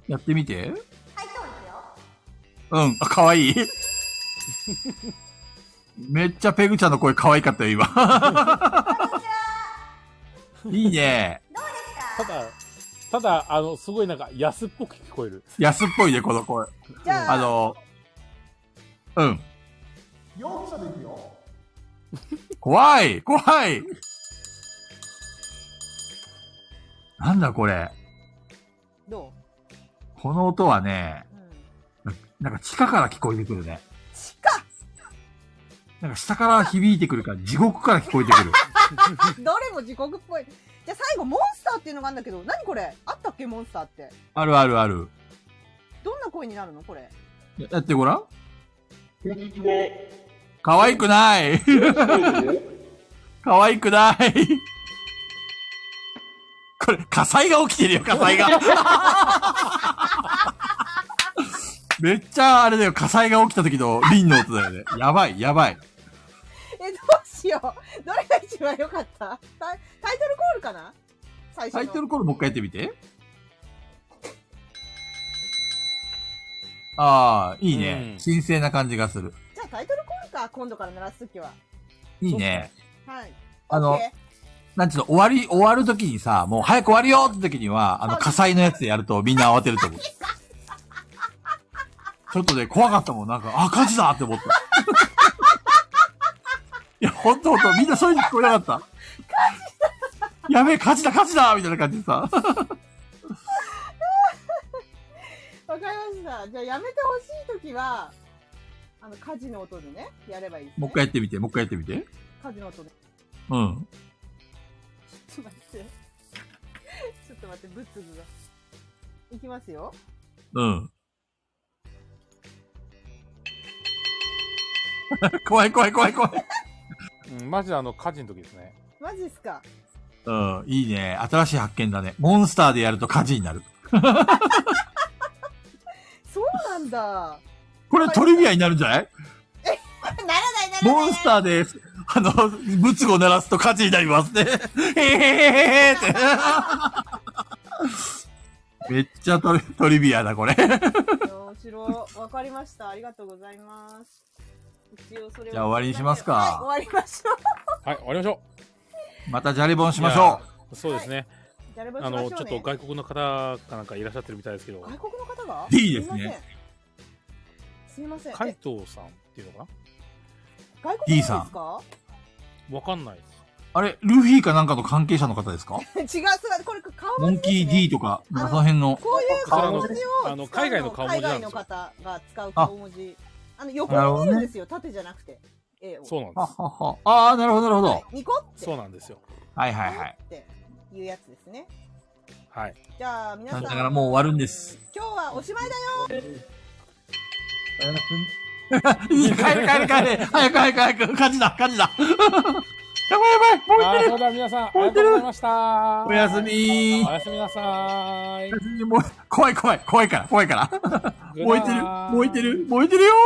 やってみて。はい、そうですよ。うん、あ、かわいい。めっちゃペグちゃんの声可愛かったよ、今。いいね。ただ、ただ、あの、すごいなんか安っぽく聞こえる。安っぽいね、この声。じゃあ、あの、うん。怖い怖いなんだこれ。どこの音はね、う、うん、なんか地下から聞こえてくるね。地下なんか下から響いてくるから、地獄から聞こえてくる。どれも地獄っぽい。じゃあ最後、モンスターっていうのがあるんだけど、何これあったっけモンスターって。あるあるある。どんな声になるのこれ。ややってごらん。可愛くない。可愛くない。これ、火災が起きてるよ、火 災が。めっちゃ、あれだよ、火災が起きた時の瓶の音だよね。やばい、やばい。え、どうしよう。どれが一番良かったタイタイトルコールかな最初の。タイトルコールもう一回やってみて。ああ、いいね。うん神聖な感じがする。じゃあタイトルコールか、今度から鳴らすときは。いいね。はい。あの OK、なんちゅうの、終わり、終わるときにさ、もう早く終わるよって時には、あの、火災のやつでやるとみんな慌てる と思う。ちょっとね、怖かったもん。なんか、あ、火事だって思った。 いや、ほんとほんと、みんなそういうの聞こえなかった。火事だやべえ、火事だ、火事だみたいな感じでさ。わかりました。じゃあやめてほしいときは、あの、火事の音でね、やればいいです、ね。もう一回やってみて、もう一回やってみて。火事の音で。うん。ちょっと待って。ちょっと待って、ぶっつぐが。いきますよ。うん。 怖い怖い怖い怖い。うん、マジであの火事の時ですね。マジっすか。うん、いいね。新しい発見だね。モンスターでやると火事になる。そうなんだ。これトリビアになるんじゃないならない、ならない。モンスターです。あの、仏を鳴らすと火事になりますね。へへへへへって。めっちゃトリトリビアだ、これ。面白い。わかりました。ありがとうございます。一応それをじゃあ終わりにしますかはい、終わりましょはい、終わりましょまたじゃれぼんう。しましょう。そうですね。う。じゃあ、しまあしょう、ね。の、ちょっと外国の方かなんかいらっしゃってるみたいですけど、外国の方がいいですね。すみません。すみません。海え藤さんっていうのか外 D 国さんなんですかなわかんないです。う。あれ、ルフィかなんかの関係者の方ですか違う、すいませんこれ顔モ文ン字キーですね D とか、なんかその辺の。こういう顔文字を使うあの海外の顔文字海な外のんですよ方が使う顔文字。あの、横に見るんですよ。縦じゃなくて。絵を。そうなんでははは。ああ、なるほど、なるほはいど。ニコって。す。そうなんですよ。はいはいニコはい。っていうやつですね。はい。じゃあ、皆さん。だからもう終わるんです。今日はおしまいだよ。いい、帰れ帰れ帰れ。早く早く早く。火事だ、火事だ。やばいやばい、燃あえあ、てる。それでは皆さん、あり置いがてとるうございました。おやすみお。やすみなさーい。もう怖い怖い、怖いから、怖いから。燃えてる、燃えてる、燃えてるよー